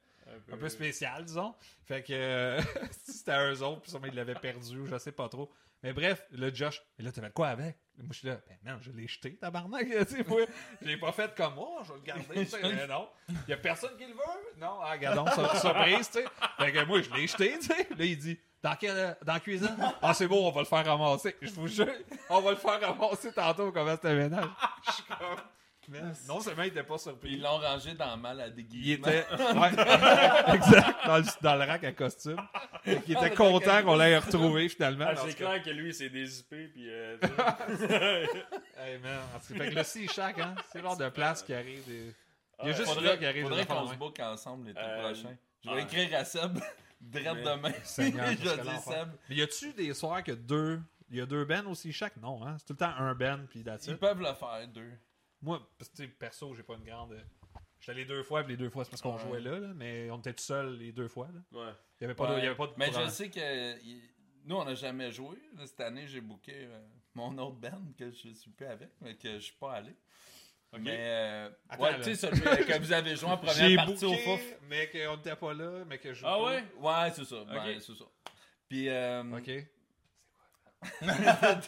[SPEAKER 1] un peu spécial, disons. Fait que euh, c'était à eux autres, puis sûrement ils l'avaient perdu, ou je sais pas trop. Mais bref, le Josh, mais là, tu fait quoi avec? Moi, je suis là, ben merde, je l'ai jeté, tabarnak. tu sais, moi, je l'ai pas fait comme moi, je vais le garder. tu sais. mais non, il y a personne qui le veut. Non, ah, regardons, sur- surprise, tu sais. Fait que moi, je l'ai jeté, tu sais. Là, il dit, dans, quelle, dans la cuisine? Ah, c'est bon, on va le faire ramasser. Je vous jure, on va le faire ramasser tantôt, comment c'était ménage. Je suis comme, Man, non seulement il était pas surpris.
[SPEAKER 2] Puis ils l'ont rangé dans mal à
[SPEAKER 1] Il
[SPEAKER 2] déguisement.
[SPEAKER 1] était. Ouais, exact, dans le, dans le rack à costume. Fait qu'il
[SPEAKER 2] Dans
[SPEAKER 1] était
[SPEAKER 2] le
[SPEAKER 1] content
[SPEAKER 2] rack à
[SPEAKER 1] qu'on l'ait retrouvé finalement.
[SPEAKER 4] Ah,
[SPEAKER 1] En
[SPEAKER 4] c'est
[SPEAKER 1] tout cas.
[SPEAKER 4] clair que lui, c'est dézippé, puis. euh, tu sais.
[SPEAKER 1] Hey, man, en tout cas, fait que le Sea Shack, hein, c'est le genre de place qui arrive. Des... Il y a
[SPEAKER 4] Ah,
[SPEAKER 1] juste là
[SPEAKER 2] Faudrait,
[SPEAKER 1] qui arrive.
[SPEAKER 2] faudrait
[SPEAKER 1] des affaires
[SPEAKER 2] qu'on
[SPEAKER 1] de
[SPEAKER 2] se
[SPEAKER 1] même.
[SPEAKER 2] book ensemble l'été
[SPEAKER 4] Euh,
[SPEAKER 2] prochain. Je vais
[SPEAKER 4] ouais.
[SPEAKER 2] écrire à Seb, direct
[SPEAKER 4] Mais-
[SPEAKER 2] demain.
[SPEAKER 1] Seigneur,
[SPEAKER 2] je
[SPEAKER 1] ce serait
[SPEAKER 2] dis
[SPEAKER 1] l'enfer.
[SPEAKER 2] Seb,
[SPEAKER 1] Mais y a-tu des soirs que deux. Il y a deux bands au Sea Shack? Non, hein? C'est tout le temps un band puis that's
[SPEAKER 2] ils
[SPEAKER 1] it.
[SPEAKER 2] peuvent le faire, deux.
[SPEAKER 1] Moi, parce que, tu sais, perso, j'ai pas une grande. euh, J'étais allé deux fois, puis les deux fois, c'est parce qu'on
[SPEAKER 2] Ouais.
[SPEAKER 1] jouait là, là, mais on était tout seul les deux fois. Là.
[SPEAKER 4] Ouais.
[SPEAKER 1] Il y avait pas de.
[SPEAKER 2] Ouais.
[SPEAKER 1] il y avait pas de
[SPEAKER 2] Mais je
[SPEAKER 1] courant.
[SPEAKER 2] sais que il- nous, on n'a jamais joué. Là, Cette année, j'ai booké euh, mon autre band que je suis plus avec, mais que je suis pas allé. Mais, euh,
[SPEAKER 1] Attends,
[SPEAKER 2] ouais,
[SPEAKER 1] là.
[SPEAKER 2] tu sais, celui que vous avez joué en
[SPEAKER 1] J'ai
[SPEAKER 2] première partie au
[SPEAKER 1] booké,
[SPEAKER 2] Fouf.
[SPEAKER 1] mais qu'on n'était pas là, mais que je.
[SPEAKER 4] Ah ouais?
[SPEAKER 2] Ouais, c'est ça. Ouais, c'est ça. Puis, euh,
[SPEAKER 1] Ok.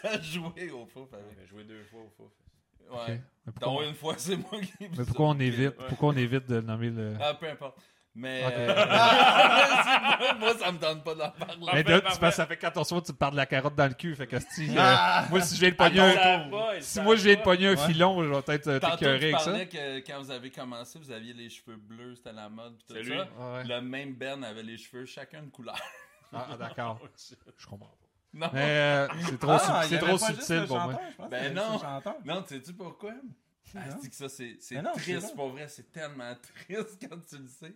[SPEAKER 2] t'as joué au Fouf avec.
[SPEAKER 4] J'ai joué deux fois au fouf.
[SPEAKER 2] Ouais.
[SPEAKER 1] Ok. Mais pourquoi,
[SPEAKER 2] Donc, une fois, c'est moi qui.
[SPEAKER 1] mais pourquoi on évite
[SPEAKER 4] ouais.
[SPEAKER 1] Pourquoi on évite de le nommer le.
[SPEAKER 2] Ah, peu importe. Mais.
[SPEAKER 1] Ok.
[SPEAKER 2] euh, c'est- moi, ça me donne pas d'en parler.
[SPEAKER 1] mais
[SPEAKER 4] parfait,
[SPEAKER 1] là, tu
[SPEAKER 4] parfait.
[SPEAKER 1] passes, ça fait 14 fois que tu me parles de la carotte dans le cul. Fait que si. euh,
[SPEAKER 3] Ah!
[SPEAKER 1] moi, si je viens de pogner un,
[SPEAKER 4] Ça va,
[SPEAKER 1] si
[SPEAKER 4] ça
[SPEAKER 1] moi, je viens de
[SPEAKER 4] va.
[SPEAKER 1] pogner un
[SPEAKER 3] Ouais.
[SPEAKER 1] filon, je vais peut-être euh,
[SPEAKER 2] Tantôt,
[SPEAKER 1] t'écœurer
[SPEAKER 2] tu
[SPEAKER 1] avec ça.
[SPEAKER 2] parlais que quand vous avez commencé, vous aviez les cheveux bleus, c'était la mode, pis tout ça.
[SPEAKER 4] C'est lui.
[SPEAKER 1] Ouais.
[SPEAKER 2] Le même Ben avait les cheveux chacun de couleur.
[SPEAKER 1] Ah, ah, d'accord.
[SPEAKER 4] Oh, shit.
[SPEAKER 1] Je comprends pas.
[SPEAKER 2] Non,
[SPEAKER 1] Mais euh, c'est trop, sub-
[SPEAKER 3] Ah, il y
[SPEAKER 1] c'est
[SPEAKER 3] avait
[SPEAKER 1] trop
[SPEAKER 3] pas juste
[SPEAKER 1] subtil
[SPEAKER 3] le
[SPEAKER 1] pour moi.
[SPEAKER 3] chanteur, je pense qu'il
[SPEAKER 2] Ben
[SPEAKER 3] y avait
[SPEAKER 2] non.
[SPEAKER 3] juste le chanteur.
[SPEAKER 2] non tu sais-tu pourquoi? Ah,
[SPEAKER 3] Non.
[SPEAKER 2] c'est que ça, c'est c'est
[SPEAKER 3] Mais non, c'est
[SPEAKER 2] triste,
[SPEAKER 3] vrai.
[SPEAKER 2] pour vrai. C'est tellement triste quand tu le sais.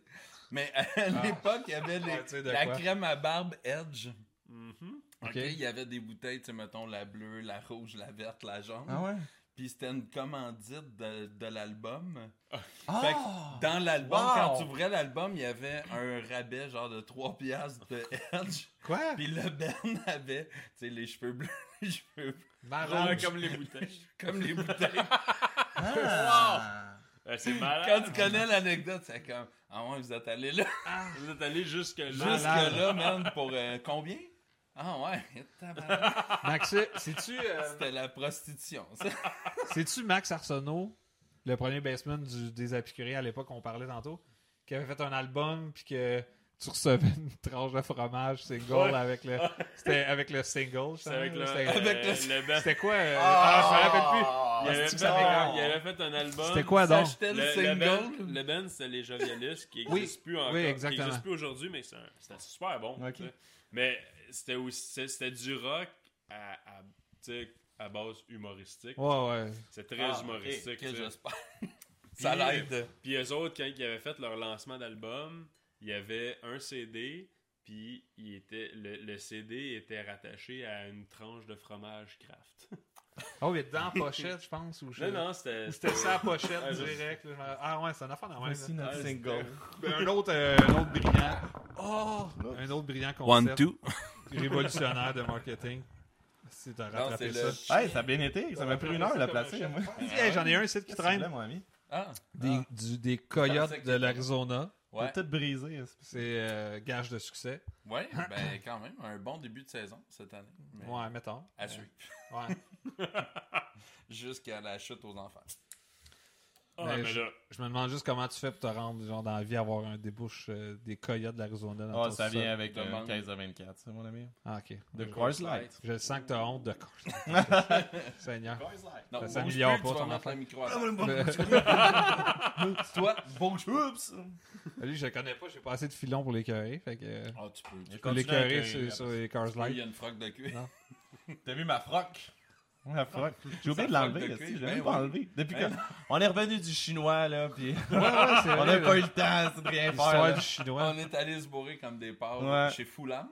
[SPEAKER 2] Mais à l'époque, il y avait les-
[SPEAKER 1] Ouais, tu sais de
[SPEAKER 2] la
[SPEAKER 1] quoi.
[SPEAKER 2] crème à barbe Edge.
[SPEAKER 4] Mhm.
[SPEAKER 1] Ok.
[SPEAKER 2] OK, il y avait des bouteilles, tu sais, mettons, la bleue, la rouge, la verte, la jaune.
[SPEAKER 3] Ah ouais?
[SPEAKER 2] Puis c'était une commandite de, de l'album. Fait que
[SPEAKER 3] Ah!
[SPEAKER 2] Dans l'album,
[SPEAKER 3] Wow!
[SPEAKER 2] quand tu ouvrais l'album, il y avait un rabais genre de 3 piastres de Edge.
[SPEAKER 1] Quoi
[SPEAKER 2] Puis le Ben avait, tu sais, les cheveux bleus, les cheveux bleus,
[SPEAKER 1] Marron.
[SPEAKER 4] Ah, comme les bouteilles.
[SPEAKER 2] comme les bouteilles.
[SPEAKER 3] Ah!
[SPEAKER 4] Euh, c'est
[SPEAKER 2] Quand
[SPEAKER 4] malade.
[SPEAKER 2] tu connais l'anecdote, c'est comme, ah ouais, vous êtes allé là.
[SPEAKER 4] Vous êtes allé jusque là.
[SPEAKER 1] Malade.
[SPEAKER 2] Jusque-là, man, pour euh, combien? Ah ouais, tabarnak.
[SPEAKER 1] Maxi, c'est-tu. euh,
[SPEAKER 2] c'était la prostitution, ça.
[SPEAKER 1] C'est-tu Max Arsenault, le premier baseman du, des Apicuriers à l'époque qu'on parlait tantôt, qui avait fait un album puis que tu recevais une tranche de fromage single
[SPEAKER 4] Ouais.
[SPEAKER 1] avec le c'était avec le single je
[SPEAKER 4] C'est avec
[SPEAKER 1] sais,
[SPEAKER 4] le.
[SPEAKER 1] c'était,
[SPEAKER 2] Avec le-
[SPEAKER 4] euh, le best.
[SPEAKER 1] c'était quoi euh, ah, je me rappelle plus
[SPEAKER 4] Il avait,
[SPEAKER 1] c'est que
[SPEAKER 4] fait,
[SPEAKER 1] ça
[SPEAKER 3] Ah.
[SPEAKER 1] m'écoeure.
[SPEAKER 4] il avait fait un album.
[SPEAKER 1] c'était quoi donc
[SPEAKER 2] S'achetait
[SPEAKER 4] le, Ben?
[SPEAKER 2] le
[SPEAKER 4] le band-
[SPEAKER 2] single.
[SPEAKER 4] le band, c'est les jovialistes qui
[SPEAKER 1] Oui,
[SPEAKER 4] n'existent plus encore.
[SPEAKER 1] oui,
[SPEAKER 4] Qui
[SPEAKER 1] exactement.
[SPEAKER 4] n'existent plus aujourd'hui, mais c'est un- c'était super bon.
[SPEAKER 3] Ok.
[SPEAKER 4] tu sais. Mais c'était aussi c'est- c'était du rock à, à, tu sais, à base humoristique.
[SPEAKER 1] ouais ouais
[SPEAKER 4] C'est très
[SPEAKER 2] Ah,
[SPEAKER 4] humoristique.
[SPEAKER 2] ok,
[SPEAKER 4] tu sais.
[SPEAKER 2] j'espère. Ça l'aide.
[SPEAKER 4] Puis eux autres, quand ils avaient fait leur lancement d'album, il y avait un CD, puis il était, le, le CD était rattaché à une tranche de fromage Kraft.
[SPEAKER 1] oh il est dans la pochette je pense ou je-
[SPEAKER 4] non, non, c'était...
[SPEAKER 1] ou c'était ça la pochette
[SPEAKER 4] Ah, je-
[SPEAKER 1] direct là, je me- ah ouais c'est un affaire dans même
[SPEAKER 3] Voici
[SPEAKER 1] là.
[SPEAKER 3] notre
[SPEAKER 4] Ah,
[SPEAKER 3] single.
[SPEAKER 1] Ben, un autre euh, un autre brillant oh un autre brillant
[SPEAKER 2] One,
[SPEAKER 1] concept
[SPEAKER 2] two.
[SPEAKER 1] révolutionnaire de marketing si t'as
[SPEAKER 2] Non, c'est
[SPEAKER 1] rattrapé
[SPEAKER 2] le...
[SPEAKER 1] ça
[SPEAKER 3] Hey, ça a bien été. Ça m'a pris une heure à la placer. moi.
[SPEAKER 1] Hey, j'en ai un site qui traîne
[SPEAKER 3] Là, mon ami.
[SPEAKER 2] Ah,
[SPEAKER 1] des,
[SPEAKER 2] Ah.
[SPEAKER 1] du- des
[SPEAKER 2] Je pensais
[SPEAKER 1] coyotes
[SPEAKER 2] que
[SPEAKER 1] de
[SPEAKER 2] t'étais-
[SPEAKER 1] l'Arizona.
[SPEAKER 2] ouais.
[SPEAKER 3] T'as tout brisé.
[SPEAKER 1] C'est euh, gage de succès.
[SPEAKER 2] Ouais, ben quand même, un bon début de saison cette année. mais
[SPEAKER 1] Ouais, mettons.
[SPEAKER 2] À suivre.
[SPEAKER 1] Ouais.
[SPEAKER 2] Jusqu'à la chute aux enfants.
[SPEAKER 4] Ah,
[SPEAKER 1] Ben,
[SPEAKER 4] mais
[SPEAKER 1] je-
[SPEAKER 4] là,
[SPEAKER 1] Je me demande juste comment tu fais pour te rendre genre, dans la vie, avoir un débouche euh, des coyotes de l'Arizona. dans
[SPEAKER 3] Ah,
[SPEAKER 1] ton
[SPEAKER 3] ça
[SPEAKER 1] sous-sol.
[SPEAKER 3] vient avec euh,
[SPEAKER 2] Demande.
[SPEAKER 3] 15 à 24, ça, mon ami.
[SPEAKER 1] Ah, ok.
[SPEAKER 3] De Coors Light.
[SPEAKER 1] Je sens que t'as honte de Seigneur. Euh,
[SPEAKER 3] Coors Light.
[SPEAKER 2] Non,
[SPEAKER 1] Ça, ça
[SPEAKER 2] bouge
[SPEAKER 1] m'humiliera
[SPEAKER 2] plus,
[SPEAKER 1] pas,
[SPEAKER 2] tu vas
[SPEAKER 1] ton
[SPEAKER 2] mettre
[SPEAKER 1] enfant. Ah,
[SPEAKER 2] le micro à terre.
[SPEAKER 3] Toi, bon, oups!
[SPEAKER 1] Lui, je le connais pas, j'ai pas assez de filons pour l'écœurer. Fait que. euh,
[SPEAKER 2] Ah, tu peux. tu
[SPEAKER 1] je peux l'écœurer sur, sur les Coors
[SPEAKER 2] peux, Il y
[SPEAKER 1] Light.
[SPEAKER 2] a une froc de cul.
[SPEAKER 3] T'as vu ma froc? Ma froc. Ah, J'ai oublié de
[SPEAKER 2] Ça froc de
[SPEAKER 3] l'enlever,
[SPEAKER 2] cuir,
[SPEAKER 3] esti, j'ai
[SPEAKER 2] ben
[SPEAKER 3] même pas
[SPEAKER 2] oui.
[SPEAKER 3] enlevé. Depuis
[SPEAKER 2] Ben
[SPEAKER 3] que- On est revenu du chinois, là, pis
[SPEAKER 1] Ouais, ouais, c'est
[SPEAKER 3] on
[SPEAKER 1] vrai,
[SPEAKER 3] n'a
[SPEAKER 1] là.
[SPEAKER 3] pas eu le temps, c'est de rien faire.
[SPEAKER 1] Ben L'histoire
[SPEAKER 3] là.
[SPEAKER 1] du chinois.
[SPEAKER 2] On est allé se bourrer comme des porcs
[SPEAKER 3] Ouais.
[SPEAKER 2] chez Foulam.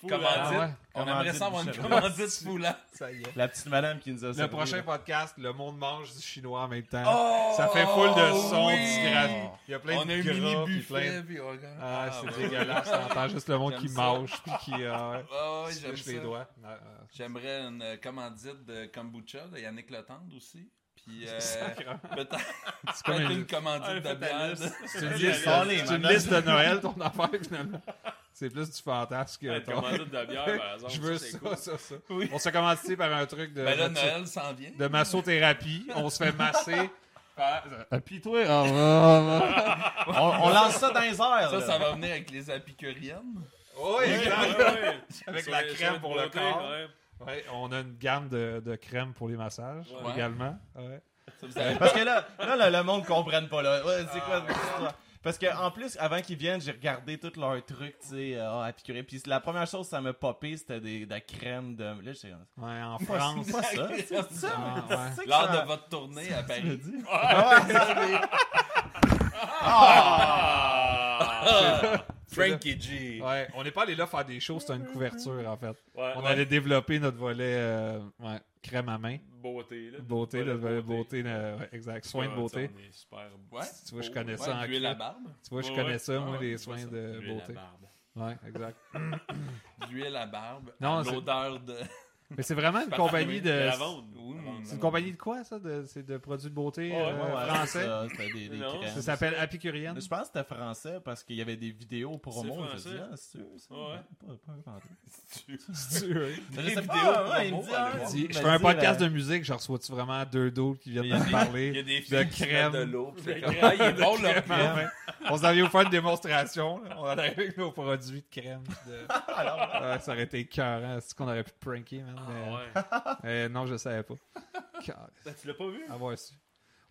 [SPEAKER 4] Faut
[SPEAKER 2] Commandite.
[SPEAKER 4] hein?
[SPEAKER 1] Ah ouais,
[SPEAKER 2] On aimerait
[SPEAKER 1] commandite
[SPEAKER 2] ça avoir une
[SPEAKER 1] Bouchard.
[SPEAKER 2] commandite foulante.
[SPEAKER 1] Ça y est.
[SPEAKER 3] La petite madame qui nous a
[SPEAKER 1] Le
[SPEAKER 3] servi,
[SPEAKER 1] prochain
[SPEAKER 3] là.
[SPEAKER 1] podcast, le monde mange du chinois en même temps.
[SPEAKER 2] Oh,
[SPEAKER 1] Ah, ça fait full de sons
[SPEAKER 2] oui.
[SPEAKER 1] disgraphiques. Il y a plein
[SPEAKER 2] On
[SPEAKER 1] de
[SPEAKER 2] a un
[SPEAKER 1] gras,
[SPEAKER 2] mini
[SPEAKER 1] puis
[SPEAKER 2] buffet.
[SPEAKER 1] plein de-
[SPEAKER 2] puis on regarde.
[SPEAKER 1] Ah, c'est
[SPEAKER 2] ouais.
[SPEAKER 1] dégueulasse. T'entends juste le monde qui
[SPEAKER 2] J'aime ça.
[SPEAKER 1] mange puis qui euh,
[SPEAKER 2] Ah, ouais,
[SPEAKER 1] se
[SPEAKER 2] j'aime
[SPEAKER 1] lèche les
[SPEAKER 2] ça.
[SPEAKER 1] doigts. ah, Ouais, ouais.
[SPEAKER 2] J'aimerais une euh, commandite de kombucha de Yannick Letendre aussi. Puis euh,
[SPEAKER 1] Sacrément.
[SPEAKER 2] peut-être
[SPEAKER 1] C'est comme
[SPEAKER 2] peut-être
[SPEAKER 1] une-
[SPEAKER 2] une commandite
[SPEAKER 4] Ah,
[SPEAKER 2] de
[SPEAKER 4] faites
[SPEAKER 2] bière.
[SPEAKER 4] la liste.
[SPEAKER 1] c'est une
[SPEAKER 3] Allez,
[SPEAKER 1] liste-
[SPEAKER 3] allez,
[SPEAKER 1] c'est une
[SPEAKER 3] madame.
[SPEAKER 1] liste de Noël, ton affaire, finalement. C'est plus du fantasme que
[SPEAKER 4] Hey,
[SPEAKER 1] ton-
[SPEAKER 4] commandite de la bière, par exemple.
[SPEAKER 1] Je veux
[SPEAKER 4] c'est
[SPEAKER 1] ça,
[SPEAKER 4] cool.
[SPEAKER 1] ça, ça.
[SPEAKER 2] Oui.
[SPEAKER 1] On s'est commencé par un truc de,
[SPEAKER 2] Ben là,
[SPEAKER 1] de-
[SPEAKER 2] Noël s'en vient.
[SPEAKER 1] de massothérapie. On se fait masser. par- Puis toi,
[SPEAKER 3] On, on lance ça dans les airs.
[SPEAKER 2] Ça,
[SPEAKER 3] là.
[SPEAKER 2] ça va venir avec les apicuriennes.
[SPEAKER 1] Oui, exact. Avec
[SPEAKER 4] Sur
[SPEAKER 1] la
[SPEAKER 4] les- sur
[SPEAKER 1] crème
[SPEAKER 4] les
[SPEAKER 1] pour le
[SPEAKER 4] beautés,
[SPEAKER 1] corps.
[SPEAKER 4] ouais.
[SPEAKER 1] Ouais, on a une gamme de, de crème pour les massages
[SPEAKER 2] Ouais.
[SPEAKER 1] également. Ouais.
[SPEAKER 2] Ça, vous avez-
[SPEAKER 3] Parce que là, là, le, le monde ne comprenne pas. Là. Ouais, c'est quoi cette histoire? Parce que en plus, avant qu'ils viennent, j'ai regardé tous leurs trucs, tu sais, euh, ah, épicurien. Puis la première chose, ça m'a popé, c'était des, de la crème de. Là, j'étais comme.
[SPEAKER 1] Ouais, en France.
[SPEAKER 3] C'est pas ça. C'est ça.
[SPEAKER 1] Ah,
[SPEAKER 3] mais
[SPEAKER 1] ouais.
[SPEAKER 3] c'est que
[SPEAKER 2] Lors
[SPEAKER 3] ça-
[SPEAKER 2] de votre tournée à
[SPEAKER 3] tu l'as
[SPEAKER 2] Paris.
[SPEAKER 3] dit.
[SPEAKER 4] Ah!
[SPEAKER 2] Frankie G.
[SPEAKER 1] Ouais, on n'est pas allé là faire des shows, c'était une couverture en fait.
[SPEAKER 4] Ouais,
[SPEAKER 1] On
[SPEAKER 4] ouais.
[SPEAKER 1] allait développer notre volet euh, ouais, crème à main,
[SPEAKER 4] Beauté, là.
[SPEAKER 1] beauté,
[SPEAKER 4] Voilà,
[SPEAKER 1] le volet beauté, euh, ouais, exact, soins de
[SPEAKER 4] Ouais,
[SPEAKER 1] beauté.
[SPEAKER 4] on est super beau.
[SPEAKER 2] Ouais.
[SPEAKER 1] Tu vois, je connais ça en
[SPEAKER 2] Ouais, huile à
[SPEAKER 1] crème.
[SPEAKER 2] barbe.
[SPEAKER 1] Tu vois, je
[SPEAKER 4] Ouais,
[SPEAKER 1] connais
[SPEAKER 4] ouais.
[SPEAKER 1] ça, moi,
[SPEAKER 4] Ouais,
[SPEAKER 1] les
[SPEAKER 4] ouais,
[SPEAKER 1] soins
[SPEAKER 4] ça.
[SPEAKER 1] de
[SPEAKER 4] Huile à
[SPEAKER 1] beauté.
[SPEAKER 4] barbe.
[SPEAKER 1] Ouais, exact.
[SPEAKER 2] L'huile à barbe.
[SPEAKER 1] Non,
[SPEAKER 2] à
[SPEAKER 1] c'est-
[SPEAKER 2] L'odeur de.
[SPEAKER 1] Mais c'est vraiment une
[SPEAKER 2] Parfumé.
[SPEAKER 1] compagnie
[SPEAKER 4] De
[SPEAKER 1] de.
[SPEAKER 4] lavande.
[SPEAKER 2] Oui,
[SPEAKER 4] Lavande,
[SPEAKER 2] mon-
[SPEAKER 4] lavande.
[SPEAKER 1] C'est une compagnie de quoi, ça de, C'est de produits de beauté
[SPEAKER 4] Ouais, ouais,
[SPEAKER 1] euh,
[SPEAKER 3] Ouais,
[SPEAKER 1] français.
[SPEAKER 3] c'est ça, C'était des, des
[SPEAKER 4] Non,
[SPEAKER 3] crèmes.
[SPEAKER 1] Ça s'appelle Apicurienne.
[SPEAKER 3] Je pense que c'était français parce qu'il y avait des vidéos promo. Je
[SPEAKER 4] C'est
[SPEAKER 3] dis,
[SPEAKER 4] français.
[SPEAKER 3] ah, c'est sûr, ça.
[SPEAKER 4] Ouais.
[SPEAKER 3] Pas, pas inventé.
[SPEAKER 2] Des
[SPEAKER 3] Je sais pas, ouais, il me
[SPEAKER 2] vidéos promo,
[SPEAKER 3] dit, ah,
[SPEAKER 2] allez voir.
[SPEAKER 1] Dis,
[SPEAKER 3] il
[SPEAKER 1] je
[SPEAKER 3] me
[SPEAKER 1] fais un
[SPEAKER 3] dit,
[SPEAKER 1] podcast
[SPEAKER 3] là,
[SPEAKER 1] de musique, je reçois-tu vraiment deux d'autres qui viennent
[SPEAKER 2] Il y a
[SPEAKER 1] me
[SPEAKER 2] des-
[SPEAKER 1] parler?
[SPEAKER 2] Il y a des
[SPEAKER 1] de
[SPEAKER 2] filles qui
[SPEAKER 1] crème.
[SPEAKER 2] mettent de l'eau. puis c'est
[SPEAKER 4] De
[SPEAKER 2] comme,
[SPEAKER 4] crème.
[SPEAKER 2] Ah, il est bon
[SPEAKER 1] de
[SPEAKER 2] le
[SPEAKER 1] crème à
[SPEAKER 2] plan.
[SPEAKER 1] main. On s'en vient vous faire une démonstration. là. On en arrive avec nos produits de crème. puis de- Ouais, ça aurait été écœurant. C'est qu'on aurait pu te pranker, man. mais-
[SPEAKER 4] Ah
[SPEAKER 1] euh, non, je savais pas. Calisse.
[SPEAKER 4] ouais. Tu l'as pas vu?
[SPEAKER 1] Ah ouais, si.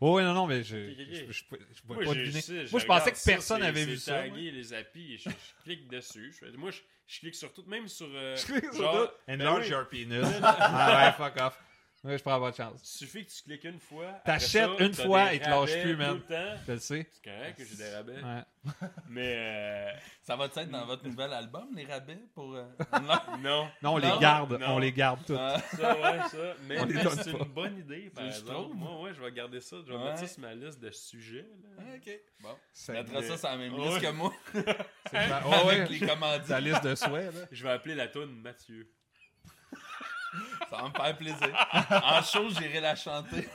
[SPEAKER 1] Oh, ouais, non, non, mais je.
[SPEAKER 4] Ok, ok,
[SPEAKER 1] Je,
[SPEAKER 4] ok.
[SPEAKER 1] je, je pouvais- je pouvais pas
[SPEAKER 4] j'ai-
[SPEAKER 1] deviner.
[SPEAKER 4] sais,
[SPEAKER 1] Moi, je
[SPEAKER 4] regarde
[SPEAKER 1] pensais que
[SPEAKER 4] ça,
[SPEAKER 1] personne
[SPEAKER 4] c'est-
[SPEAKER 1] n'avait
[SPEAKER 4] c'est
[SPEAKER 1] vu ça.
[SPEAKER 4] tagué, les applis, et je, je clique dessus. Je fais- moi, je, je clique sur tout, même sur. euh,
[SPEAKER 1] Je clique sur
[SPEAKER 4] genre,
[SPEAKER 1] tout.
[SPEAKER 4] ben
[SPEAKER 1] Enlarge
[SPEAKER 4] oui,
[SPEAKER 1] your penis. ah ouais, fuck off. Ouais, je prends pas de chance.
[SPEAKER 4] Suffit que tu cliques une fois. après
[SPEAKER 1] T'achètes
[SPEAKER 4] ça,
[SPEAKER 1] une
[SPEAKER 4] t'as
[SPEAKER 1] fois
[SPEAKER 4] des
[SPEAKER 1] et te lâches
[SPEAKER 4] rabais
[SPEAKER 1] plus,
[SPEAKER 4] tout
[SPEAKER 1] man. Ah,
[SPEAKER 4] le temps.
[SPEAKER 1] Je le sais.
[SPEAKER 4] C'est correct que j'ai des rabais.
[SPEAKER 1] Ouais.
[SPEAKER 4] Mais
[SPEAKER 2] Ça va être dans votre nouvel album, les rabais pour. euh, Unlock?
[SPEAKER 4] euh, non.
[SPEAKER 1] Non, on
[SPEAKER 2] Non,
[SPEAKER 1] les garde.
[SPEAKER 4] non.
[SPEAKER 1] On les garde tous.
[SPEAKER 2] Ah,
[SPEAKER 4] Ça, ouais, ça. Mais,
[SPEAKER 1] On les
[SPEAKER 4] mais
[SPEAKER 1] donne
[SPEAKER 4] c'est
[SPEAKER 1] pas.
[SPEAKER 4] une bonne idée, par
[SPEAKER 2] Je
[SPEAKER 4] exemple.
[SPEAKER 2] trouve.
[SPEAKER 4] Moi, ouais, je vais garder ça. Je vais
[SPEAKER 2] Ouais.
[SPEAKER 4] mettre ça sur ma liste de sujets. là.
[SPEAKER 2] ok. Bon.
[SPEAKER 1] C'est
[SPEAKER 2] Tu mettras ça sur la même
[SPEAKER 4] Ouais.
[SPEAKER 2] liste que moi.
[SPEAKER 1] c'est pas- oh, ouais.
[SPEAKER 2] Avec les commandites.
[SPEAKER 1] Ta liste de souhaits, là.
[SPEAKER 4] Je vais appeler la toune Mathieu.
[SPEAKER 2] Ça va me faire plaisir. En show, j'irai la chanter.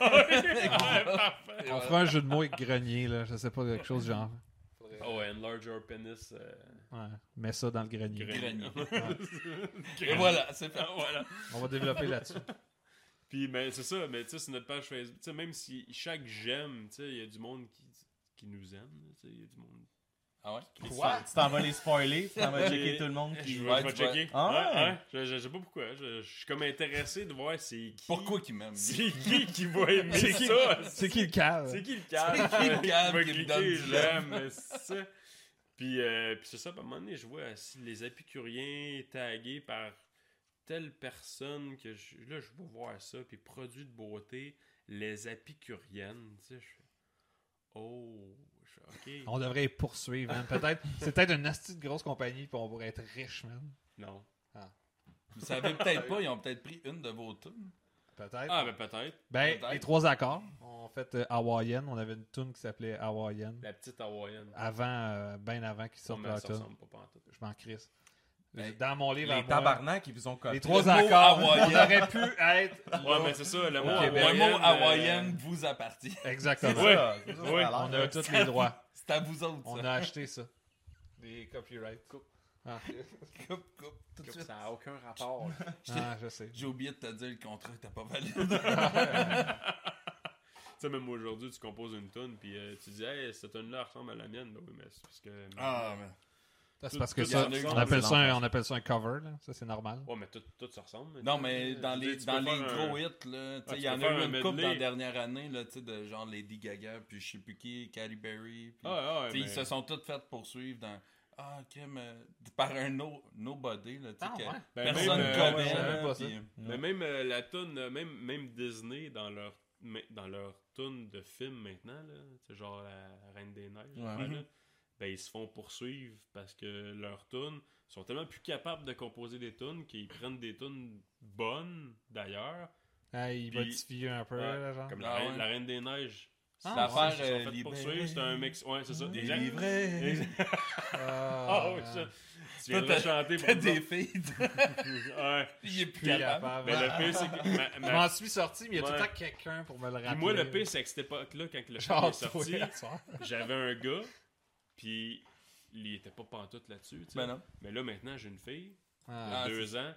[SPEAKER 4] Parfait.
[SPEAKER 1] On fera un jeu de mots avec grenier, là. Je sais pas, quelque chose du genre.
[SPEAKER 2] Euh.
[SPEAKER 4] Oh, and larger penis. euh,
[SPEAKER 1] Ouais. Mets ça dans le grenier.
[SPEAKER 4] grenier.
[SPEAKER 2] Grenier. Et voilà, c'est fait.
[SPEAKER 4] Ah, voilà.
[SPEAKER 1] On va développer là-dessus.
[SPEAKER 4] Puis, ben, c'est ça, mais tu sais, sur notre page Facebook, tu sais, même si chaque j'aime, tu sais, il y a du monde qui, qui nous aime, tu sais, il y a du monde.
[SPEAKER 2] Ah ouais?
[SPEAKER 4] qui-
[SPEAKER 3] Tu t'en vas les spoiler, tu t'en vas checker
[SPEAKER 4] Et-
[SPEAKER 3] tout le monde.
[SPEAKER 4] Je vais,
[SPEAKER 3] qui-
[SPEAKER 4] je vais
[SPEAKER 2] Ouais, tu vas-
[SPEAKER 4] checker.
[SPEAKER 3] Ah ouais?
[SPEAKER 4] Ouais, ouais. Je, je sais pas pourquoi. Je, je suis comme intéressé de voir c'est qui.
[SPEAKER 2] Pourquoi qu'il m'aime? lui?
[SPEAKER 4] C'est qui qui va aimer
[SPEAKER 1] C'est qui-
[SPEAKER 4] ça?
[SPEAKER 1] C'est qui le cave?
[SPEAKER 4] C'est qui le câble?
[SPEAKER 2] C'est qui le câble
[SPEAKER 4] Va
[SPEAKER 2] qui me
[SPEAKER 4] cliquer,
[SPEAKER 2] donne du
[SPEAKER 4] j'aime, c'est ça. Puis, euh, puis c'est ça, puis à un moment donné, je vois euh, si les épicuriens tagués par telle personne que je, là, je vais voir ça, puis produits de beauté, les apicuriennes, tu sais, je fais oh, je- ok,
[SPEAKER 1] On devrait les poursuivre, man. Peut-être. C'est peut-être une astuce de grosse compagnie, puis on pourrait être riche, man.
[SPEAKER 4] non.
[SPEAKER 2] Vous savez peut-être pas, ils ont peut-être pris une de vos tunes.
[SPEAKER 1] Peut-être.
[SPEAKER 4] Ah, ben peut-être,
[SPEAKER 1] ben,
[SPEAKER 2] peut-être.
[SPEAKER 1] les trois accords. On fait euh, hawaïenne. On avait une tune qui s'appelait hawaïenne.
[SPEAKER 4] la petite hawaïenne.
[SPEAKER 1] Avant, euh, ben avant qu'ils sortent
[SPEAKER 4] mais ça
[SPEAKER 1] leur tune.
[SPEAKER 4] ressemble pas pantoute.
[SPEAKER 1] Je m'en crisse.
[SPEAKER 2] Ben,
[SPEAKER 1] Dans mon livre, à
[SPEAKER 3] Les
[SPEAKER 1] moi,
[SPEAKER 3] tabarnak, ils vous ont copié.
[SPEAKER 1] les trois
[SPEAKER 2] Le mot
[SPEAKER 1] accords. On
[SPEAKER 2] hawaïen.
[SPEAKER 1] aurait pu être.
[SPEAKER 4] Ouais, mais c'est ça, le mot euh,
[SPEAKER 1] Au Québec.
[SPEAKER 2] Le
[SPEAKER 4] hawaïen.
[SPEAKER 2] mot hawaïen vous appartient.
[SPEAKER 1] Exactement.
[SPEAKER 4] Ouais. Ouais.
[SPEAKER 1] On a tous les droits.
[SPEAKER 2] C'est à vous autres, ça.
[SPEAKER 1] On a acheté ça. Des copyrights. Ah,
[SPEAKER 2] Coupe, coupe, tout de suite.
[SPEAKER 4] ça n'a aucun rapport. là.
[SPEAKER 1] ah, je sais.
[SPEAKER 2] J'ai oublié de te dire, le contrat était pas valide.
[SPEAKER 4] Tu sais, même aujourd'hui, tu composes une tune, puis euh, tu dis, hey, cette tune-là ressemble à la mienne. Ben oui, mais c'est parce que.
[SPEAKER 2] mais...
[SPEAKER 1] Ça, C'est
[SPEAKER 4] Tout-
[SPEAKER 1] parce que
[SPEAKER 4] tout
[SPEAKER 1] ça,
[SPEAKER 4] garder
[SPEAKER 1] on
[SPEAKER 4] ensemble,
[SPEAKER 1] appelle
[SPEAKER 3] c'est
[SPEAKER 1] ça, un, on appelle ça un cover. Là. Ça, c'est normal.
[SPEAKER 4] Ouais, mais tout, tout se ressemble.
[SPEAKER 2] Non, mais dans
[SPEAKER 4] Je veux
[SPEAKER 2] les,
[SPEAKER 4] dire, tu
[SPEAKER 2] dans
[SPEAKER 4] peux
[SPEAKER 2] les
[SPEAKER 4] faire
[SPEAKER 2] gros
[SPEAKER 4] un-
[SPEAKER 2] hits, là, tu sais,
[SPEAKER 4] tu
[SPEAKER 2] il y
[SPEAKER 4] peux
[SPEAKER 2] en
[SPEAKER 4] faire
[SPEAKER 2] a eu
[SPEAKER 4] un
[SPEAKER 2] une couple
[SPEAKER 4] medley.
[SPEAKER 2] dans la dernière année, là, tu sais, de genre Lady Gaga, puis je sais plus qui, Katy Perry. puis-
[SPEAKER 4] Ah, ouais,
[SPEAKER 2] Tu sais,
[SPEAKER 4] mais-
[SPEAKER 2] Ils se sont tous fait poursuivre dans. Ah, ok, mais. Par un no, nobody, là, tu sais,
[SPEAKER 1] Ah,
[SPEAKER 2] que
[SPEAKER 1] ouais.
[SPEAKER 4] Ben,
[SPEAKER 2] personne
[SPEAKER 4] même, euh,
[SPEAKER 2] connaît.
[SPEAKER 4] ouais, je
[SPEAKER 1] savais pas
[SPEAKER 2] puis-
[SPEAKER 1] ça.
[SPEAKER 4] Mais même euh, la tune, euh, même, même Disney dans leur mais- dans leur tune de film maintenant là, c'est genre la Reine des Neiges,
[SPEAKER 3] Ouais.
[SPEAKER 4] je crois, là, ben, ils se font poursuivre parce que leurs tunes sont tellement plus capables de composer des tunes qu'ils prennent des tunes bonnes d'ailleurs.
[SPEAKER 1] Ah, il
[SPEAKER 4] Puis-
[SPEAKER 1] modifie un peu,
[SPEAKER 4] Ouais,
[SPEAKER 1] là, genre.
[SPEAKER 4] Comme
[SPEAKER 2] Ah
[SPEAKER 4] la, reine,
[SPEAKER 2] ouais.
[SPEAKER 4] la Reine des Neiges.
[SPEAKER 1] Ah,
[SPEAKER 4] Ils
[SPEAKER 2] l'affaire,
[SPEAKER 4] se sont fait
[SPEAKER 2] euh, libérée.
[SPEAKER 4] poursuivre, c'est un mix. Ouais, c'est ça. Exact-
[SPEAKER 2] Délivré.
[SPEAKER 4] Exact.
[SPEAKER 1] Ah,
[SPEAKER 4] Ah oui, ça. Tu viens de
[SPEAKER 2] Toi,
[SPEAKER 4] chanter pour
[SPEAKER 2] T'as euh, des
[SPEAKER 4] dire-
[SPEAKER 2] filles.
[SPEAKER 4] Ouais.
[SPEAKER 2] Il est plus
[SPEAKER 1] Plus
[SPEAKER 2] capable.
[SPEAKER 1] capable. Ah,
[SPEAKER 4] Mais le pire, c'est que. ma-
[SPEAKER 1] Je
[SPEAKER 4] ma-
[SPEAKER 1] m'en suis sorti, mais il y a tout
[SPEAKER 4] Ouais.
[SPEAKER 1] le temps quelqu'un pour me le rappeler.
[SPEAKER 4] Puis moi, le pire, c'est que cette époque-là, quand le film
[SPEAKER 1] Genre,
[SPEAKER 4] est sorti,
[SPEAKER 1] toi, à soir.
[SPEAKER 4] j'avais un gars, puis il était pas pantoute là-dessus. tu sais.
[SPEAKER 2] Ben non.
[SPEAKER 4] Mais là, maintenant, j'ai une fille, de
[SPEAKER 1] Ah.
[SPEAKER 2] Ah,
[SPEAKER 4] deux ans.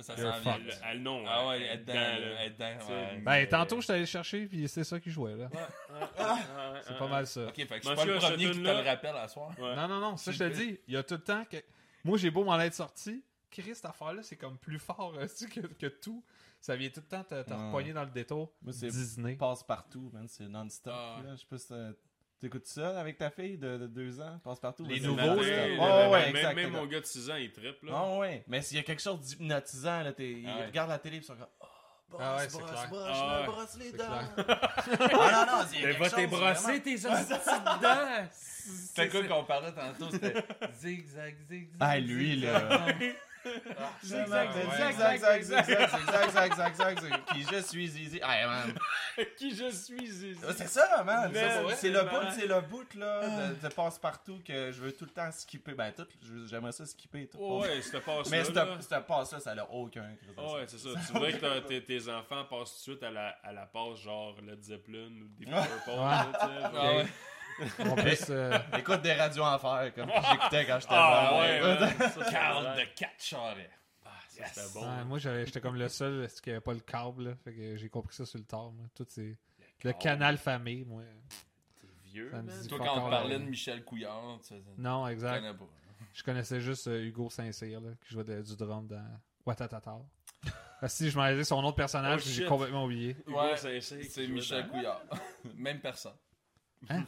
[SPEAKER 2] Ça
[SPEAKER 1] You're
[SPEAKER 2] s'en vient.
[SPEAKER 1] fucked.
[SPEAKER 4] Elle, elle, non.
[SPEAKER 2] Ah ouais, elle est dedans.
[SPEAKER 4] elle-
[SPEAKER 2] là, Elle est dedans.
[SPEAKER 4] Tu sais,
[SPEAKER 2] ouais.
[SPEAKER 1] Ben,
[SPEAKER 4] euh,
[SPEAKER 1] tantôt, je suis allé le chercher, puis c'est ça qui jouait, là.
[SPEAKER 4] Ah, ah, ah,
[SPEAKER 1] C'est
[SPEAKER 4] ah,
[SPEAKER 1] pas mal ça.
[SPEAKER 2] Ok, fait que je
[SPEAKER 4] Monsieur,
[SPEAKER 2] suis pas le
[SPEAKER 4] ce
[SPEAKER 2] premier qui te
[SPEAKER 4] tune-là-
[SPEAKER 2] le rappelle à soir.
[SPEAKER 4] Ouais.
[SPEAKER 1] Non, non, non, ça, je te
[SPEAKER 2] C'est
[SPEAKER 1] le dis. Il y a tout le temps que. Moi, j'ai beau m'en être sorti. Chris, cette affaire-là, c'est comme plus fort euh, tu sais, que, que tout. Ça vient tout le temps te, te
[SPEAKER 3] Ouais.
[SPEAKER 1] repogner dans le détour.
[SPEAKER 3] Moi, c'est
[SPEAKER 1] Disney.
[SPEAKER 3] passe partout, man. C'est non-stop.
[SPEAKER 2] Ah.
[SPEAKER 3] là. Je sais pas si t'as- t'écoutes ça avec ta fille de, de deux ans. Passe partout.
[SPEAKER 1] Les
[SPEAKER 3] ouais, c'est
[SPEAKER 1] nouveaux,
[SPEAKER 3] non-stop.
[SPEAKER 1] là.
[SPEAKER 3] Ouais,
[SPEAKER 4] Ouais,
[SPEAKER 3] ouais,
[SPEAKER 4] même,
[SPEAKER 3] exact.
[SPEAKER 4] même
[SPEAKER 3] exact.
[SPEAKER 4] mon gars de 6 ans, il trippe, là.
[SPEAKER 3] Ah ouais, mais s'il y a quelque chose d'hypnotisant, là, t'es,
[SPEAKER 2] Ah
[SPEAKER 3] ils
[SPEAKER 2] ouais.
[SPEAKER 3] regardent la télé et ils sont comme « Oh, brosse,
[SPEAKER 1] Ah ouais, c'est
[SPEAKER 3] brosse,
[SPEAKER 1] clair.
[SPEAKER 3] brosse,
[SPEAKER 4] Ah
[SPEAKER 3] je me
[SPEAKER 4] ouais,
[SPEAKER 3] brosse les
[SPEAKER 1] c'est
[SPEAKER 3] dents!
[SPEAKER 1] clair. »
[SPEAKER 3] Ah non, non, s'il y a
[SPEAKER 2] Mais
[SPEAKER 3] quelque chose, vraiment-
[SPEAKER 2] tes hosties dedans! C'est quoi
[SPEAKER 1] c'est-
[SPEAKER 2] qu'on parlait tantôt? C'était zigzag, zigzag.
[SPEAKER 3] Ah, lui, là.
[SPEAKER 2] Ah,
[SPEAKER 3] Zig,
[SPEAKER 2] vraiment,
[SPEAKER 3] zag, zig,
[SPEAKER 2] ouais.
[SPEAKER 3] zag, zag, zag, zig, zag, zig, zag, zag, zag, zag. Qui je suis Zizi. Ah, man.
[SPEAKER 4] Qui je suis, Zizi.
[SPEAKER 3] C'est ça, man.
[SPEAKER 4] Mais
[SPEAKER 3] Ça, c'est-
[SPEAKER 4] ouais,
[SPEAKER 3] C'est le
[SPEAKER 4] mais
[SPEAKER 3] bout,
[SPEAKER 4] ouais.
[SPEAKER 3] c'est le bout,
[SPEAKER 1] Ah.
[SPEAKER 3] là, de, de passe-partout que je veux tout le temps skipper. Ben, tout, je- j'aimerais ça skipper. tout.
[SPEAKER 4] Ouais, cette passe-là.
[SPEAKER 3] Mais
[SPEAKER 4] là.
[SPEAKER 3] cette cette passe-là, ça n'a aucun crise de
[SPEAKER 4] Ah ouais, c'est ça. Tu voudrais que t'as- tes, tes enfants passent tout de suite à la, à la passe, genre Led Zeppelin ou des
[SPEAKER 3] Ah.
[SPEAKER 4] Purple, là, tu sais, genre.
[SPEAKER 2] Ah ouais.
[SPEAKER 1] En plus, euh,
[SPEAKER 3] sens. Écoute des radios en fer, comme que j'écoutais quand j'étais
[SPEAKER 4] Ah
[SPEAKER 3] jeune.
[SPEAKER 4] ouais, ouais. Ça, c'est
[SPEAKER 2] Carl
[SPEAKER 4] vrai.
[SPEAKER 2] de 4 charrettes.
[SPEAKER 4] Ah, ça,
[SPEAKER 2] Yes.
[SPEAKER 4] c'était bon.
[SPEAKER 1] ouais, moi, j'avais- j'étais comme le seul est-ce qu'il n'y avait pas le câble. là. Fait que j'ai compris ça sur le tard. Moi. Tout, c'est... Le canal famille, moi.
[SPEAKER 4] T'es vieux,
[SPEAKER 1] Ça me
[SPEAKER 4] man.
[SPEAKER 1] dit
[SPEAKER 2] Toi,
[SPEAKER 1] pas
[SPEAKER 2] quand on
[SPEAKER 1] encore,
[SPEAKER 2] parlait
[SPEAKER 1] euh,
[SPEAKER 2] de Michel Couillard, tu sais, tu
[SPEAKER 1] Non, exact.
[SPEAKER 2] connais pas.
[SPEAKER 1] Je connaissais juste euh, Hugo Saint-Cyr, là, qui jouait de- du drum dans Watatata. Ah, si je m'en disais son autre personnage,
[SPEAKER 4] Oh,
[SPEAKER 1] j'ai
[SPEAKER 4] shit.
[SPEAKER 1] complètement oublié.
[SPEAKER 4] Hugo
[SPEAKER 2] Ouais,
[SPEAKER 4] Saint-Cyr qui
[SPEAKER 2] C'est
[SPEAKER 4] jouait
[SPEAKER 2] Michel
[SPEAKER 4] dans-
[SPEAKER 2] Couillard. Même personne.
[SPEAKER 4] Ouais.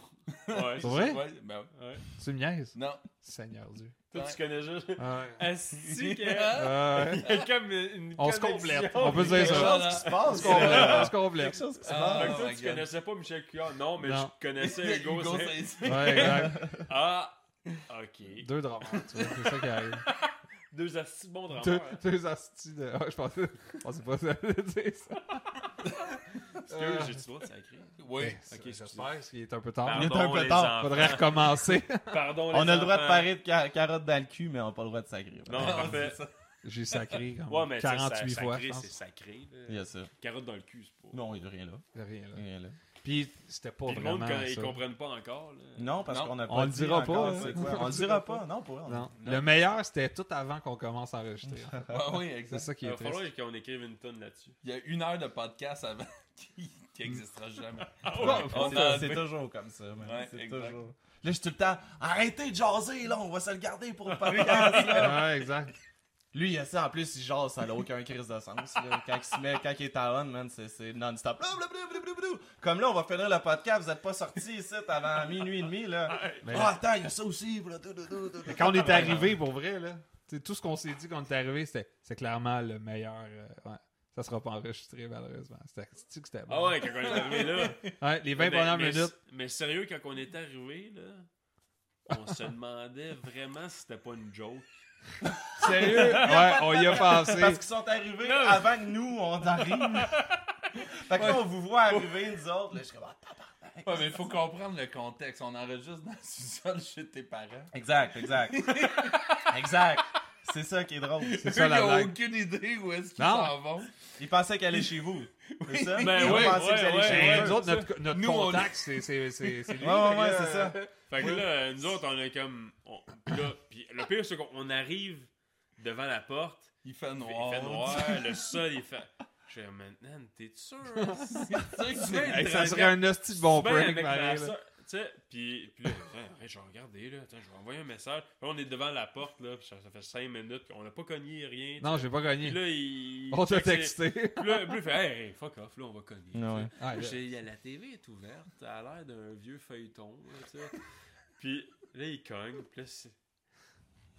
[SPEAKER 1] C'est vrai?
[SPEAKER 2] Ouais, ben ouais.
[SPEAKER 4] Ouais.
[SPEAKER 1] Tu me niaises?
[SPEAKER 2] Non.
[SPEAKER 1] Seigneur Dieu.
[SPEAKER 4] Toi, tu connais juste.
[SPEAKER 1] Ouais.
[SPEAKER 4] Asti, que-
[SPEAKER 1] Ah, Ouais.
[SPEAKER 4] il y a comme une.
[SPEAKER 1] On se
[SPEAKER 4] connexion.
[SPEAKER 1] complète. On peut se dire
[SPEAKER 3] Quelque
[SPEAKER 1] ça.
[SPEAKER 2] Voilà.
[SPEAKER 3] chose qui se passe,
[SPEAKER 1] On se complète, on
[SPEAKER 3] quoi.
[SPEAKER 1] se complète.
[SPEAKER 3] Quelque chose qui se
[SPEAKER 2] Ah.
[SPEAKER 4] Fait
[SPEAKER 3] passe.
[SPEAKER 4] que toi,
[SPEAKER 2] my
[SPEAKER 4] tu
[SPEAKER 2] God.
[SPEAKER 4] connaissais pas Michel Couillard. Non, mais
[SPEAKER 1] Non.
[SPEAKER 4] je connaissais Hugo,
[SPEAKER 2] Hugo
[SPEAKER 4] Saint-
[SPEAKER 2] Saint-Cyr.
[SPEAKER 1] Ouais, exact.
[SPEAKER 4] Ah, ok.
[SPEAKER 1] Deux drummers, tu vois, c'est ça qui arrive.
[SPEAKER 4] Deux astis bons hein.
[SPEAKER 1] Deux,
[SPEAKER 4] drameurs.
[SPEAKER 1] deux astis de... Ah, je pensais... Je pensais pas ça dire ça.
[SPEAKER 4] Est-ce
[SPEAKER 3] Ah.
[SPEAKER 4] que j'ai-tu le droit de sacrer?
[SPEAKER 2] Oui.
[SPEAKER 4] Ok,
[SPEAKER 1] Ok,
[SPEAKER 4] excusez-moi.
[SPEAKER 1] j'espère qu'il est un peu tard.
[SPEAKER 3] Il est un peu
[SPEAKER 4] les
[SPEAKER 3] tard,
[SPEAKER 4] enfants.
[SPEAKER 1] Faudrait recommencer.
[SPEAKER 4] Pardon, les
[SPEAKER 3] On a le droit de
[SPEAKER 4] enfants.
[SPEAKER 3] parer de ca- carottes dans le cul, mais on n'a pas le droit de sacrer.
[SPEAKER 2] Ah,
[SPEAKER 4] Non, parfait.
[SPEAKER 1] J'ai sacré comme
[SPEAKER 4] Ouais, mais tu sais,
[SPEAKER 1] 48
[SPEAKER 4] ça-
[SPEAKER 1] fois,
[SPEAKER 4] sacré,
[SPEAKER 1] je
[SPEAKER 4] c'est
[SPEAKER 1] pense.
[SPEAKER 4] sacré. là.
[SPEAKER 3] Il y a ça.
[SPEAKER 4] Carotte dans le cul, c'est pas.
[SPEAKER 3] Non, il n'y a rien là.
[SPEAKER 1] De rien, là.
[SPEAKER 3] Rien là.
[SPEAKER 1] Puis c'était pas
[SPEAKER 4] Puis le monde,
[SPEAKER 1] vraiment
[SPEAKER 4] quand ils
[SPEAKER 1] ça.
[SPEAKER 4] comprennent pas encore. Là.
[SPEAKER 3] Non, parce
[SPEAKER 2] Non.
[SPEAKER 3] qu'on n'a pas
[SPEAKER 1] On le
[SPEAKER 3] dit
[SPEAKER 1] dira pas,
[SPEAKER 3] encore
[SPEAKER 1] hein.
[SPEAKER 3] c'est quoi. On le dira pas. Non, pour vrai, on-
[SPEAKER 1] Non. Le meilleur, c'était tout avant qu'on commence à enregistrer.
[SPEAKER 2] Ah oui,
[SPEAKER 1] C'est
[SPEAKER 2] exact.
[SPEAKER 1] ça qui
[SPEAKER 4] Il
[SPEAKER 1] est
[SPEAKER 4] va
[SPEAKER 1] triste.
[SPEAKER 4] falloir qu'on écrive une tonne là-dessus.
[SPEAKER 2] Il y a une heure de podcast avant qui qui existera jamais.
[SPEAKER 3] Ah Ouais,
[SPEAKER 2] on
[SPEAKER 3] c'est-
[SPEAKER 2] a-
[SPEAKER 3] C'est toujours comme ça, man.
[SPEAKER 2] Ouais,
[SPEAKER 3] c'est
[SPEAKER 2] exact.
[SPEAKER 3] toujours. Là, je suis tout le temps, arrêtez de jaser, là, on va se le garder pour le podcast, là.
[SPEAKER 1] Ouais, exact.
[SPEAKER 3] Lui, il y a ça, en plus, il jase, ça n'a aucun crise de sens, là. Quand il se met, quand il est à on, man, c'est- c'est non-stop. Blablablablablablou. Comme là, on va finir le podcast, vous n'êtes pas sortis ici avant minuit et demi, là.
[SPEAKER 1] Mais-
[SPEAKER 3] Ah, attends, il y a ça aussi, là. Tout, tout, tout, tout,
[SPEAKER 1] Mais
[SPEAKER 3] tout.
[SPEAKER 1] quand on est arrivé, pour vrai, là, tu sais, tout ce qu'on s'est dit quand on est arrivé, c'était c'est clairement le meilleur. euh, ouais. Ça sera pas enregistré, malheureusement. C'était c'est-tu que c'était bon.
[SPEAKER 4] Ah ouais, quand on est arrivé là.
[SPEAKER 1] Ouais, les 20
[SPEAKER 4] Mais-
[SPEAKER 1] premières
[SPEAKER 4] mais-
[SPEAKER 1] minutes.
[SPEAKER 4] Mais sérieux, quand on est arrivé là, on se demandait vraiment si c'était pas une joke.
[SPEAKER 1] Sérieux? Ouais, on y a pensé.
[SPEAKER 3] Parce qu'ils sont arrivés
[SPEAKER 4] Non.
[SPEAKER 3] avant que nous, on arrive. fait que là, on vous voit arriver, nous autres, là, je suis comme, ah, tabarnak.
[SPEAKER 2] Ouais, mais il faut comprendre le contexte. On enregistre dans le sous-sol chez tes parents.
[SPEAKER 3] Exact, exact. exact. C'est ça qui est drôle.
[SPEAKER 1] C'est
[SPEAKER 2] Eux,
[SPEAKER 1] ça la
[SPEAKER 2] ils ont
[SPEAKER 1] blague.
[SPEAKER 2] aucune idée où est-ce qu'ils
[SPEAKER 1] Non.
[SPEAKER 2] s'en vont.
[SPEAKER 3] Ils pensaient qu'elle allait chez vous. C'est ça?
[SPEAKER 4] Ben
[SPEAKER 3] Ils
[SPEAKER 4] oui,
[SPEAKER 3] pensaient que
[SPEAKER 4] ouais,
[SPEAKER 3] j'allais
[SPEAKER 4] ouais,
[SPEAKER 3] chez
[SPEAKER 1] Mais
[SPEAKER 4] ouais.
[SPEAKER 1] nous autres, notre, notre
[SPEAKER 2] Nous, on-
[SPEAKER 1] contact, c'est c'est- c'est- c'est lui.
[SPEAKER 3] Ouais, ouais,
[SPEAKER 1] fait
[SPEAKER 3] ouais,
[SPEAKER 1] que,
[SPEAKER 3] c'est
[SPEAKER 1] euh,
[SPEAKER 3] ça.
[SPEAKER 4] Fait que là, nous autres, on est comme. on- pis là, pis le pire, c'est qu'on arrive devant la porte,
[SPEAKER 2] Il fait
[SPEAKER 4] il fait-
[SPEAKER 2] noir.
[SPEAKER 4] il fait noir, le sol, il fait. Je fais, maintenant, t'es sûr?
[SPEAKER 2] Tu sais que
[SPEAKER 1] hey,
[SPEAKER 2] c'est-
[SPEAKER 1] ça serait un hostie de bon
[SPEAKER 4] Ben,
[SPEAKER 1] prank,
[SPEAKER 4] avec la
[SPEAKER 1] pareil, là.
[SPEAKER 4] sœur, Tu sais, puis, puis là, attends, arrête, je vais regarder, là, attends, je vais envoyer un message. Là, on est devant la porte, là, puis ça, ça fait 5 minutes, qu'on n'a pas cogné, rien.
[SPEAKER 1] Non, j'ai pas
[SPEAKER 4] Puis
[SPEAKER 1] gagné.
[SPEAKER 4] là, il.
[SPEAKER 1] On t'a
[SPEAKER 4] fait que
[SPEAKER 1] texté.
[SPEAKER 4] c'est- Puis là, puis là, il fait, hey, hey, fuck off, là, on va cogner. tu sais.
[SPEAKER 3] Ouais.
[SPEAKER 1] Ah,
[SPEAKER 4] Puis j'ai- la TV est ouverte, elle a l'air d'un vieux feuilleton, là, tu sais. Puis là, il cogne, puis là, c'est-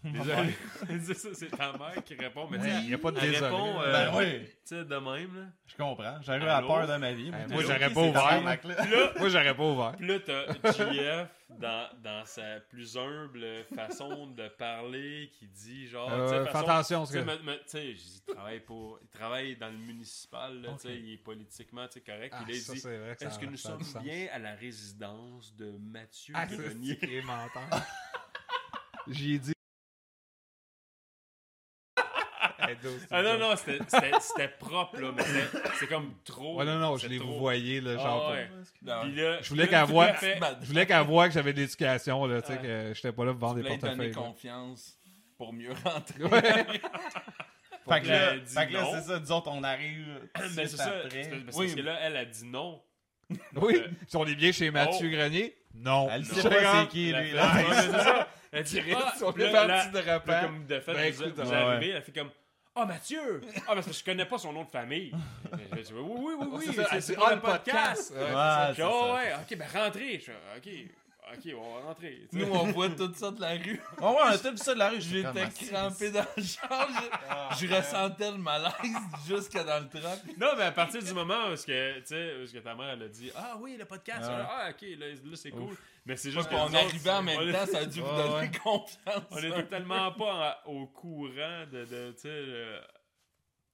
[SPEAKER 4] Désolé. C'est ça, c'est ta mère qui répond, mais tu
[SPEAKER 1] Il
[SPEAKER 4] sais,
[SPEAKER 1] n'y a pas de
[SPEAKER 4] elle
[SPEAKER 1] désolé.
[SPEAKER 4] répond, euh,
[SPEAKER 3] Ben oui,
[SPEAKER 4] tu sais, de même, là.
[SPEAKER 3] je comprends. J'arrive à la
[SPEAKER 4] Allô?
[SPEAKER 3] peur de ma vie.
[SPEAKER 1] Ben,
[SPEAKER 3] t'es
[SPEAKER 1] moi,
[SPEAKER 3] là,
[SPEAKER 1] j'aurais
[SPEAKER 3] ok,
[SPEAKER 1] pas
[SPEAKER 3] c'est
[SPEAKER 1] ouvert.
[SPEAKER 3] tabarnak, là.
[SPEAKER 1] Moi, j'aurais pas ouvert.
[SPEAKER 4] Puis là, t'as GF dans, dans sa plus humble façon de parler qui dit genre. Ah, tu sais,
[SPEAKER 1] Euh, Fais
[SPEAKER 4] façon-
[SPEAKER 1] attention, ce
[SPEAKER 4] tu sais,
[SPEAKER 1] que.
[SPEAKER 4] me- me- tu sais, je dis, il travaille pour, il travaille dans le municipal, là, tu sais, il est politiquement, tu sais, correct.
[SPEAKER 1] Ah,
[SPEAKER 4] Puis là, il
[SPEAKER 1] ça,
[SPEAKER 4] dit,
[SPEAKER 1] c'est vrai ça
[SPEAKER 4] est-ce que
[SPEAKER 1] a-
[SPEAKER 4] nous
[SPEAKER 1] ça a
[SPEAKER 4] sommes
[SPEAKER 1] du sens.
[SPEAKER 4] bien à la résidence de Mathieu
[SPEAKER 1] Ah,
[SPEAKER 4] Grenier?
[SPEAKER 1] c'est menteur. J'y ai dit. Hey, dude, c'est
[SPEAKER 4] Ah non,
[SPEAKER 1] une joke.
[SPEAKER 4] non, c'était- c'était c'était propre, là, mais c'était- c'est comme trop.
[SPEAKER 1] Ouais, non, non, je
[SPEAKER 4] c'est
[SPEAKER 1] les
[SPEAKER 4] trop.
[SPEAKER 1] vous voyez, là, genre.
[SPEAKER 4] Ah, ouais.
[SPEAKER 2] Non,
[SPEAKER 4] Puis là,
[SPEAKER 1] Je voulais
[SPEAKER 4] puis là,
[SPEAKER 1] qu'elle
[SPEAKER 4] tout
[SPEAKER 1] voie-
[SPEAKER 4] à fait-
[SPEAKER 1] Je voulais qu'elle voie que j'avais de l'éducation, là, tu sais,
[SPEAKER 4] Ouais.
[SPEAKER 1] que j'étais pas là pour
[SPEAKER 2] je
[SPEAKER 1] vendre des
[SPEAKER 2] voulais lui donner
[SPEAKER 1] portefeuilles. là.
[SPEAKER 2] confiance pour mieux rentrer.
[SPEAKER 1] Ouais.
[SPEAKER 3] Fait que
[SPEAKER 4] qu'elle
[SPEAKER 3] là,
[SPEAKER 4] dit
[SPEAKER 3] fait que là,
[SPEAKER 4] non.
[SPEAKER 3] c'est ça, nous autres, on arrive. euh,
[SPEAKER 4] Mais c'est ça, c'est-
[SPEAKER 3] après.
[SPEAKER 4] parce
[SPEAKER 2] Oui.
[SPEAKER 4] que là, elle a dit non.
[SPEAKER 1] Oui, si on est bien chez Mathieu
[SPEAKER 4] Euh, Oh.
[SPEAKER 1] Grenier, non.
[SPEAKER 3] Elle
[SPEAKER 1] Je
[SPEAKER 3] sait
[SPEAKER 1] sais
[SPEAKER 3] pas
[SPEAKER 1] pas.
[SPEAKER 3] c'est qui,
[SPEAKER 4] La
[SPEAKER 3] lui.
[SPEAKER 4] fête,
[SPEAKER 3] là.
[SPEAKER 4] ouais, c'est ça. Elle dit,
[SPEAKER 1] Chris,
[SPEAKER 4] ah,
[SPEAKER 1] on
[SPEAKER 4] puis
[SPEAKER 1] est
[SPEAKER 4] là,
[SPEAKER 1] parti de
[SPEAKER 4] là,
[SPEAKER 1] rappel.
[SPEAKER 4] comme de fait,
[SPEAKER 1] Ben,
[SPEAKER 4] vous,
[SPEAKER 1] écoute,
[SPEAKER 4] vous
[SPEAKER 3] ouais.
[SPEAKER 4] arrivez, elle fait comme Ah Mathieu! Ah, mais c'est parce que je connais pas son nom de famille. Je dis, oui, oui, oui, oui,
[SPEAKER 1] C'est ça,
[SPEAKER 4] c'est- c'est
[SPEAKER 1] c'est
[SPEAKER 4] pour
[SPEAKER 1] on
[SPEAKER 4] le podcast.
[SPEAKER 1] podcast. Ouais.
[SPEAKER 3] Ouais,
[SPEAKER 4] Je dis,
[SPEAKER 3] c'est
[SPEAKER 4] Ah
[SPEAKER 3] ça.
[SPEAKER 4] ouais, ok, ben rentrez. Je fais, ok, ok, on va rentrer. tu sais.
[SPEAKER 2] Nous, on voit tout ça de la rue.
[SPEAKER 3] Ouais, ouais, on a tout vu ça de la rue. J'étais
[SPEAKER 2] J'étais crampé dans le char.
[SPEAKER 4] Ah.
[SPEAKER 2] Je, je ressentais le malaise jusque dans le truck.
[SPEAKER 4] Non, mais à partir du moment où, est-ce que, tu sais, où est-ce que ta mère elle a dit Ah oui, le podcast,
[SPEAKER 3] Ouais.
[SPEAKER 4] ah, ok, là, là, c'est cool. Mais c'est
[SPEAKER 2] Juste
[SPEAKER 4] juste que
[SPEAKER 2] qu'on
[SPEAKER 4] nous autres,
[SPEAKER 2] arrivait en
[SPEAKER 4] on
[SPEAKER 2] même
[SPEAKER 4] est-
[SPEAKER 2] temps, ça a dû vous
[SPEAKER 3] Ouais,
[SPEAKER 2] donner
[SPEAKER 3] ouais.
[SPEAKER 2] confiance.
[SPEAKER 4] On était tellement pas en- au courant de, de tu sais, le-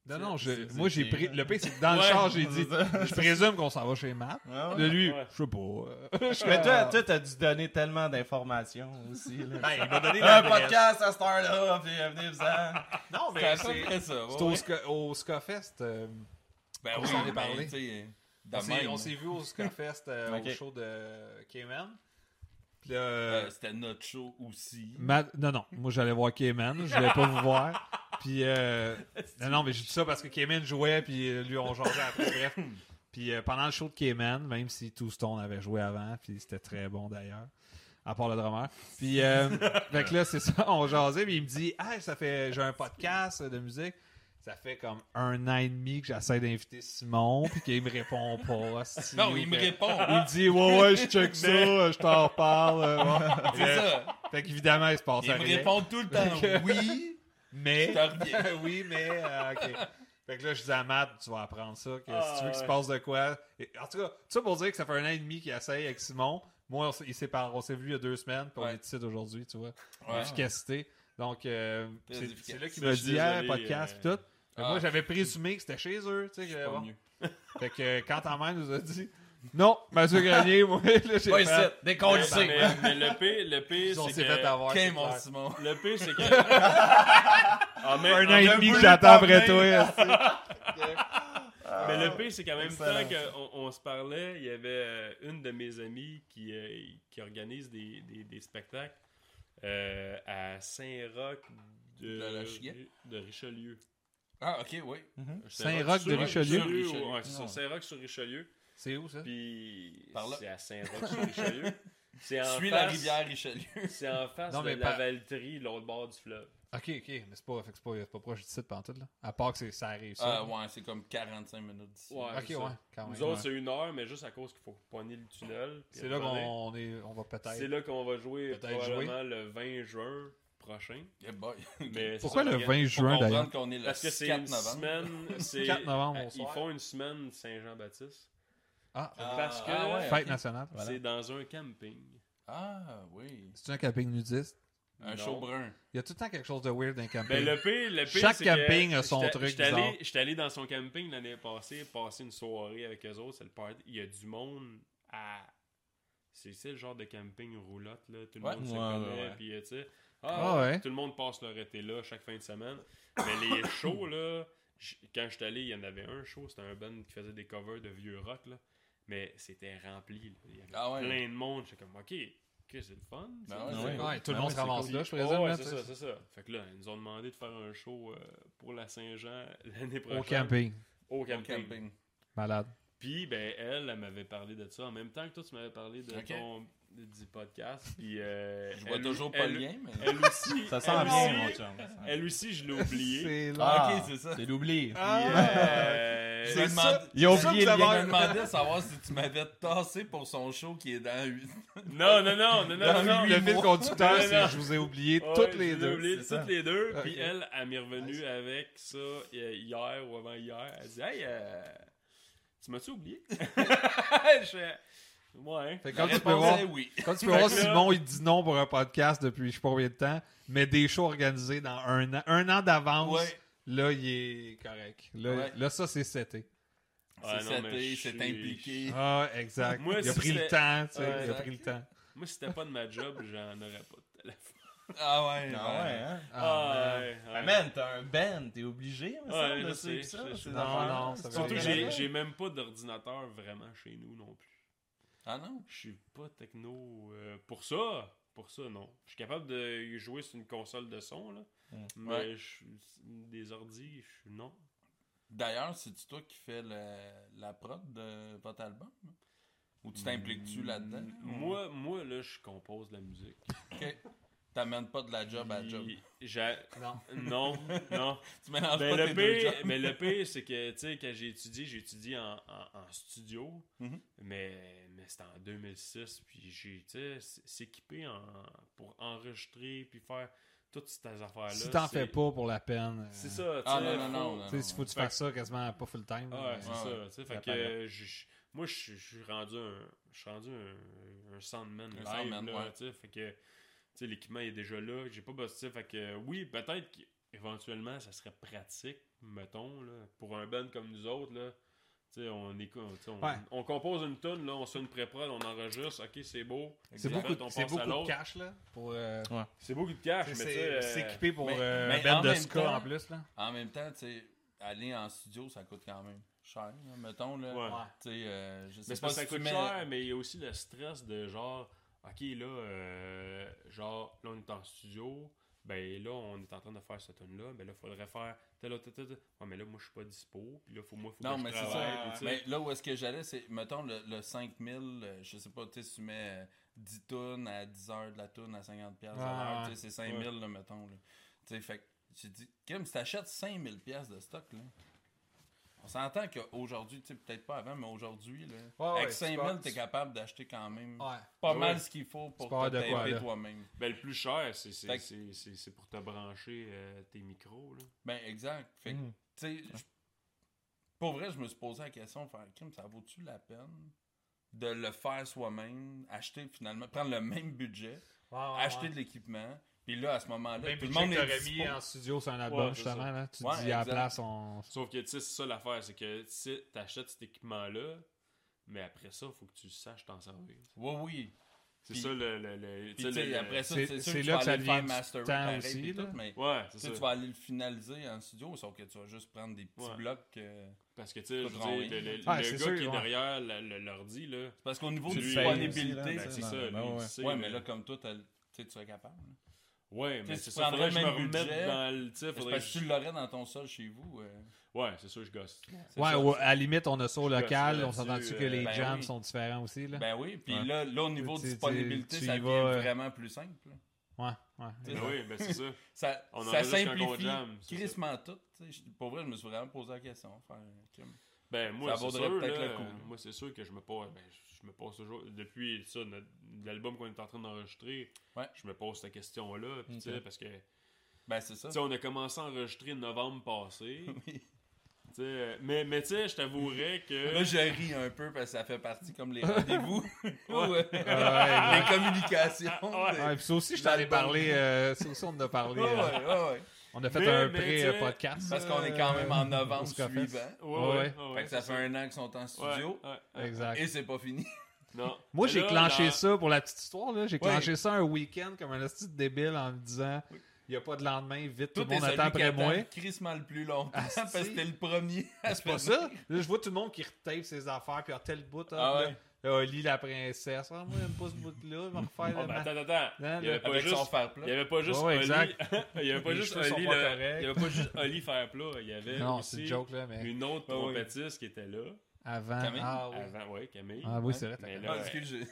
[SPEAKER 1] Non, non, je-
[SPEAKER 4] C'est- c'est-
[SPEAKER 1] moi, j'ai
[SPEAKER 3] c'est-
[SPEAKER 1] pris. Le pire, c'est que dans le
[SPEAKER 4] Ouais.
[SPEAKER 1] char, j'ai dit.
[SPEAKER 3] Ouais,
[SPEAKER 1] Je présume qu'on s'en va chez Matt. De
[SPEAKER 3] ouais.
[SPEAKER 1] lui,
[SPEAKER 4] Ouais.
[SPEAKER 1] je sais pas.
[SPEAKER 4] Ah.
[SPEAKER 1] euh, je
[SPEAKER 3] Mais
[SPEAKER 1] fais-
[SPEAKER 3] toi, toi, t'as dû donner tellement d'informations aussi. Là.
[SPEAKER 1] Ben, il m'a donné
[SPEAKER 3] un
[SPEAKER 1] l'adresse.
[SPEAKER 3] podcast à cette heure-là, puis venez vous en.
[SPEAKER 1] Non,
[SPEAKER 2] C'était
[SPEAKER 1] mais
[SPEAKER 2] à peu
[SPEAKER 1] c'est.
[SPEAKER 2] près ça. ouais.
[SPEAKER 1] C'est au, Ska- au Skafest. euh,
[SPEAKER 2] Ben
[SPEAKER 1] on
[SPEAKER 2] oui,
[SPEAKER 1] s'en est
[SPEAKER 2] mais,
[SPEAKER 1] parlé.
[SPEAKER 2] tu sais, de
[SPEAKER 1] on s'est-
[SPEAKER 2] même,
[SPEAKER 1] on s'est vu au Skafest euh,
[SPEAKER 3] Ok.
[SPEAKER 1] au show de Cayman. Puis là,
[SPEAKER 2] euh, C'était notre show aussi.
[SPEAKER 1] Matt- non, non, moi j'allais voir Cayman, je voulais pas vous voir. Puis, euh, non, non, mais je dis ça parce que Cayman jouait, puis euh, lui, on changeait après, bref. Puis euh, pendant le show de Cayman, même si Two Stone avait joué avant, puis c'était très bon d'ailleurs, à part le drummer. Puis, euh, fait que là, c'est ça, on jasait, puis il me dit, ah, ça fait, j'ai un podcast de musique. Ça fait comme un an et demi que j'essaie d'inviter Simon, puis qu'il me répond pas. hostie,
[SPEAKER 2] Non,
[SPEAKER 1] ou
[SPEAKER 2] il me
[SPEAKER 1] que-
[SPEAKER 2] répond.
[SPEAKER 1] Il me dit, ouais, ouais, je check ça, euh, je t'en reparle. euh, ouais.
[SPEAKER 2] C'est ça.
[SPEAKER 1] Fait qu'évidemment, il se passe
[SPEAKER 2] Il me
[SPEAKER 1] rien.
[SPEAKER 2] répond tout le temps. Oui, je
[SPEAKER 1] Mais.
[SPEAKER 2] te reviens.
[SPEAKER 1] oui, mais. euh, OK. Fait que là, je dis à Matt, tu vas apprendre ça. Que
[SPEAKER 4] Ah,
[SPEAKER 1] si tu veux qu'il se
[SPEAKER 4] ouais.
[SPEAKER 1] passe de quoi. Et- en tout cas, tout ça pour dire que ça fait un an et demi qu'il essaye avec Simon. Moi, on s'est- il s'est par- on s'est vu il y a deux semaines, puis on
[SPEAKER 2] Ouais.
[SPEAKER 1] est ici aujourd'hui, tu vois.
[SPEAKER 2] Ouais.
[SPEAKER 1] L'efficacité. Donc, euh,
[SPEAKER 2] Très
[SPEAKER 1] c'est
[SPEAKER 2] efficace.
[SPEAKER 1] c'est là qu'il
[SPEAKER 4] Je
[SPEAKER 1] m'a
[SPEAKER 4] suis
[SPEAKER 1] dit, hier,
[SPEAKER 4] désolé,
[SPEAKER 1] podcast,
[SPEAKER 4] euh,
[SPEAKER 1] puis tout. Fait que
[SPEAKER 2] ah.
[SPEAKER 1] Moi, j'avais présumé que c'était chez eux, tu sais. que,
[SPEAKER 2] Pas
[SPEAKER 1] bon.
[SPEAKER 2] mieux.
[SPEAKER 1] Fait que euh, quand ta mère nous a dit, non, Mathieu Grenier, moi, là, j'ai
[SPEAKER 3] Pas
[SPEAKER 1] fait.
[SPEAKER 3] ici, dès qu'on le
[SPEAKER 4] Mais-
[SPEAKER 3] sait.
[SPEAKER 4] ben, mais, mais le pire, le pire,
[SPEAKER 1] on
[SPEAKER 4] c'est
[SPEAKER 1] s'est
[SPEAKER 4] que...
[SPEAKER 1] fait avoir.
[SPEAKER 2] Ok,
[SPEAKER 1] c'est
[SPEAKER 2] mon
[SPEAKER 1] clair.
[SPEAKER 2] Simon.
[SPEAKER 4] Le pire, c'est que. Ah, En même-
[SPEAKER 1] Un
[SPEAKER 4] en
[SPEAKER 1] an et
[SPEAKER 4] même-
[SPEAKER 1] demi que
[SPEAKER 3] voulu
[SPEAKER 1] j'attends
[SPEAKER 3] pas
[SPEAKER 1] après toi.
[SPEAKER 3] venir.
[SPEAKER 1] est-ce que-
[SPEAKER 3] Ah.
[SPEAKER 4] Mais le pire, c'est qu'en même
[SPEAKER 3] Excellent.
[SPEAKER 4] temps qu'on on se parlait, il y avait euh, une de mes amies qui, euh, qui organise des, des, des spectacles euh, à Saint-Roch de,
[SPEAKER 2] De la Chienne?
[SPEAKER 4] de Richelieu.
[SPEAKER 2] Ah, ok, oui.
[SPEAKER 1] Saint-Roch de
[SPEAKER 4] sur-
[SPEAKER 1] Richelieu?
[SPEAKER 4] sur-
[SPEAKER 2] Richelieu.
[SPEAKER 4] ouais, c'est ça,
[SPEAKER 3] Non.
[SPEAKER 4] Saint-Roch sur Richelieu.
[SPEAKER 1] C'est où ça?
[SPEAKER 4] Puis
[SPEAKER 2] Par là.
[SPEAKER 4] c'est à Saint-Roch sur Richelieu. C'est en
[SPEAKER 2] Suis la
[SPEAKER 4] face-
[SPEAKER 2] rivière Richelieu.
[SPEAKER 4] C'est en face
[SPEAKER 1] Non, mais
[SPEAKER 4] de
[SPEAKER 1] par-
[SPEAKER 4] la Valterie, l'autre bord du fleuve.
[SPEAKER 1] Ok, ok, mais c'est pas, fait que c'est pas, c'est pas proche du site pantoute, là. À part que c'est- ça arrive, ça.
[SPEAKER 2] Ah, ouais, c'est comme 45 minutes d'ici.
[SPEAKER 4] Ouais,
[SPEAKER 1] ok,
[SPEAKER 4] c'est
[SPEAKER 1] ouais,
[SPEAKER 4] ça.
[SPEAKER 1] quand même. hein.
[SPEAKER 4] Nous autres,
[SPEAKER 1] ouais.
[SPEAKER 4] c'est une heure, mais juste à cause qu'il faut pogner le tunnel. puis
[SPEAKER 1] C'est là
[SPEAKER 4] revenir.
[SPEAKER 1] qu'on on est, on va
[SPEAKER 4] C'est
[SPEAKER 1] peut-être.
[SPEAKER 4] là qu'on va jouer
[SPEAKER 1] Peut-être
[SPEAKER 4] probablement le 20 juin prochain.
[SPEAKER 2] Yeah, Eh boy.
[SPEAKER 4] Mais c'est
[SPEAKER 1] Pourquoi
[SPEAKER 4] ça,
[SPEAKER 1] le
[SPEAKER 4] regarde.
[SPEAKER 1] 20
[SPEAKER 2] Faut
[SPEAKER 1] juin d'ailleurs?
[SPEAKER 2] comprendre qu'on est le
[SPEAKER 4] Parce que c'est
[SPEAKER 2] 4
[SPEAKER 4] une
[SPEAKER 2] novembre.
[SPEAKER 4] semaine. c'est-
[SPEAKER 1] 4 novembre, au
[SPEAKER 4] Ils
[SPEAKER 1] soir.
[SPEAKER 4] font une semaine Saint-Jean-Baptiste.
[SPEAKER 1] Ah,
[SPEAKER 3] Ah,
[SPEAKER 4] parce que
[SPEAKER 2] ah ouais.
[SPEAKER 1] fête nationale.
[SPEAKER 3] voilà.
[SPEAKER 4] c'est dans un camping.
[SPEAKER 2] Ah, oui.
[SPEAKER 1] C'est un camping nudiste.
[SPEAKER 2] Un
[SPEAKER 4] Non.
[SPEAKER 2] show brun.
[SPEAKER 1] Il y a tout le temps quelque chose de weird dans un camping.
[SPEAKER 4] Ben, le pire, le pire,
[SPEAKER 1] Chaque
[SPEAKER 4] c'est
[SPEAKER 1] camping
[SPEAKER 4] que
[SPEAKER 1] a son
[SPEAKER 4] j'étais-
[SPEAKER 1] truc
[SPEAKER 4] j'étais allé-
[SPEAKER 1] bizarre.
[SPEAKER 4] J'étais allé dans son camping l'année passée, passer une soirée avec eux autres. C'est le party. Il y a du monde à. C'est c'est le genre de camping roulotte, là. Tout le
[SPEAKER 2] Ouais.
[SPEAKER 4] monde se
[SPEAKER 3] Ouais,
[SPEAKER 4] connaît.
[SPEAKER 3] ouais, ouais.
[SPEAKER 4] Puis, euh, tu sais.
[SPEAKER 1] Ah
[SPEAKER 4] Ah,
[SPEAKER 1] ouais.
[SPEAKER 4] Tout le monde passe leur été là chaque fin de semaine. Mais les shows, là. j- Quand j'étais allé, il y en avait un show. C'était un band qui faisait des covers de vieux rock, là. Mais c'était rempli. là. Il y avait
[SPEAKER 2] Ah ouais.
[SPEAKER 4] plein de monde. J'étais comme, OK, que c'est le fun. ça.
[SPEAKER 2] Ben ouais,
[SPEAKER 3] Ouais.
[SPEAKER 2] c'est-
[SPEAKER 1] Ouais, tout le
[SPEAKER 3] Ah
[SPEAKER 1] monde
[SPEAKER 3] ouais,
[SPEAKER 1] se ramasse
[SPEAKER 3] c'est
[SPEAKER 1] là, je
[SPEAKER 4] Ouais,
[SPEAKER 1] présume.
[SPEAKER 4] Oh, ouais,
[SPEAKER 1] là,
[SPEAKER 4] c'est
[SPEAKER 1] tu sais.
[SPEAKER 4] ça, c'est ça. Fait que là, ils nous ont demandé de faire un show euh, pour la Saint-Jean l'année prochaine.
[SPEAKER 1] Au camping.
[SPEAKER 4] Au
[SPEAKER 2] Au
[SPEAKER 4] camping.
[SPEAKER 2] camping.
[SPEAKER 1] Malade.
[SPEAKER 4] Puis, ben, elle, elle m'avait parlé de ça en même temps que toi, tu m'avais parlé de
[SPEAKER 2] Ok.
[SPEAKER 4] ton du podcast. Puis, euh,
[SPEAKER 2] Je vois
[SPEAKER 4] elle-
[SPEAKER 2] toujours pas
[SPEAKER 4] elle,
[SPEAKER 2] le lien, mais.
[SPEAKER 4] Elle aussi.
[SPEAKER 3] Ça sent
[SPEAKER 4] elle
[SPEAKER 3] bien,
[SPEAKER 4] aussi-
[SPEAKER 3] mon chum.
[SPEAKER 4] Elle aussi, je l'ai oublié.
[SPEAKER 1] C'est là.
[SPEAKER 2] Ah, ok, Ah, c'est ça.
[SPEAKER 3] C'est l'oubli.
[SPEAKER 4] Puis, euh,
[SPEAKER 2] me
[SPEAKER 1] C'est
[SPEAKER 2] demande-
[SPEAKER 1] ça.
[SPEAKER 3] Il a
[SPEAKER 1] C'est ça
[SPEAKER 3] oublié
[SPEAKER 1] que
[SPEAKER 3] le
[SPEAKER 1] vous
[SPEAKER 3] lien.
[SPEAKER 2] Je me
[SPEAKER 1] avez-
[SPEAKER 2] demandais de savoir si tu m'avais tassé pour son show qui est dans huit-
[SPEAKER 4] Non, non, non, non, non,
[SPEAKER 1] Le,
[SPEAKER 4] non.
[SPEAKER 1] le fil conducteur,
[SPEAKER 4] Non,
[SPEAKER 1] c'est
[SPEAKER 4] non.
[SPEAKER 1] je vous ai oublié
[SPEAKER 4] Ouais,
[SPEAKER 1] toutes
[SPEAKER 4] je
[SPEAKER 1] les
[SPEAKER 4] l'ai
[SPEAKER 1] deux.
[SPEAKER 4] oublié
[SPEAKER 3] c'est ça.
[SPEAKER 4] toutes les deux. Puis
[SPEAKER 1] Ok.
[SPEAKER 4] elle, elle m'est revenue avec ça euh, hier ou avant hier. Elle dit Hey, euh, tu m'as-tu oublié Je fais, Ouais.
[SPEAKER 1] Fait que
[SPEAKER 2] La
[SPEAKER 1] quand tu peux
[SPEAKER 2] réponse
[SPEAKER 1] voir,
[SPEAKER 2] est oui.
[SPEAKER 1] quand tu peux
[SPEAKER 4] Fait
[SPEAKER 1] voir
[SPEAKER 4] que là-
[SPEAKER 1] Simon, il dit non pour un podcast depuis je sais pas combien de temps, mais des shows organisés dans un an, un an d'avance,
[SPEAKER 2] Ouais.
[SPEAKER 1] là, il est correct. Là,
[SPEAKER 2] Ouais.
[SPEAKER 1] là ça, c'est seté.
[SPEAKER 4] Ah,
[SPEAKER 2] c'est
[SPEAKER 4] non, mais
[SPEAKER 2] seté,
[SPEAKER 4] je
[SPEAKER 2] c'est
[SPEAKER 4] suis-
[SPEAKER 2] impliqué.
[SPEAKER 1] Ah, exact.
[SPEAKER 4] Moi,
[SPEAKER 1] il a
[SPEAKER 4] si
[SPEAKER 1] pris le
[SPEAKER 4] c'est-
[SPEAKER 1] temps, tu sais,
[SPEAKER 2] Ouais,
[SPEAKER 1] il a
[SPEAKER 2] exact.
[SPEAKER 1] pris le temps.
[SPEAKER 4] Moi, si c'était pas de ma job, j'en aurais pas de téléphone.
[SPEAKER 2] Ah ouais,
[SPEAKER 3] Ah ouais,
[SPEAKER 2] ouais.
[SPEAKER 3] hein?
[SPEAKER 4] Ah,
[SPEAKER 1] man.
[SPEAKER 4] ouais,
[SPEAKER 3] Ah,
[SPEAKER 4] ouais.
[SPEAKER 3] man, t'as un band, t'es obligé, me semble,
[SPEAKER 4] je
[SPEAKER 3] de
[SPEAKER 4] sais,
[SPEAKER 3] suivre
[SPEAKER 4] je
[SPEAKER 3] ça.
[SPEAKER 4] sais,
[SPEAKER 3] ces
[SPEAKER 4] je sais.
[SPEAKER 3] affaires-là.
[SPEAKER 1] Non, non, ça va
[SPEAKER 4] Surtout,
[SPEAKER 1] Ouais.
[SPEAKER 4] j'ai j'ai même pas d'ordinateur vraiment chez nous non plus.
[SPEAKER 2] Ah non?
[SPEAKER 4] Je suis pas techno euh, pour ça. Pour ça, non. Je suis capable de jouer sur une console de son, là.
[SPEAKER 3] Mm.
[SPEAKER 4] Mais
[SPEAKER 2] Ouais.
[SPEAKER 4] je suis- des ordi, je suis non.
[SPEAKER 2] D'ailleurs, c'est-tu toi qui fais le- la prod de votre album? Ou tu t'impliques-tu là-dedans?
[SPEAKER 4] Mm, Moi, moi, là, je compose de la musique.
[SPEAKER 2] Ok. T'amènes pas de la job à la job.
[SPEAKER 4] Puis, j'a-
[SPEAKER 1] Non.
[SPEAKER 4] Non, non.
[SPEAKER 2] Tu mélanges
[SPEAKER 4] Ben,
[SPEAKER 2] pas
[SPEAKER 4] le
[SPEAKER 2] tes deux
[SPEAKER 4] pire,
[SPEAKER 2] jobs.
[SPEAKER 4] mais le pire, c'est que, tu sais, quand j'ai étudié, j'ai étudié en, en- en studio,
[SPEAKER 2] Mhm.
[SPEAKER 4] mais, mais c'était en 2006, puis j'ai, tu sais, s- s'équiper en- pour enregistrer, puis faire toutes ces affaires-là.
[SPEAKER 1] Si t'en
[SPEAKER 4] c'est-
[SPEAKER 1] fais pas pour la peine, euh,
[SPEAKER 4] C'est ça, tu
[SPEAKER 2] Ah,
[SPEAKER 4] sais,
[SPEAKER 2] non, non, non,
[SPEAKER 4] faut-
[SPEAKER 2] non,
[SPEAKER 1] tu sais, s'il faut que tu
[SPEAKER 4] Fait
[SPEAKER 1] fasses ça quasiment pas full time.
[SPEAKER 4] Ah,
[SPEAKER 1] mais-
[SPEAKER 4] c'est
[SPEAKER 2] Ouais,
[SPEAKER 4] ça, tu sais, fait
[SPEAKER 1] Ça
[SPEAKER 4] que
[SPEAKER 1] paraît.
[SPEAKER 4] euh, je- je- moi, je je suis rendu un, je suis rendu un, un soundman
[SPEAKER 2] Un
[SPEAKER 4] live,
[SPEAKER 2] soundman,
[SPEAKER 4] là,
[SPEAKER 2] ouais.
[SPEAKER 4] tu sais, fait que, tu sais, l'équipement est déjà là, j'ai pas bossé, fait que, euh, oui, peut-être qu'éventuellement, ça serait pratique, mettons, là, pour un band comme nous autres, là, tu sais, on, écoute- tu sais, on,
[SPEAKER 1] Ouais.
[SPEAKER 4] on compose une tonne, là, on sonne pré-prod, on enregistre, ok, c'est beau,
[SPEAKER 1] C'est
[SPEAKER 2] Exact.
[SPEAKER 1] beaucoup,
[SPEAKER 4] Fait, on
[SPEAKER 1] c'est
[SPEAKER 4] passe à
[SPEAKER 1] beaucoup de
[SPEAKER 4] l'autre.
[SPEAKER 1] cash, là, pour... euh,
[SPEAKER 4] c'est beaucoup de cash, mais tu sais,
[SPEAKER 1] C'est
[SPEAKER 4] euh,
[SPEAKER 1] c'est équipé pour
[SPEAKER 2] mais-
[SPEAKER 1] euh,
[SPEAKER 2] mais
[SPEAKER 1] un
[SPEAKER 2] en
[SPEAKER 1] band de
[SPEAKER 2] même
[SPEAKER 1] ska
[SPEAKER 2] temps-
[SPEAKER 1] en plus, là.
[SPEAKER 2] En même temps, tu sais, aller en studio, ça coûte quand même cher. là. Mettons, là.
[SPEAKER 4] ouais.
[SPEAKER 2] Tu sais, euh, je sais
[SPEAKER 4] Mais
[SPEAKER 2] pas
[SPEAKER 4] c'est parce
[SPEAKER 2] si
[SPEAKER 4] que
[SPEAKER 2] tu
[SPEAKER 4] ça coûte
[SPEAKER 2] mets-
[SPEAKER 4] cher, mais il y a aussi le stress de genre, ok, là, euh, genre, là, on est en studio, ben là, on est en train de faire cette tune-là, ben là, faudrait faire tel autre, tel, tel. Ouais, mais là, moi, je suis pas dispo, puis là, faut, moi, faut
[SPEAKER 2] Non,
[SPEAKER 4] que
[SPEAKER 2] mais
[SPEAKER 4] je
[SPEAKER 2] c'est
[SPEAKER 4] travaille,
[SPEAKER 1] ça.
[SPEAKER 4] puis tu sais.
[SPEAKER 2] Mais là où est-ce que j'allais, c'est, mettons, le, le 5000, euh, je sais pas, tu sais, si tu mets euh, 10 tonnes à 10 heures de la tonne à 50 pièces
[SPEAKER 1] Ah,
[SPEAKER 2] à l'heure,
[SPEAKER 1] ouais.
[SPEAKER 2] tu sais, c'est 5000, là, mettons. Là. Tu sais, fait que j'ai dit, Kim, si t'achètes 5000 pièces de stock, là, on s'entend qu'aujourd'hui, tu sais, peut-être pas avant, mais aujourd'hui, là,
[SPEAKER 1] Ouais, ouais,
[SPEAKER 2] avec
[SPEAKER 1] tu Ah,
[SPEAKER 2] 5000,
[SPEAKER 1] peux-
[SPEAKER 2] t'es capable d'acheter quand même
[SPEAKER 1] Ouais.
[SPEAKER 2] pas
[SPEAKER 4] Ouais.
[SPEAKER 2] mal ce qu'il faut pour
[SPEAKER 1] Tu peux avoir
[SPEAKER 2] te
[SPEAKER 1] de quoi,
[SPEAKER 2] taper
[SPEAKER 1] là.
[SPEAKER 2] toi-même.
[SPEAKER 4] Ben, le plus cher, c'est-
[SPEAKER 2] Fait
[SPEAKER 4] c'est-
[SPEAKER 2] que-
[SPEAKER 4] c'est c'est- c'est pour te brancher euh, tes micros, là.
[SPEAKER 2] Ben, exact. Fait que,
[SPEAKER 3] Mm.
[SPEAKER 2] tu sais, je- pour vrai, je me suis posé la question, faire Kim, ça vaut-tu la peine de le faire soi-même, acheter finalement, prendre le même budget, acheter de l'équipement, puis là, à ce moment-là,
[SPEAKER 1] Ah, Même
[SPEAKER 2] tout le monde est
[SPEAKER 1] que
[SPEAKER 2] dispo.
[SPEAKER 1] mis en studio sur un album,
[SPEAKER 4] Ouais, c'est
[SPEAKER 1] justement,
[SPEAKER 4] ça.
[SPEAKER 1] là. Tu
[SPEAKER 2] Ouais,
[SPEAKER 1] dis à la
[SPEAKER 2] exact.
[SPEAKER 1] place, on...
[SPEAKER 4] Sauf que, tu sais, c'est ça l'affaire, c'est que si t'achètes cet équipement-là, mais après ça, faut que tu saches t'en servir.
[SPEAKER 2] Oui, oui.
[SPEAKER 4] C'est
[SPEAKER 2] Puis-
[SPEAKER 4] ça le... le, le- tu
[SPEAKER 2] Puis
[SPEAKER 4] sais,
[SPEAKER 2] tu sais,
[SPEAKER 4] le- le-
[SPEAKER 2] après ça,
[SPEAKER 1] c'est-
[SPEAKER 2] c'est
[SPEAKER 1] c'est
[SPEAKER 2] sûr que tu
[SPEAKER 1] là
[SPEAKER 2] vas
[SPEAKER 1] que ça
[SPEAKER 2] aller le faire
[SPEAKER 1] devient du
[SPEAKER 2] master
[SPEAKER 1] temps
[SPEAKER 2] pareil,
[SPEAKER 1] aussi,
[SPEAKER 2] puis
[SPEAKER 1] là.
[SPEAKER 2] tout, mais tu
[SPEAKER 4] Ouais, c'est
[SPEAKER 2] sais,
[SPEAKER 4] ça.
[SPEAKER 2] tu vas aller le finaliser en studio, sauf que tu vas juste prendre des petits
[SPEAKER 4] Ouais.
[SPEAKER 2] blocs. euh,
[SPEAKER 4] Parce que, tu sais, je
[SPEAKER 2] Pas
[SPEAKER 4] veux
[SPEAKER 2] de
[SPEAKER 4] dire, le,
[SPEAKER 2] drawing.
[SPEAKER 4] le-
[SPEAKER 1] Ah,
[SPEAKER 4] le
[SPEAKER 1] c'est
[SPEAKER 4] gars
[SPEAKER 1] sûr,
[SPEAKER 4] qui est
[SPEAKER 1] ouais.
[SPEAKER 4] derrière la- le- l'ordi, là,
[SPEAKER 2] c'est parce qu'au niveau de
[SPEAKER 4] Tu
[SPEAKER 3] Tu
[SPEAKER 4] lui-
[SPEAKER 3] fais
[SPEAKER 2] disponibilité,
[SPEAKER 3] aussi, là,
[SPEAKER 4] ben, c'est ça, lui,
[SPEAKER 3] ben
[SPEAKER 4] il
[SPEAKER 3] ouais.
[SPEAKER 4] sait,
[SPEAKER 2] ouais,
[SPEAKER 4] là.
[SPEAKER 2] mais là, comme toi, t'as le- tu sais, tu serais capable. là.
[SPEAKER 4] Ouais,
[SPEAKER 2] sais,
[SPEAKER 4] mais c'est
[SPEAKER 2] tu
[SPEAKER 4] ça, faudrait que je
[SPEAKER 2] prendrais
[SPEAKER 4] me
[SPEAKER 2] le même
[SPEAKER 4] remette
[SPEAKER 2] budget.
[SPEAKER 4] dans le... Tu sais,
[SPEAKER 2] C'est
[SPEAKER 4] faudrait que
[SPEAKER 2] parce que
[SPEAKER 4] je...
[SPEAKER 2] tu l'aurais dans ton sol chez vous. euh,
[SPEAKER 4] Ouais, c'est sûr, je gosse.
[SPEAKER 2] c'est
[SPEAKER 1] Ouais,
[SPEAKER 2] ça.
[SPEAKER 1] ouais, à la limite, on a ça au
[SPEAKER 4] Je suis
[SPEAKER 1] local,
[SPEAKER 4] assez
[SPEAKER 1] on s'entend-tu
[SPEAKER 4] là-dessus,
[SPEAKER 1] que les
[SPEAKER 2] euh, ben
[SPEAKER 1] jams
[SPEAKER 2] oui.
[SPEAKER 1] sont différents aussi, là?
[SPEAKER 2] Ben oui, puis
[SPEAKER 3] Ouais.
[SPEAKER 2] là, là, au niveau
[SPEAKER 1] Tu- tu-
[SPEAKER 2] disponibilité,
[SPEAKER 1] tu
[SPEAKER 2] ça
[SPEAKER 1] y
[SPEAKER 2] devient
[SPEAKER 1] vas, euh,
[SPEAKER 2] vraiment plus simple. là.
[SPEAKER 1] Ouais, ouais.
[SPEAKER 2] Tu sais,
[SPEAKER 4] Ben oui, ben c'est ça.
[SPEAKER 2] Ça,
[SPEAKER 4] On
[SPEAKER 2] ça
[SPEAKER 4] enregistre un gros
[SPEAKER 2] simplifie
[SPEAKER 4] jam, c'est ça.
[SPEAKER 2] crissement tout. tu sais. Je- Pour vrai, je me suis vraiment posé la question. faire, euh, Kim.
[SPEAKER 4] Ben, moi,
[SPEAKER 2] Ça
[SPEAKER 4] c'est
[SPEAKER 2] vaudrait
[SPEAKER 4] sûr,
[SPEAKER 2] peut-être
[SPEAKER 4] là,
[SPEAKER 2] le coup,
[SPEAKER 4] euh,
[SPEAKER 2] là.
[SPEAKER 4] moi, c'est sûr que je me pose... Ben, je me pose toujours... Depuis ça, notre- l'album qu'on est en train d'enregistrer,
[SPEAKER 2] Ouais.
[SPEAKER 4] je me pose cette question-là, puis tu sais,
[SPEAKER 3] Ok.
[SPEAKER 4] parce que... Tu
[SPEAKER 2] Ben c'est ça.
[SPEAKER 4] sais, on a commencé à enregistrer novembre passé,
[SPEAKER 2] Oui.
[SPEAKER 4] tu sais, euh, mais, mais tu sais, je t'avouerais que...
[SPEAKER 2] Là, je ris un peu parce que ça fait partie comme les rendez-vous ou euh,
[SPEAKER 1] Ah, ouais.
[SPEAKER 2] les communications.
[SPEAKER 4] Ah,
[SPEAKER 2] c'est-
[SPEAKER 1] Ouais, puis ça aussi, je t'en ai parlé, euh, ça aussi, on en a parlé,
[SPEAKER 2] Ouais,
[SPEAKER 1] euh,
[SPEAKER 2] ouais, ouais, ouais.
[SPEAKER 1] on a fait
[SPEAKER 4] Mais-
[SPEAKER 1] un euh,
[SPEAKER 4] mais tu sais,
[SPEAKER 1] pré-podcast.
[SPEAKER 2] Parce qu'on est quand même
[SPEAKER 1] euh,
[SPEAKER 2] en novembre
[SPEAKER 1] se confesse.
[SPEAKER 2] suivant.
[SPEAKER 4] Ouais,
[SPEAKER 1] Ouais, ouais.
[SPEAKER 4] ouais, ouais,
[SPEAKER 2] Fait que ça
[SPEAKER 4] c'est
[SPEAKER 2] fait un an qu'ils sont en
[SPEAKER 4] Ouais,
[SPEAKER 2] studio
[SPEAKER 4] ouais, ouais.
[SPEAKER 1] Exact.
[SPEAKER 2] et c'est pas fini.
[SPEAKER 4] Non.
[SPEAKER 1] Moi,
[SPEAKER 4] Mais
[SPEAKER 1] j'ai
[SPEAKER 4] là, Ah,
[SPEAKER 1] clenché
[SPEAKER 4] dans-
[SPEAKER 1] ça pour la petite histoire. là. J'ai
[SPEAKER 2] Ouais.
[SPEAKER 1] clenché ça un week-end comme un petit débile en me disant il n'y a pas de lendemain, vite, tout,
[SPEAKER 2] Tout
[SPEAKER 1] le
[SPEAKER 2] est
[SPEAKER 1] monde attend
[SPEAKER 2] celui qui
[SPEAKER 1] après moi.
[SPEAKER 2] attend crissement le plus longtemps
[SPEAKER 1] Ah,
[SPEAKER 2] parce que
[SPEAKER 1] si.
[SPEAKER 2] t'es le premier à
[SPEAKER 1] C'est pas ça. Là, je vois tout le monde qui retape ses affaires, puis à tel bout, hop,
[SPEAKER 2] Ah ouais.
[SPEAKER 1] là, là, Oli, la princesse. Ah, moi, j'aime pas ce bout-là, il va refaire
[SPEAKER 4] Ah,
[SPEAKER 1] le
[SPEAKER 4] ben,
[SPEAKER 1] ma-
[SPEAKER 4] attends, attends.
[SPEAKER 1] Hein,
[SPEAKER 4] Il y avait
[SPEAKER 1] le-
[SPEAKER 4] pas
[SPEAKER 2] Avec
[SPEAKER 4] juste-
[SPEAKER 2] son fer
[SPEAKER 4] Il
[SPEAKER 2] plat.
[SPEAKER 4] n'y avait pas juste
[SPEAKER 1] Ouais, ouais,
[SPEAKER 4] Oli.
[SPEAKER 1] exact.
[SPEAKER 4] Il y avait pas
[SPEAKER 1] Les
[SPEAKER 4] juste
[SPEAKER 1] cheveux sont
[SPEAKER 4] Oli.
[SPEAKER 1] pas
[SPEAKER 4] le-
[SPEAKER 1] corrects.
[SPEAKER 4] Il y avait pas juste Oli faire plat. Il y avait
[SPEAKER 1] Non, c'est
[SPEAKER 4] aussi
[SPEAKER 1] une joke, là, mais
[SPEAKER 4] une autre
[SPEAKER 2] Ah oui.
[SPEAKER 4] trompettiste qui était là.
[SPEAKER 1] avant.
[SPEAKER 2] Camille?
[SPEAKER 1] Ah oui.
[SPEAKER 4] Avant, ouais, Camille.
[SPEAKER 1] Ah oui, c'est vrai. t'as
[SPEAKER 4] Mais
[SPEAKER 1] raison.
[SPEAKER 4] là,
[SPEAKER 2] Ah, excuse, j'ai-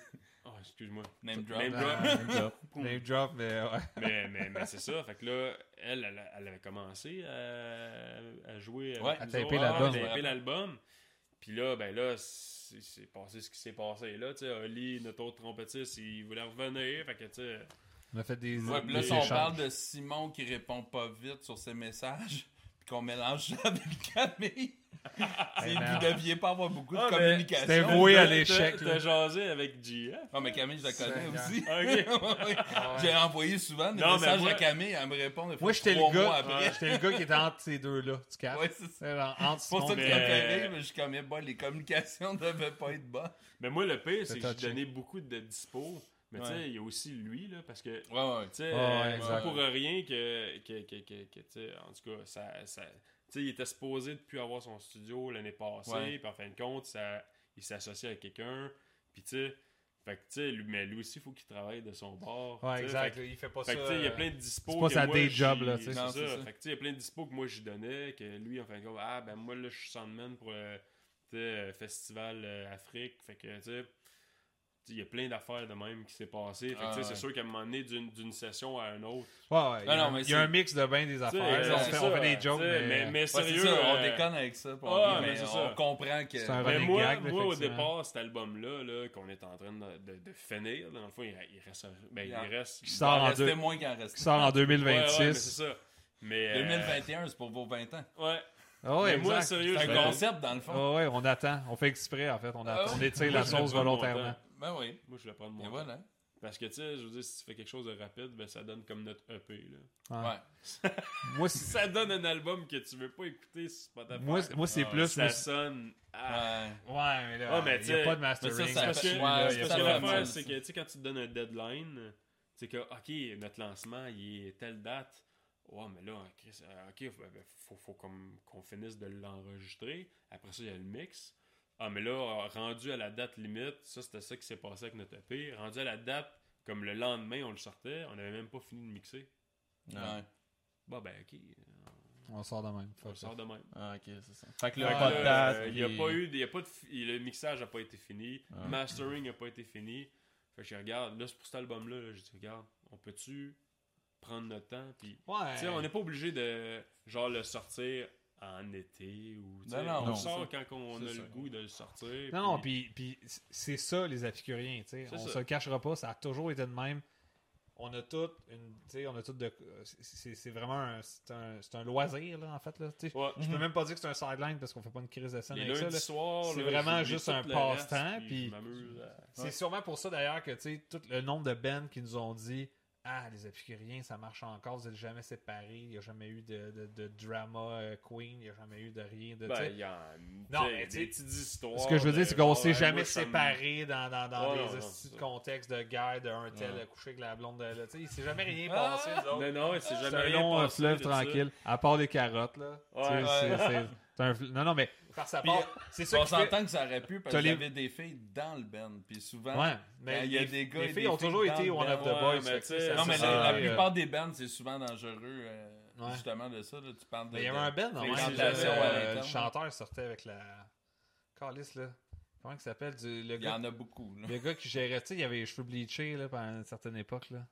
[SPEAKER 4] Ah, excuse-moi.
[SPEAKER 2] Name drop.
[SPEAKER 4] Name drop.
[SPEAKER 1] Name drop, mais ouais.
[SPEAKER 4] mais mais, mais c'est ça. Fait que là, elle, elle, elle avait commencé à, à jouer avec
[SPEAKER 2] Ouais,
[SPEAKER 4] nous
[SPEAKER 2] à
[SPEAKER 1] taper
[SPEAKER 4] autres, Ah,
[SPEAKER 1] l'album.
[SPEAKER 4] à taper
[SPEAKER 2] Ouais.
[SPEAKER 4] l'album. Puis là, ben là, c'est c'est passé ce qui s'est passé. Là, tu sais, Oli, notre autre trompettiste, il voulait revenir. Fait que, tu sais,
[SPEAKER 1] On a fait des.
[SPEAKER 2] Ouais, puis là,
[SPEAKER 1] des
[SPEAKER 2] si on
[SPEAKER 1] échanges.
[SPEAKER 2] parle de Simon qui répond pas vite sur ses messages, puis qu'on mélange ça avec Camille, c'est-
[SPEAKER 1] Hey, man.
[SPEAKER 2] vous deviez pas avoir beaucoup de
[SPEAKER 4] Ah, mais
[SPEAKER 1] c'était
[SPEAKER 2] communication.
[SPEAKER 1] Oui, à
[SPEAKER 4] t'as-
[SPEAKER 1] l'échec,
[SPEAKER 4] t'as-
[SPEAKER 1] là.
[SPEAKER 4] T'as jasé avec GF.
[SPEAKER 2] Ah, mais Camille, je la connais
[SPEAKER 1] Seigneur.
[SPEAKER 2] aussi.
[SPEAKER 4] Ah, ok.
[SPEAKER 2] Oui. J'ai envoyé souvent des
[SPEAKER 4] Non, mais
[SPEAKER 2] messages
[SPEAKER 4] moi-
[SPEAKER 2] à Camille, elle me répond. des fois
[SPEAKER 1] Moi, j'étais
[SPEAKER 2] trois
[SPEAKER 1] le gars.
[SPEAKER 2] mois après.
[SPEAKER 1] ouais, J'étais le gars qui était entre ces deux-là. Tu captes?
[SPEAKER 2] Ouais, c'est ça.
[SPEAKER 1] C'est genre entre
[SPEAKER 2] C'est pour
[SPEAKER 1] Simon
[SPEAKER 2] ça que
[SPEAKER 1] et-
[SPEAKER 2] je
[SPEAKER 4] Mais-
[SPEAKER 2] l'ai mais je suis comme, eh, bah, les communications devaient pas être bonnes.
[SPEAKER 4] Mais moi, le pire, c'est
[SPEAKER 1] C'est
[SPEAKER 4] que j'ai
[SPEAKER 1] touché.
[SPEAKER 4] donné beaucoup de dispo. Mais tu sais,
[SPEAKER 2] Ouais.
[SPEAKER 4] il y a aussi lui, là, parce que
[SPEAKER 2] Ouais, ouais.
[SPEAKER 4] Tu sais,
[SPEAKER 1] Ouais,
[SPEAKER 4] euh,
[SPEAKER 1] exact.
[SPEAKER 4] c'est pas pour rien que, que, que, que, que, tu sais, en tout cas, ça, ça, tu sais, il était supposé de plus avoir son studio l'année passée,
[SPEAKER 2] Ouais.
[SPEAKER 4] puis en fin de compte, ça, il s'est associé à quelqu'un, puis tu sais, fait que, tu sais, lui- mais lui aussi, il faut qu'il travaille de son bord. tu
[SPEAKER 1] Ouais,
[SPEAKER 4] sais,
[SPEAKER 1] exact.
[SPEAKER 4] Fait, que-
[SPEAKER 1] Il fait pas euh,
[SPEAKER 4] fait que, tu sais, il y a plein de
[SPEAKER 1] c'est
[SPEAKER 4] dispos
[SPEAKER 1] pas
[SPEAKER 4] que
[SPEAKER 1] sa
[SPEAKER 4] moi,
[SPEAKER 1] day
[SPEAKER 4] j'y-
[SPEAKER 1] job, là, tu sais.
[SPEAKER 4] C'est
[SPEAKER 2] Non,
[SPEAKER 4] ça.
[SPEAKER 2] c'est ça.
[SPEAKER 4] Fait que, tu sais, il y a plein de dispos que moi, je donnais, que lui, en fin de compte, ah, ben moi, là, je suis soundman pour le tu sais, euh, festival euh, Afrique, fait que, tu sais, tu sais, il y a plein d'affaires de même qui s'est passé. Fait que,
[SPEAKER 2] Ah,
[SPEAKER 4] tu sais,
[SPEAKER 2] ouais.
[SPEAKER 4] C'est sûr qu'à un moment donné, d'une d'une session à une autre,
[SPEAKER 1] Ouais, ouais. Il y a,
[SPEAKER 2] Non,
[SPEAKER 1] un-
[SPEAKER 2] non, mais
[SPEAKER 1] il y a
[SPEAKER 2] c'est-
[SPEAKER 1] un mix de bien des
[SPEAKER 4] tu sais, euh,
[SPEAKER 1] affaires.
[SPEAKER 2] c'est
[SPEAKER 1] on, fait,
[SPEAKER 4] ça,
[SPEAKER 1] on fait des
[SPEAKER 4] tu
[SPEAKER 1] jokes,
[SPEAKER 4] sais,
[SPEAKER 1] mais.
[SPEAKER 4] mais, mais
[SPEAKER 2] Ouais, c'est
[SPEAKER 4] sérieux,
[SPEAKER 2] ça, on
[SPEAKER 4] euh,
[SPEAKER 2] déconne avec ça, puis on
[SPEAKER 4] ah,
[SPEAKER 2] rit,
[SPEAKER 4] mais
[SPEAKER 2] mais
[SPEAKER 4] c'est
[SPEAKER 2] on
[SPEAKER 4] ça.
[SPEAKER 2] comprend que.
[SPEAKER 1] C'est un
[SPEAKER 4] ben,
[SPEAKER 1] running
[SPEAKER 4] moi,
[SPEAKER 1] gag,
[SPEAKER 4] moi, au
[SPEAKER 1] effectivement.
[SPEAKER 4] départ, cet album-là, là, qu'on est en train de, de, de finir, là, dans le fond, il, il reste. Ben,
[SPEAKER 2] Yeah.
[SPEAKER 4] il reste.
[SPEAKER 1] Qui
[SPEAKER 2] Il
[SPEAKER 1] sort
[SPEAKER 2] en
[SPEAKER 1] en,
[SPEAKER 2] restait
[SPEAKER 1] deux-
[SPEAKER 2] moins qu'en restait.
[SPEAKER 1] qui sort en
[SPEAKER 4] Ouais, ouais,
[SPEAKER 1] 2026.
[SPEAKER 4] mais c'est ça. Mais. euh,
[SPEAKER 2] 2021, c'est pour vos 20 ans.
[SPEAKER 4] ouais.
[SPEAKER 1] Ah ouais,
[SPEAKER 4] mais moi,
[SPEAKER 1] exact.
[SPEAKER 4] sérieux,
[SPEAKER 2] C'est
[SPEAKER 4] je
[SPEAKER 2] un
[SPEAKER 1] Ben,
[SPEAKER 4] me-
[SPEAKER 2] concept, dans le fond.
[SPEAKER 1] Ah ouais, on attend. On fait exprès, en fait. On, attend.
[SPEAKER 2] Ah
[SPEAKER 1] on
[SPEAKER 2] ouais.
[SPEAKER 1] étire
[SPEAKER 4] Moi,
[SPEAKER 1] la
[SPEAKER 4] je vais
[SPEAKER 1] sauce
[SPEAKER 4] prendre mon
[SPEAKER 1] volontairement.
[SPEAKER 4] temps.
[SPEAKER 2] Ben oui.
[SPEAKER 4] Moi, je le prends de mon
[SPEAKER 2] Et
[SPEAKER 4] temps.
[SPEAKER 2] voilà.
[SPEAKER 4] Parce que, tu sais, je veux dire, si tu fais quelque chose de rapide, ben, ça donne comme notre EP. Là.
[SPEAKER 1] Ouais.
[SPEAKER 2] Ouais.
[SPEAKER 1] Moi, c'est-
[SPEAKER 4] Ça donne un album que tu veux pas écouter sur Spotify.
[SPEAKER 1] moi, c'est- moi, c'est
[SPEAKER 2] Ah,
[SPEAKER 1] plus.
[SPEAKER 4] ça
[SPEAKER 1] moi,
[SPEAKER 4] sonne.
[SPEAKER 1] Ah,
[SPEAKER 4] à-
[SPEAKER 2] Ouais.
[SPEAKER 1] c'est- Ouais, mais là,
[SPEAKER 4] Ah, mais
[SPEAKER 1] il n'y
[SPEAKER 4] t'sais,
[SPEAKER 1] a pas de
[SPEAKER 2] mais
[SPEAKER 1] mastering.
[SPEAKER 2] ça, ça
[SPEAKER 4] Parce que,
[SPEAKER 2] Ouais,
[SPEAKER 4] parce
[SPEAKER 2] ouais,
[SPEAKER 4] que
[SPEAKER 2] ça fait mal,
[SPEAKER 4] l'affaire, c'est
[SPEAKER 2] ça.
[SPEAKER 4] que, tu sais, quand tu te donnes un deadline, tu sais que, OK, notre lancement, il est telle date. Ouais, mais là, Chris, euh, OK, faut, ben, faut, faut comme qu'on finisse de l'enregistrer. Après ça, il y a le mix. Ah, mais là, euh, rendu à la date limite, ça, c'était ça qui s'est passé avec notre EP. Rendu à la date, comme le lendemain, on le sortait, on n'avait même pas fini de mixer.
[SPEAKER 3] Ah,
[SPEAKER 2] Ouais.
[SPEAKER 4] Bah, ben, OK,
[SPEAKER 1] On sort de même.
[SPEAKER 4] on le sort de même.
[SPEAKER 3] Ah, ok, c'est ça. Fait que
[SPEAKER 4] Fait
[SPEAKER 3] là,
[SPEAKER 4] que
[SPEAKER 3] pas
[SPEAKER 4] là,
[SPEAKER 3] de date.
[SPEAKER 4] euh, Il y a
[SPEAKER 3] puis-
[SPEAKER 4] pas eu, de- il y a pas de, fi- le mixage n'a pas été fini,
[SPEAKER 3] Ah.
[SPEAKER 4] le mastering n'a pas été fini. Fait que je regarde, là c'est pour cet album-là, là, je dis regarde, on peut-tu prendre notre temps, puis
[SPEAKER 1] Ouais.
[SPEAKER 4] tu sais, on n'est pas obligé de genre le sortir en été ou tu sais,
[SPEAKER 2] Non, non,
[SPEAKER 4] on
[SPEAKER 3] non,
[SPEAKER 4] le sort quand on
[SPEAKER 2] c'est
[SPEAKER 4] a
[SPEAKER 2] ça.
[SPEAKER 4] le goût de le sortir.
[SPEAKER 1] Non, non, puis, puis c'est ça, les apicuriens. tu sais.
[SPEAKER 4] C'est
[SPEAKER 1] On
[SPEAKER 4] ça.
[SPEAKER 1] se le cachera pas, ça a toujours été de même. On a tout, une, tu sais, on a tout de. C'est c'est vraiment un, c'est un, c'est un loisir, là, en fait. Là, tu sais.
[SPEAKER 4] Ouais. Mm-hmm.
[SPEAKER 1] Je peux même pas dire que c'est un sideline parce qu'on fait pas une crise de scène
[SPEAKER 4] Les
[SPEAKER 1] avec ça.
[SPEAKER 4] lundis
[SPEAKER 1] là.
[SPEAKER 4] soirs,
[SPEAKER 1] c'est
[SPEAKER 4] là,
[SPEAKER 1] vraiment
[SPEAKER 4] j'oublie
[SPEAKER 1] juste
[SPEAKER 4] tout
[SPEAKER 1] un
[SPEAKER 4] le
[SPEAKER 1] passe-temps,
[SPEAKER 4] reste,
[SPEAKER 1] puis-
[SPEAKER 4] je m'amuse euh, à-
[SPEAKER 1] C'est sûrement pour ça d'ailleurs que tu sais, tout le nombre de bands qui nous ont dit Ah, les Épicuriens, ça marche encore, vous n'êtes jamais séparés, il n'y a jamais eu de, de- de drama euh, queen, il n'y a jamais eu de rien. De, tu
[SPEAKER 4] Ben,
[SPEAKER 1] sais.
[SPEAKER 4] il y a
[SPEAKER 1] Non,
[SPEAKER 4] tu sais,
[SPEAKER 1] mais
[SPEAKER 4] des
[SPEAKER 1] tu sais,
[SPEAKER 4] petites histoires.
[SPEAKER 1] Ce que je veux
[SPEAKER 4] de
[SPEAKER 1] dire, c'est qu'on
[SPEAKER 4] genre,
[SPEAKER 1] s'est
[SPEAKER 4] Hey,
[SPEAKER 1] jamais
[SPEAKER 4] moi, ça me-
[SPEAKER 1] séparés dans, dans, dans
[SPEAKER 4] Ouais,
[SPEAKER 1] des
[SPEAKER 4] non, non,
[SPEAKER 1] hosties
[SPEAKER 4] c'est
[SPEAKER 1] de
[SPEAKER 4] ça.
[SPEAKER 1] contexte de guerre, de un tel
[SPEAKER 2] Ouais.
[SPEAKER 1] a couché avec la blonde de là. Tu sais, Il s'est jamais rien
[SPEAKER 2] Ah!
[SPEAKER 1] passé, nous autres.
[SPEAKER 4] Non, non, c'est
[SPEAKER 1] C'est
[SPEAKER 4] jamais
[SPEAKER 1] un
[SPEAKER 4] rien
[SPEAKER 1] long euh,
[SPEAKER 4] passé
[SPEAKER 1] fleuve
[SPEAKER 4] de ça.
[SPEAKER 1] tranquille, à part des carottes. là. Tu sais,
[SPEAKER 4] Ouais.
[SPEAKER 1] c'est- c'est- c'est un fl- Non, non, mais par sa
[SPEAKER 2] Puis,
[SPEAKER 1] part, c'est ça
[SPEAKER 2] On
[SPEAKER 1] qui fait-
[SPEAKER 2] s'entend hein. que ça aurait pu parce
[SPEAKER 1] T'as
[SPEAKER 2] qu'il y
[SPEAKER 1] les-
[SPEAKER 2] avait des filles dans le band. Puis souvent,
[SPEAKER 1] Ouais,
[SPEAKER 2] Ben,
[SPEAKER 1] mais
[SPEAKER 2] il y a
[SPEAKER 1] les-
[SPEAKER 2] des gars et
[SPEAKER 1] les
[SPEAKER 2] des
[SPEAKER 1] filles ont toujours
[SPEAKER 2] filles dans
[SPEAKER 1] été
[SPEAKER 2] le
[SPEAKER 1] one of the
[SPEAKER 4] band.
[SPEAKER 1] boys.
[SPEAKER 4] Ouais, mais
[SPEAKER 1] fait que
[SPEAKER 4] tu sais,
[SPEAKER 1] ça,
[SPEAKER 2] Non, mais
[SPEAKER 1] ça,
[SPEAKER 2] la, la
[SPEAKER 1] c'est, euh,
[SPEAKER 2] plupart des bands, c'est souvent dangereux, euh,
[SPEAKER 1] Ouais.
[SPEAKER 2] justement, de ça. là. tu parles de.
[SPEAKER 1] Mais il y avait
[SPEAKER 2] de-
[SPEAKER 1] un band en
[SPEAKER 2] les
[SPEAKER 1] même temps,
[SPEAKER 2] candidations à
[SPEAKER 1] euh, Le
[SPEAKER 2] l'interne.
[SPEAKER 1] chanteur sortait avec la. Calice, là. Comment il s'appelle du- le,
[SPEAKER 2] Il y
[SPEAKER 1] gars,
[SPEAKER 2] en a beaucoup. là.
[SPEAKER 1] le gars qui gérait. Tu sais, il avait les cheveux bleachés, là, pendant une certaine époque, là.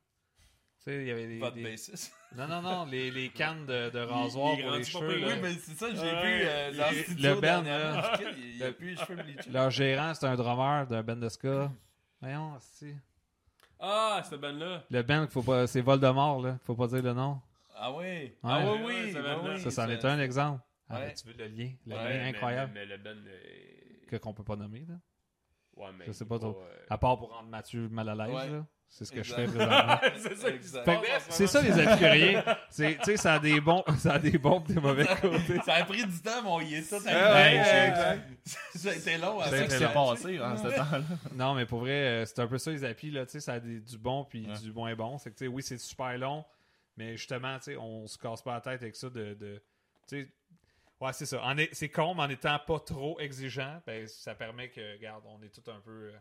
[SPEAKER 1] Tu sais, il y avait les.
[SPEAKER 2] Pas de Ben.
[SPEAKER 1] les-
[SPEAKER 2] bassiste.
[SPEAKER 1] Non, non, non, les, les cannes de, de
[SPEAKER 4] il
[SPEAKER 1] rasoir pour
[SPEAKER 4] grandit
[SPEAKER 1] les
[SPEAKER 4] pas
[SPEAKER 1] cheveux.
[SPEAKER 4] pire.
[SPEAKER 1] là.
[SPEAKER 2] Oui, mais c'est ça, j'ai
[SPEAKER 4] Ouais.
[SPEAKER 2] vu euh, dans
[SPEAKER 1] Le-
[SPEAKER 2] le studio
[SPEAKER 1] le band,
[SPEAKER 2] dernièrement,
[SPEAKER 1] là.
[SPEAKER 2] Il n'y a plus les cheveux bleachés.
[SPEAKER 1] Leur gérant, c'était un drummer d'un band de ska. Voyons, si.
[SPEAKER 4] Ah, cette bande-là.
[SPEAKER 1] Le band, qu'il faut pas, c'est Voldemort, là. qu'il Faut pas dire le nom.
[SPEAKER 2] Ah oui. Ah
[SPEAKER 1] Ouais.
[SPEAKER 2] oui,
[SPEAKER 4] Ouais,
[SPEAKER 2] oui.
[SPEAKER 4] ça
[SPEAKER 2] oui,
[SPEAKER 4] va de
[SPEAKER 2] oui,
[SPEAKER 4] là.
[SPEAKER 1] ça, c'en est un exemple. Ah,
[SPEAKER 2] Ouais.
[SPEAKER 1] mais tu veux le lien. Le
[SPEAKER 2] Ouais,
[SPEAKER 1] lien
[SPEAKER 4] mais-
[SPEAKER 1] incroyable.
[SPEAKER 4] Mais, mais le Ben. euh,
[SPEAKER 1] que- Qu'on peut pas nommer, là.
[SPEAKER 4] Ouais, mais
[SPEAKER 1] Je sais
[SPEAKER 4] il est
[SPEAKER 1] pas trop.
[SPEAKER 4] euh,
[SPEAKER 1] À part pour rendre Mathieu mal à l'aise,
[SPEAKER 2] Ouais.
[SPEAKER 1] là. C'est ce que je
[SPEAKER 2] Exact.
[SPEAKER 1] fais présentement.
[SPEAKER 4] c'est ça qui se
[SPEAKER 2] Exact.
[SPEAKER 1] Fait que
[SPEAKER 4] passe en ce
[SPEAKER 1] c'est ça les épicuriens. C'est- Tu sais, ça a des bons, ça a des bons pis des mauvais côtés.
[SPEAKER 2] Ça a pris du temps, mais on y est ça. ça
[SPEAKER 1] Ouais,
[SPEAKER 2] a
[SPEAKER 1] ouais,
[SPEAKER 2] été-
[SPEAKER 1] ouais,
[SPEAKER 2] ça a été long à
[SPEAKER 3] hein,
[SPEAKER 2] ça.
[SPEAKER 1] Ça a
[SPEAKER 3] C'est
[SPEAKER 1] été
[SPEAKER 3] ce qui
[SPEAKER 1] long.
[SPEAKER 3] s'est passé hein, en ce temps-là.
[SPEAKER 1] Non, mais pour vrai, euh, c'est un peu ça les apis là. Tu sais, ça a des- du bon puis
[SPEAKER 3] Ouais.
[SPEAKER 1] du moins bon. C'est que tu sais, oui, c'est super long, mais justement, tu sais, on se casse pas la tête avec ça de, de tu sais. Ouais, c'est ça. En est- C'est con, mais en étant pas trop exigeant, ben, ça permet que, regarde, on est tout un peu. euh,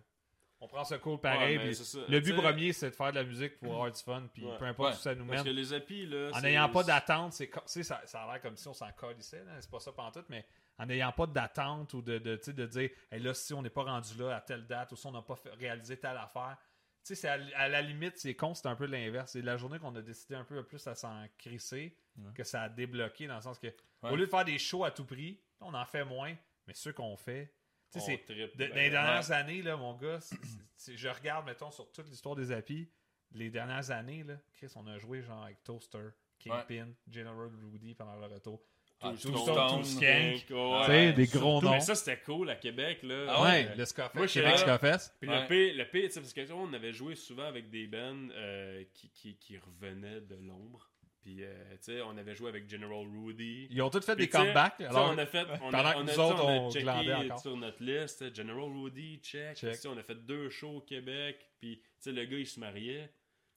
[SPEAKER 1] on prend ce cours pareil.
[SPEAKER 4] Ouais, mais
[SPEAKER 1] puis
[SPEAKER 4] c'est ça.
[SPEAKER 1] le but
[SPEAKER 4] Tu sais,
[SPEAKER 1] premier, c'est de faire de la musique pour avoir du fun, puis
[SPEAKER 4] Ouais.
[SPEAKER 1] peu importe
[SPEAKER 2] Ouais.
[SPEAKER 1] où ça nous
[SPEAKER 4] Parce
[SPEAKER 1] mène.
[SPEAKER 4] que les apis, là.
[SPEAKER 1] En
[SPEAKER 4] c'est-
[SPEAKER 1] n'ayant pas d'attente, c'est co- tu sais, ça, ça a l'air comme si on s'en colissait, là, c'est pas ça pantoute, mais en n'ayant pas d'attente ou de, de, tu sais, de dire Hey, là, si on n'est pas rendu là à telle date ou si on n'a pas fait- réalisé telle affaire, Tu sais, c'est à, l- à la limite, c'est con, c'est un peu l'inverse. C'est la journée qu'on a décidé un peu plus à s'en crisser
[SPEAKER 3] Ouais.
[SPEAKER 1] que ça a débloqué dans le sens que, au lieu de faire des shows à tout prix, on en fait moins, mais ceux qu'on fait. Tu sais, c'est-
[SPEAKER 4] trip.
[SPEAKER 1] de- dans les dernières années, là, mon gars, c'est- c'est- je regarde, mettons, sur toute l'histoire des appis, les dernières années, là, Chris, on a joué genre avec Toaster, Kingpin, General Rudy pendant le retour.
[SPEAKER 2] Ah,
[SPEAKER 1] Tombstone,
[SPEAKER 2] Tombstone,
[SPEAKER 1] Tombskank.
[SPEAKER 2] Ouais,
[SPEAKER 1] Tu sais, des
[SPEAKER 4] surtout,
[SPEAKER 1] gros noms.
[SPEAKER 4] Ah, Mais ça, c'était cool à Québec, là.
[SPEAKER 2] Ah ouais,
[SPEAKER 4] Euh,
[SPEAKER 1] le Scoffest.
[SPEAKER 4] moi, je suis
[SPEAKER 1] Québec
[SPEAKER 4] là.
[SPEAKER 1] Scoffest.
[SPEAKER 4] Puis
[SPEAKER 2] Ouais.
[SPEAKER 4] le pire, le pire, tu sais, parce que tu vois, on avait joué souvent avec des bands euh, qui, qui, qui revenaient de l'ombre. Puis, euh, tu sais, on avait joué avec General Rudy.
[SPEAKER 1] Ils ont tous fait
[SPEAKER 4] Puis
[SPEAKER 1] des
[SPEAKER 4] tu sais,
[SPEAKER 1] comebacks.
[SPEAKER 4] tu sais,
[SPEAKER 1] Alors,
[SPEAKER 4] on a fait, on
[SPEAKER 1] pendant
[SPEAKER 4] a,
[SPEAKER 1] que
[SPEAKER 4] on a,
[SPEAKER 1] nous
[SPEAKER 4] tu sais,
[SPEAKER 1] autres,
[SPEAKER 4] on a
[SPEAKER 1] on
[SPEAKER 4] checké euh,
[SPEAKER 1] glandait encore.
[SPEAKER 4] sur notre liste, tu sais, General Rudy, check.
[SPEAKER 1] Check.
[SPEAKER 4] Tu sais, On a fait deux shows au Québec, puis tu sais, le gars, il se mariait,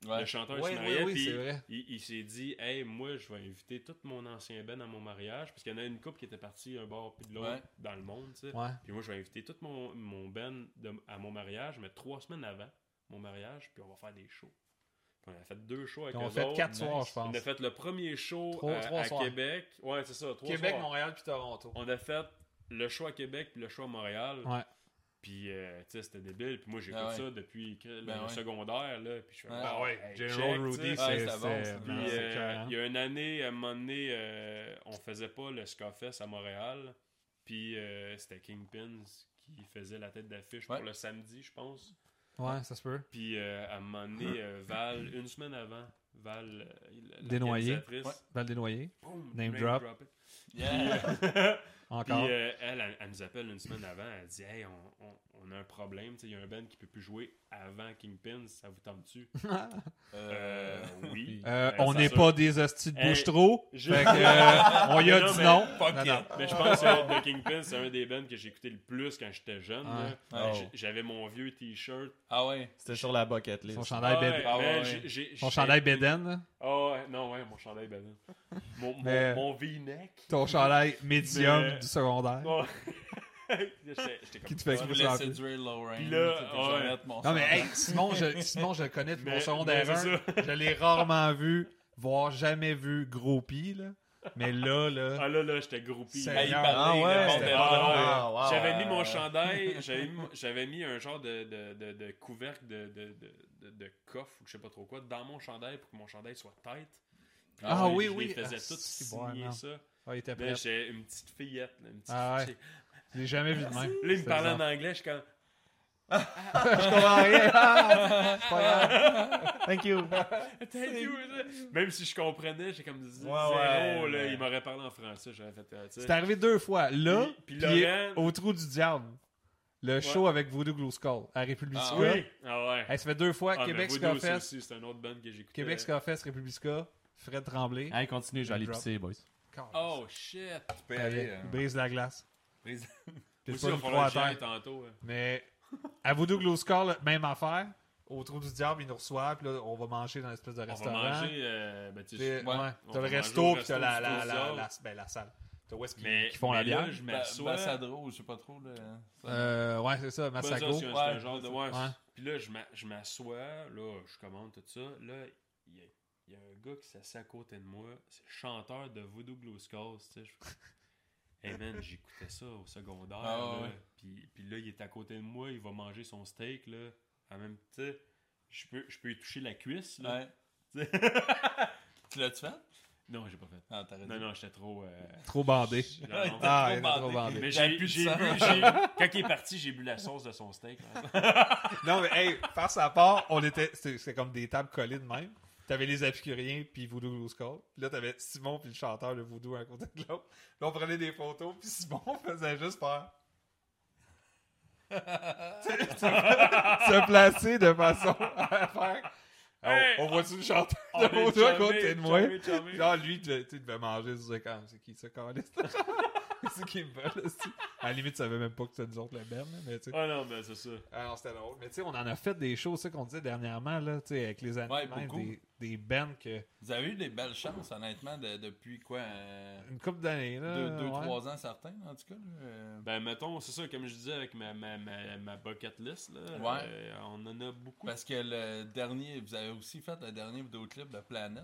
[SPEAKER 2] Ouais.
[SPEAKER 4] le chanteur,
[SPEAKER 1] Ouais,
[SPEAKER 4] il se
[SPEAKER 1] ouais,
[SPEAKER 4] mariait,
[SPEAKER 1] oui,
[SPEAKER 4] puis
[SPEAKER 1] c'est vrai.
[SPEAKER 4] il, il s'est dit, « Hey, moi, je vais inviter tout mon ancien ben à mon mariage, parce qu'il y en a une couple qui était partie un bord puis de l'autre
[SPEAKER 2] Ouais.
[SPEAKER 4] dans le monde, tu sais.
[SPEAKER 1] ouais.
[SPEAKER 4] Puis moi, je vais inviter tout mon, mon ben de- à mon mariage, mais trois semaines avant mon mariage, puis on va faire des shows. Puis on a fait deux shows avec
[SPEAKER 1] Ils ont
[SPEAKER 4] eux
[SPEAKER 1] fait
[SPEAKER 4] autres.
[SPEAKER 1] quatre
[SPEAKER 3] nice.
[SPEAKER 1] soirs, je
[SPEAKER 4] On a
[SPEAKER 1] pense.
[SPEAKER 4] fait le premier show
[SPEAKER 1] Trois-
[SPEAKER 4] à,
[SPEAKER 1] trois
[SPEAKER 4] à
[SPEAKER 1] soirs.
[SPEAKER 4] Québec. Ouais, c'est ça, trois
[SPEAKER 1] Québec,
[SPEAKER 4] soirs.
[SPEAKER 1] Montréal, puis Toronto.
[SPEAKER 4] On a fait le show à Québec, puis le show à Montréal.
[SPEAKER 1] Ouais.
[SPEAKER 4] Puis, euh, tu sais, c'était débile. Puis moi, j'écoute
[SPEAKER 2] Ah ouais.
[SPEAKER 4] ça depuis que- le
[SPEAKER 2] Ben ouais.
[SPEAKER 4] secondaire, là. Puis je suis
[SPEAKER 2] Ah
[SPEAKER 4] comme,
[SPEAKER 1] ouais,
[SPEAKER 4] hey,
[SPEAKER 1] General
[SPEAKER 4] check, tu sais.
[SPEAKER 1] Rudy,
[SPEAKER 2] ça. Ouais,
[SPEAKER 1] c'est.
[SPEAKER 2] ça avance,
[SPEAKER 1] c'est-
[SPEAKER 2] ça
[SPEAKER 4] Puis,
[SPEAKER 2] avance.
[SPEAKER 1] Ah, c'est
[SPEAKER 4] euh,
[SPEAKER 1] écœurant.
[SPEAKER 4] il y a une année, à un moment donné, euh, on faisait pas le Skafest à Montréal. Puis euh, c'était Kingpins qui faisait la tête d'affiche
[SPEAKER 2] Ouais.
[SPEAKER 4] pour le samedi, je pense.
[SPEAKER 1] Ouais, ça se peut.
[SPEAKER 4] Puis euh, à un moment donné, euh, Val, une semaine avant, Val, euh, la- la
[SPEAKER 1] Desnoyers.
[SPEAKER 4] réalisatrice,
[SPEAKER 2] Ouais.
[SPEAKER 1] Val des Noyers,
[SPEAKER 4] boum,
[SPEAKER 1] Name
[SPEAKER 4] name
[SPEAKER 1] drop.
[SPEAKER 4] drop it.
[SPEAKER 2] Yeah.
[SPEAKER 4] Puis
[SPEAKER 1] encore.
[SPEAKER 4] euh, elle, elle, elle nous appelle une semaine avant, elle dit Hey, on, on- on a un problème, tu sais, il y a un band qui peut plus jouer avant Kingpin, ça vous tente-tu
[SPEAKER 2] Euh,
[SPEAKER 4] Euh, oui.
[SPEAKER 1] Euh,
[SPEAKER 4] Ben,
[SPEAKER 1] on
[SPEAKER 4] ça
[SPEAKER 1] n'est
[SPEAKER 4] sûr.
[SPEAKER 1] pas des hosties de
[SPEAKER 4] Hey,
[SPEAKER 1] bouche trop.
[SPEAKER 4] je-
[SPEAKER 1] Fait que, euh, on y a
[SPEAKER 4] Non,
[SPEAKER 1] dit
[SPEAKER 4] mais-
[SPEAKER 1] non.
[SPEAKER 2] fuck
[SPEAKER 1] Non,
[SPEAKER 2] it.
[SPEAKER 1] non.
[SPEAKER 4] Mais je pense que euh, The Kingpin, c'est un des bands que j'ai écouté le plus quand j'étais jeune. là.
[SPEAKER 2] Ouais.
[SPEAKER 4] Ben,
[SPEAKER 2] Oh.
[SPEAKER 4] j'- J'avais mon vieux t-shirt.
[SPEAKER 2] Ah ouais.
[SPEAKER 3] C'était sur la bucket list.
[SPEAKER 1] Son chandail,
[SPEAKER 4] Ouais,
[SPEAKER 1] Bed-
[SPEAKER 2] Ah
[SPEAKER 4] ben,
[SPEAKER 2] ouais.
[SPEAKER 4] j'ai- j'ai-
[SPEAKER 1] son
[SPEAKER 4] j'ai-
[SPEAKER 1] chandail Beden, là.
[SPEAKER 4] Ah ouais, non, ouais, mon chandail Beden. Mon, mon,
[SPEAKER 1] Mais-
[SPEAKER 4] mon V-neck.
[SPEAKER 1] ton chandail médium
[SPEAKER 4] Mais-
[SPEAKER 1] du secondaire.
[SPEAKER 4] Ouais. J'étais j'étais comme
[SPEAKER 1] Qui te fait
[SPEAKER 2] Je
[SPEAKER 1] Plus
[SPEAKER 2] voulais
[SPEAKER 1] en
[SPEAKER 2] séduire Lorraine.
[SPEAKER 4] Puis là, ouais.
[SPEAKER 1] Non, mais hey, Simon, je, Simon, je le connais depuis mon
[SPEAKER 4] Mais-
[SPEAKER 1] secondaire
[SPEAKER 4] mais
[SPEAKER 1] 1.
[SPEAKER 4] c'est
[SPEAKER 1] Je l'ai rarement vu, voire jamais vu groupie, là. Mais là, là.
[SPEAKER 4] Ah là, là, j'étais groupie.
[SPEAKER 1] C'est-
[SPEAKER 4] là.
[SPEAKER 2] il
[SPEAKER 1] Ah
[SPEAKER 2] parlait,
[SPEAKER 3] ouais,
[SPEAKER 2] il répondait
[SPEAKER 1] c'était-
[SPEAKER 2] pas.
[SPEAKER 3] Ah, wow.
[SPEAKER 4] J'avais mis mon chandail, j'avais mis, j'avais mis un genre de, de, de, de couvercle de, de, de, de- de coffre ou je sais pas trop quoi dans mon chandail pour que mon chandail soit tight. Puis
[SPEAKER 1] Ah
[SPEAKER 4] là, je-
[SPEAKER 1] oui,
[SPEAKER 4] je
[SPEAKER 1] oui.
[SPEAKER 4] les faisais
[SPEAKER 1] Ah,
[SPEAKER 4] tout
[SPEAKER 1] si,
[SPEAKER 4] signer
[SPEAKER 1] bon, non.
[SPEAKER 4] ça.
[SPEAKER 1] Ah, il était
[SPEAKER 4] Là,
[SPEAKER 1] prêt.
[SPEAKER 4] j'ai une petite fillette. Là, une petite
[SPEAKER 1] Ah ouais.
[SPEAKER 4] fille.
[SPEAKER 1] Je l'ai jamais vu de même.
[SPEAKER 4] Là, il me
[SPEAKER 1] C'est
[SPEAKER 4] parlait en
[SPEAKER 1] bizarre.
[SPEAKER 4] anglais, je suis comme.
[SPEAKER 1] Je comprends rien. Ah, c'est pas grave.
[SPEAKER 3] Thank you.
[SPEAKER 4] Thank you, là. Même si je comprenais, j'ai comme zéro,
[SPEAKER 3] ouais,
[SPEAKER 4] là,
[SPEAKER 3] ouais.
[SPEAKER 4] il m'aurait parlé en français, j'aurais fait. euh, tu sais.
[SPEAKER 1] C'est arrivé deux fois. Là,
[SPEAKER 4] Puis- puis
[SPEAKER 1] puis,
[SPEAKER 4] Laurent-
[SPEAKER 1] au trou du diable. Le show avec Voodoo Glow Skull à Républica.
[SPEAKER 2] Ah
[SPEAKER 4] Oui! Ah ouais.
[SPEAKER 1] Hey, ça fait deux fois.
[SPEAKER 4] Ah, mais
[SPEAKER 1] Québec
[SPEAKER 4] Voodoo, ça
[SPEAKER 1] Scoffest.
[SPEAKER 4] aussi, C'est un autre band que j'écoutais.
[SPEAKER 1] Québec Scoffest, Républica. Fred Tremblay.
[SPEAKER 3] Allez, continue, je vais aller
[SPEAKER 1] Drop.
[SPEAKER 3] pisser, boys.
[SPEAKER 4] Hein? Oh shit!
[SPEAKER 2] Tu peux y aller,
[SPEAKER 1] Allez,
[SPEAKER 2] euh,
[SPEAKER 1] il brise la glace.
[SPEAKER 2] brise-
[SPEAKER 1] Puis
[SPEAKER 4] Moi
[SPEAKER 1] c'est pas
[SPEAKER 4] aussi,
[SPEAKER 1] une
[SPEAKER 4] on
[SPEAKER 1] croix à
[SPEAKER 4] va faire
[SPEAKER 1] terre.
[SPEAKER 4] tantôt. hein.
[SPEAKER 1] Mais à Voodoo Glow Skull, même affaire. Au trou du diable, ils nous reçoivent. Puis là, on va manger dans l'espèce de
[SPEAKER 4] On
[SPEAKER 1] restaurant.
[SPEAKER 4] va manger. euh, ben, tu
[SPEAKER 1] Puis,
[SPEAKER 4] sais,
[SPEAKER 1] ouais,
[SPEAKER 2] Ouais.
[SPEAKER 4] On
[SPEAKER 1] T'as
[SPEAKER 4] va
[SPEAKER 1] le
[SPEAKER 4] manger
[SPEAKER 1] resto,
[SPEAKER 4] au
[SPEAKER 1] puis t'as
[SPEAKER 4] resto
[SPEAKER 1] la,
[SPEAKER 4] du
[SPEAKER 1] la, la, la,
[SPEAKER 4] Tour
[SPEAKER 1] ben, la salle. T'as où est-ce qu'ils
[SPEAKER 4] mais,
[SPEAKER 1] qui font la
[SPEAKER 4] mais là,
[SPEAKER 1] bière?
[SPEAKER 4] je
[SPEAKER 2] Ba-
[SPEAKER 4] m'assois.
[SPEAKER 2] Bassadro, ben, je sais pas trop. Là. Ça-
[SPEAKER 1] Euh, ouais, c'est ça,
[SPEAKER 4] Bassadro,
[SPEAKER 1] Massago.
[SPEAKER 4] c'est un-
[SPEAKER 2] Ouais,
[SPEAKER 4] c'est un genre de. ouais,
[SPEAKER 1] ça. Ouais.
[SPEAKER 4] Puis là, je m'a- je m'assois. Là, je commande tout ça. Là, il y, a- il y a un gars qui s'assied à côté de moi. C'est le chanteur de Voodoo Glow Skulls. tu sais, je- Hey man, j'écoutais ça au secondaire.
[SPEAKER 2] Ah,
[SPEAKER 4] là.
[SPEAKER 2] ouais.
[SPEAKER 4] Puis, puis là, il est à côté de moi. Il va manger son steak. Là. En même temps, je peux, je peux lui toucher la cuisse. Là.
[SPEAKER 2] Ouais. tu l'as-tu fait?
[SPEAKER 4] Non, j'ai pas fait.
[SPEAKER 2] Non, t'as raison.
[SPEAKER 4] Non, non, j'étais trop. euh,
[SPEAKER 1] Trop bandé.
[SPEAKER 4] non, non.
[SPEAKER 1] Ah,
[SPEAKER 2] Trop
[SPEAKER 1] il est trop
[SPEAKER 2] bandé.
[SPEAKER 1] bandé.
[SPEAKER 4] Mais
[SPEAKER 2] J'avais
[SPEAKER 4] j'ai,
[SPEAKER 2] plus de
[SPEAKER 4] j'ai
[SPEAKER 2] sang.
[SPEAKER 4] bu- j'ai- quand il est parti, j'ai bu la sauce de son steak. hein.
[SPEAKER 1] Non, mais hey, farce à part, on était. C'était c'était comme des tables collées de même. T'avais les apicuriens, puis Voodoo Loose Call. Puis là, t'avais Simon, puis le chanteur, le Voodoo, à côté de l'autre. Là, on prenait des photos, puis Simon faisait juste faire. Tu sais, se se placer de façon à faire. Oh,
[SPEAKER 4] Hey,
[SPEAKER 1] on voit-tu le chanteur
[SPEAKER 4] On
[SPEAKER 1] de
[SPEAKER 4] est
[SPEAKER 1] Voodoo Ah, à
[SPEAKER 4] charmé,
[SPEAKER 1] côté de moi?
[SPEAKER 4] charmé, charmé.
[SPEAKER 1] Genre, lui, tu tu devais manger, tu disais quand c'est qui ça, quand C'est qui me veut, là, c'est- À la limite, tu savais même pas que c'était nous autres le Ben, là, mais tu sais.
[SPEAKER 4] Ah non, mais c'est ça.
[SPEAKER 1] Alors, c'était drôle. Mais tu sais, on en a fait des choses, ça qu'on disait dernièrement, là, tu sais, avec les années,
[SPEAKER 2] Ouais,
[SPEAKER 1] même,
[SPEAKER 2] beaucoup.
[SPEAKER 1] des, des bands que.
[SPEAKER 2] Vous avez eu des belles chances, honnêtement, de- depuis quoi? euh,
[SPEAKER 1] Une couple d'années, là.
[SPEAKER 2] deux, deux
[SPEAKER 1] ouais.
[SPEAKER 2] trois ans certains, en tout cas. là, euh,
[SPEAKER 4] Ben, mettons, c'est ça, comme je disais avec ma, ma, ma, ma bucket list, là,
[SPEAKER 2] Ouais. Ben,
[SPEAKER 4] euh, on en a beaucoup.
[SPEAKER 2] Parce que le dernier, vous avez aussi fait le dernier vidéoclip de Planète.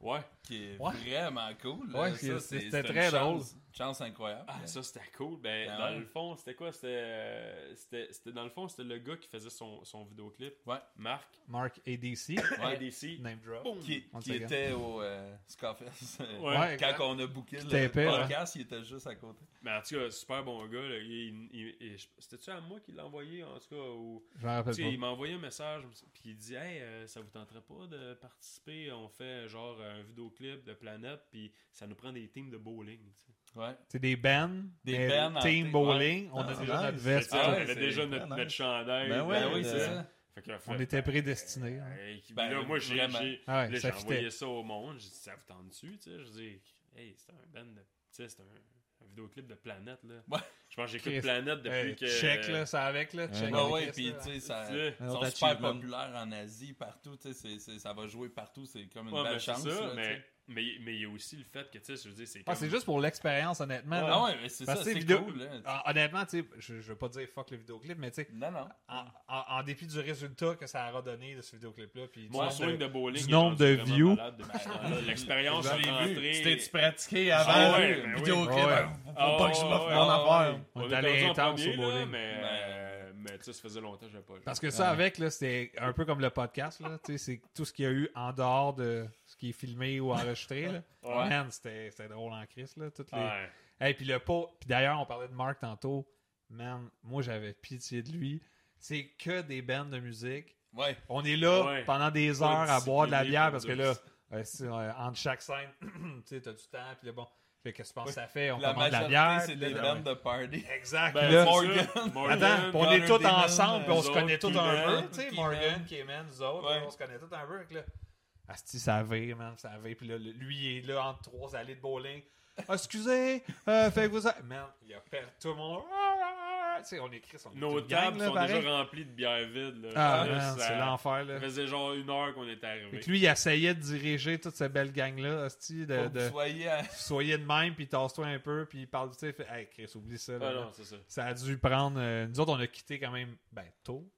[SPEAKER 4] Ouais.
[SPEAKER 2] qui est
[SPEAKER 1] Ouais.
[SPEAKER 2] vraiment cool.
[SPEAKER 1] Ouais,
[SPEAKER 2] Ça,
[SPEAKER 1] c'est-
[SPEAKER 2] c'est-
[SPEAKER 1] c'était
[SPEAKER 2] c'est une
[SPEAKER 1] très
[SPEAKER 2] chance- Chance incroyable.
[SPEAKER 4] Ah, ça c'était cool. Ben,
[SPEAKER 2] Ah
[SPEAKER 4] dans
[SPEAKER 2] ouais.
[SPEAKER 4] le fond, c'était quoi C'était. euh, c'était c'était- dans le fond, c'était le gars qui faisait son, son vidéoclip.
[SPEAKER 2] Ouais.
[SPEAKER 4] Marc,
[SPEAKER 1] Mark ADC,
[SPEAKER 2] Ouais.
[SPEAKER 4] ADC.
[SPEAKER 1] name drop.
[SPEAKER 4] Boum.
[SPEAKER 2] Qui,
[SPEAKER 1] On
[SPEAKER 2] qui
[SPEAKER 1] le sait
[SPEAKER 2] était au euh, Scarface. euh,
[SPEAKER 4] Ouais.
[SPEAKER 1] exact.
[SPEAKER 2] Quand on a booké le
[SPEAKER 1] tapait, ouais.
[SPEAKER 2] podcast, il était juste à côté.
[SPEAKER 4] Mais Ben, en tout cas, super bon gars. là. Il- il- il- je- C'était-tu à moi qui l'a envoyé En tout cas, au-
[SPEAKER 1] Je m'en
[SPEAKER 4] tu sais,
[SPEAKER 1] rappelle
[SPEAKER 4] il m'a envoyé un message, puis il dit Hey, euh, ça vous tenterait pas de participer On fait genre un vidéoclip de Planète, puis ça nous prend des teams de bowling. tu sais.
[SPEAKER 2] Ouais.
[SPEAKER 1] pas. C'est des bands,
[SPEAKER 2] Des
[SPEAKER 1] mais
[SPEAKER 2] bands en
[SPEAKER 1] team
[SPEAKER 2] team,
[SPEAKER 1] bowling. On a
[SPEAKER 3] Ah,
[SPEAKER 1] déjà
[SPEAKER 3] nice.
[SPEAKER 1] notre veste.
[SPEAKER 2] Ah
[SPEAKER 4] on
[SPEAKER 2] ouais,
[SPEAKER 4] avait
[SPEAKER 2] c'est-
[SPEAKER 4] déjà notre,
[SPEAKER 3] ah, nice.
[SPEAKER 4] notre chandail.
[SPEAKER 3] Ben ouais,
[SPEAKER 2] Ben oui,
[SPEAKER 3] euh,
[SPEAKER 2] c'est ça.
[SPEAKER 4] Fait que,
[SPEAKER 1] On
[SPEAKER 4] fait-
[SPEAKER 1] était prédestinés. hein.
[SPEAKER 4] Euh, qui-
[SPEAKER 2] Ben,
[SPEAKER 4] là, moi, j'ai
[SPEAKER 2] vraiment.
[SPEAKER 4] j'ai-
[SPEAKER 1] Ah ouais,
[SPEAKER 4] là,
[SPEAKER 1] ça
[SPEAKER 4] j'ai
[SPEAKER 1] fitait.
[SPEAKER 4] envoyé ça au monde. J'ai dit, ça vous tente dessus, tu sais. Je dis, hey, c'est un band de. Tu sais, c'est un, un vidéoclip de Planète, là.
[SPEAKER 2] Ouais.
[SPEAKER 4] Je pense que
[SPEAKER 1] Chris.
[SPEAKER 4] j'écoute Planète depuis
[SPEAKER 1] Hey,
[SPEAKER 4] que.
[SPEAKER 1] Check, là, ça avec, là. Check
[SPEAKER 3] Ouais,
[SPEAKER 2] Ouais,
[SPEAKER 1] avec
[SPEAKER 2] ouais,
[SPEAKER 1] ça,
[SPEAKER 2] puis
[SPEAKER 1] là.
[SPEAKER 2] tu sais, ça.
[SPEAKER 4] Tu sais,
[SPEAKER 2] Ils
[SPEAKER 3] Un
[SPEAKER 2] sont
[SPEAKER 3] autre
[SPEAKER 2] super
[SPEAKER 3] achievement.
[SPEAKER 2] populaires en Asie, partout, tu sais, c'est- c'est- ça va jouer partout, c'est comme une
[SPEAKER 4] Ouais,
[SPEAKER 2] belle
[SPEAKER 4] ben, c'est
[SPEAKER 2] chance.
[SPEAKER 4] ça,
[SPEAKER 2] là, tu
[SPEAKER 4] mais
[SPEAKER 2] sais.
[SPEAKER 4] mais il mais il y a aussi le fait que, tu sais, je veux dire, c'est.
[SPEAKER 1] Ah,
[SPEAKER 4] comme-
[SPEAKER 1] c'est juste pour l'expérience, honnêtement. là.
[SPEAKER 2] Ah ouais, mais c'est
[SPEAKER 1] Parce
[SPEAKER 2] ça,
[SPEAKER 1] que
[SPEAKER 2] c'est
[SPEAKER 1] ces vidéos-
[SPEAKER 2] cool. là.
[SPEAKER 1] Ah, Honnêtement, tu sais, je, je veux pas dire fuck le vidéoclip, mais tu sais,
[SPEAKER 2] Non, non.
[SPEAKER 1] en, en- en dépit du résultat que ça a donné de ce vidéoclip-là, puis du
[SPEAKER 4] Mon
[SPEAKER 1] nombre de-
[SPEAKER 4] swing de bowling.
[SPEAKER 1] du
[SPEAKER 4] est
[SPEAKER 1] nombre
[SPEAKER 4] rendu
[SPEAKER 1] de
[SPEAKER 4] vraiment
[SPEAKER 1] views.
[SPEAKER 4] malade depuis ce temps-là. L'expérience
[SPEAKER 2] Je
[SPEAKER 4] est
[SPEAKER 2] l'ai vu.
[SPEAKER 4] rentrée.
[SPEAKER 3] T'es-tu pratiqué
[SPEAKER 4] Ah
[SPEAKER 3] avant
[SPEAKER 4] ouais,
[SPEAKER 3] le
[SPEAKER 4] ben oui.
[SPEAKER 3] vidéoclip?
[SPEAKER 1] Ouais.
[SPEAKER 3] Ben, Faut
[SPEAKER 4] Ah
[SPEAKER 3] pas que je
[SPEAKER 4] ouais,
[SPEAKER 3] m'offre
[SPEAKER 4] ouais,
[SPEAKER 3] mon
[SPEAKER 4] ouais.
[SPEAKER 3] affaire.
[SPEAKER 1] On
[SPEAKER 4] On
[SPEAKER 1] est
[SPEAKER 4] est
[SPEAKER 1] allé
[SPEAKER 4] rendu en
[SPEAKER 1] intense au
[SPEAKER 4] premier, là,
[SPEAKER 1] bowling.
[SPEAKER 4] Mais
[SPEAKER 2] Ben-
[SPEAKER 4] euh, mais tu sais, ça faisait longtemps que j'avais pas.
[SPEAKER 1] Parce que ça,
[SPEAKER 3] Ouais.
[SPEAKER 1] avec, là, c'était un peu comme le podcast, là. Tu sais, c'est tout ce qu'il y a eu en dehors de ce qui est filmé ou enregistré, là.
[SPEAKER 4] Ouais.
[SPEAKER 1] Man, c'était c'était drôle en crise, là. Toutes les...
[SPEAKER 4] Ouais.
[SPEAKER 1] Hey, puis le pot. Puis d'ailleurs, on parlait de Mark tantôt. Man, moi, j'avais pitié de lui. C'est que des bands de musique.
[SPEAKER 2] Ouais.
[SPEAKER 1] On est là
[SPEAKER 4] Ouais.
[SPEAKER 1] pendant des
[SPEAKER 4] Pas
[SPEAKER 1] heures à boire de la
[SPEAKER 4] discipliné
[SPEAKER 1] bière
[SPEAKER 4] pour
[SPEAKER 1] parce que
[SPEAKER 4] dire
[SPEAKER 1] là,
[SPEAKER 4] ça.
[SPEAKER 1] euh, si, euh, entre chaque scène, tu sais, t'as du temps. Puis là, bon, fait, qu'est-ce que tu penses que ça fait? On
[SPEAKER 2] La
[SPEAKER 1] commande de
[SPEAKER 2] majorité,
[SPEAKER 1] la bière.
[SPEAKER 2] c'est
[SPEAKER 1] puis là,
[SPEAKER 2] des
[SPEAKER 1] ben,
[SPEAKER 2] bandes de party.
[SPEAKER 1] ouais. Exact.
[SPEAKER 4] Ben,
[SPEAKER 1] puis là,
[SPEAKER 2] Morgan.
[SPEAKER 4] Morgan,
[SPEAKER 1] Attends, puis on
[SPEAKER 2] Connor
[SPEAKER 1] est tous
[SPEAKER 2] Damon,
[SPEAKER 1] ensemble, puis on
[SPEAKER 4] nous
[SPEAKER 1] se
[SPEAKER 4] autres,
[SPEAKER 1] connaît tous un
[SPEAKER 4] Keenan,
[SPEAKER 1] peu, tu sais,
[SPEAKER 2] Keenan.
[SPEAKER 1] Morgan, Cayman, nous autres,
[SPEAKER 2] Ouais.
[SPEAKER 1] on se connaît tous un peu, fait que là. Asti, ça vire, man, ça vire, puis là, le- lui, il est là, entre trois allées de bowling. Ah, excusez, euh, fait que vous... a- Man, il y a per- tout le monde... Ah, Tu sais, on est Chris, on est
[SPEAKER 4] Nos
[SPEAKER 1] toute gang,
[SPEAKER 4] tables
[SPEAKER 1] là,
[SPEAKER 4] sont
[SPEAKER 1] pareil.
[SPEAKER 4] déjà remplies de bières vides. là.
[SPEAKER 1] Ah,
[SPEAKER 4] Là,
[SPEAKER 1] man,
[SPEAKER 4] ça-
[SPEAKER 1] c'est l'enfer, là.
[SPEAKER 4] Ça faisait genre une heure qu'on était
[SPEAKER 1] Fait
[SPEAKER 4] arrivé.
[SPEAKER 1] que lui, il essayait de diriger toute cette belle gang-là, Asti, de...
[SPEAKER 2] Faut que
[SPEAKER 1] de...
[SPEAKER 2] vous soyez à-
[SPEAKER 1] Soyez de même, puis tasse-toi un peu, puis parle, tu sais, fait, hey, Chris, oublie ça, là.
[SPEAKER 4] Ah
[SPEAKER 1] là.
[SPEAKER 4] non, c'est ça.
[SPEAKER 1] Ça a dû prendre. euh, nous autres, on a quitté quand même ben, tôt.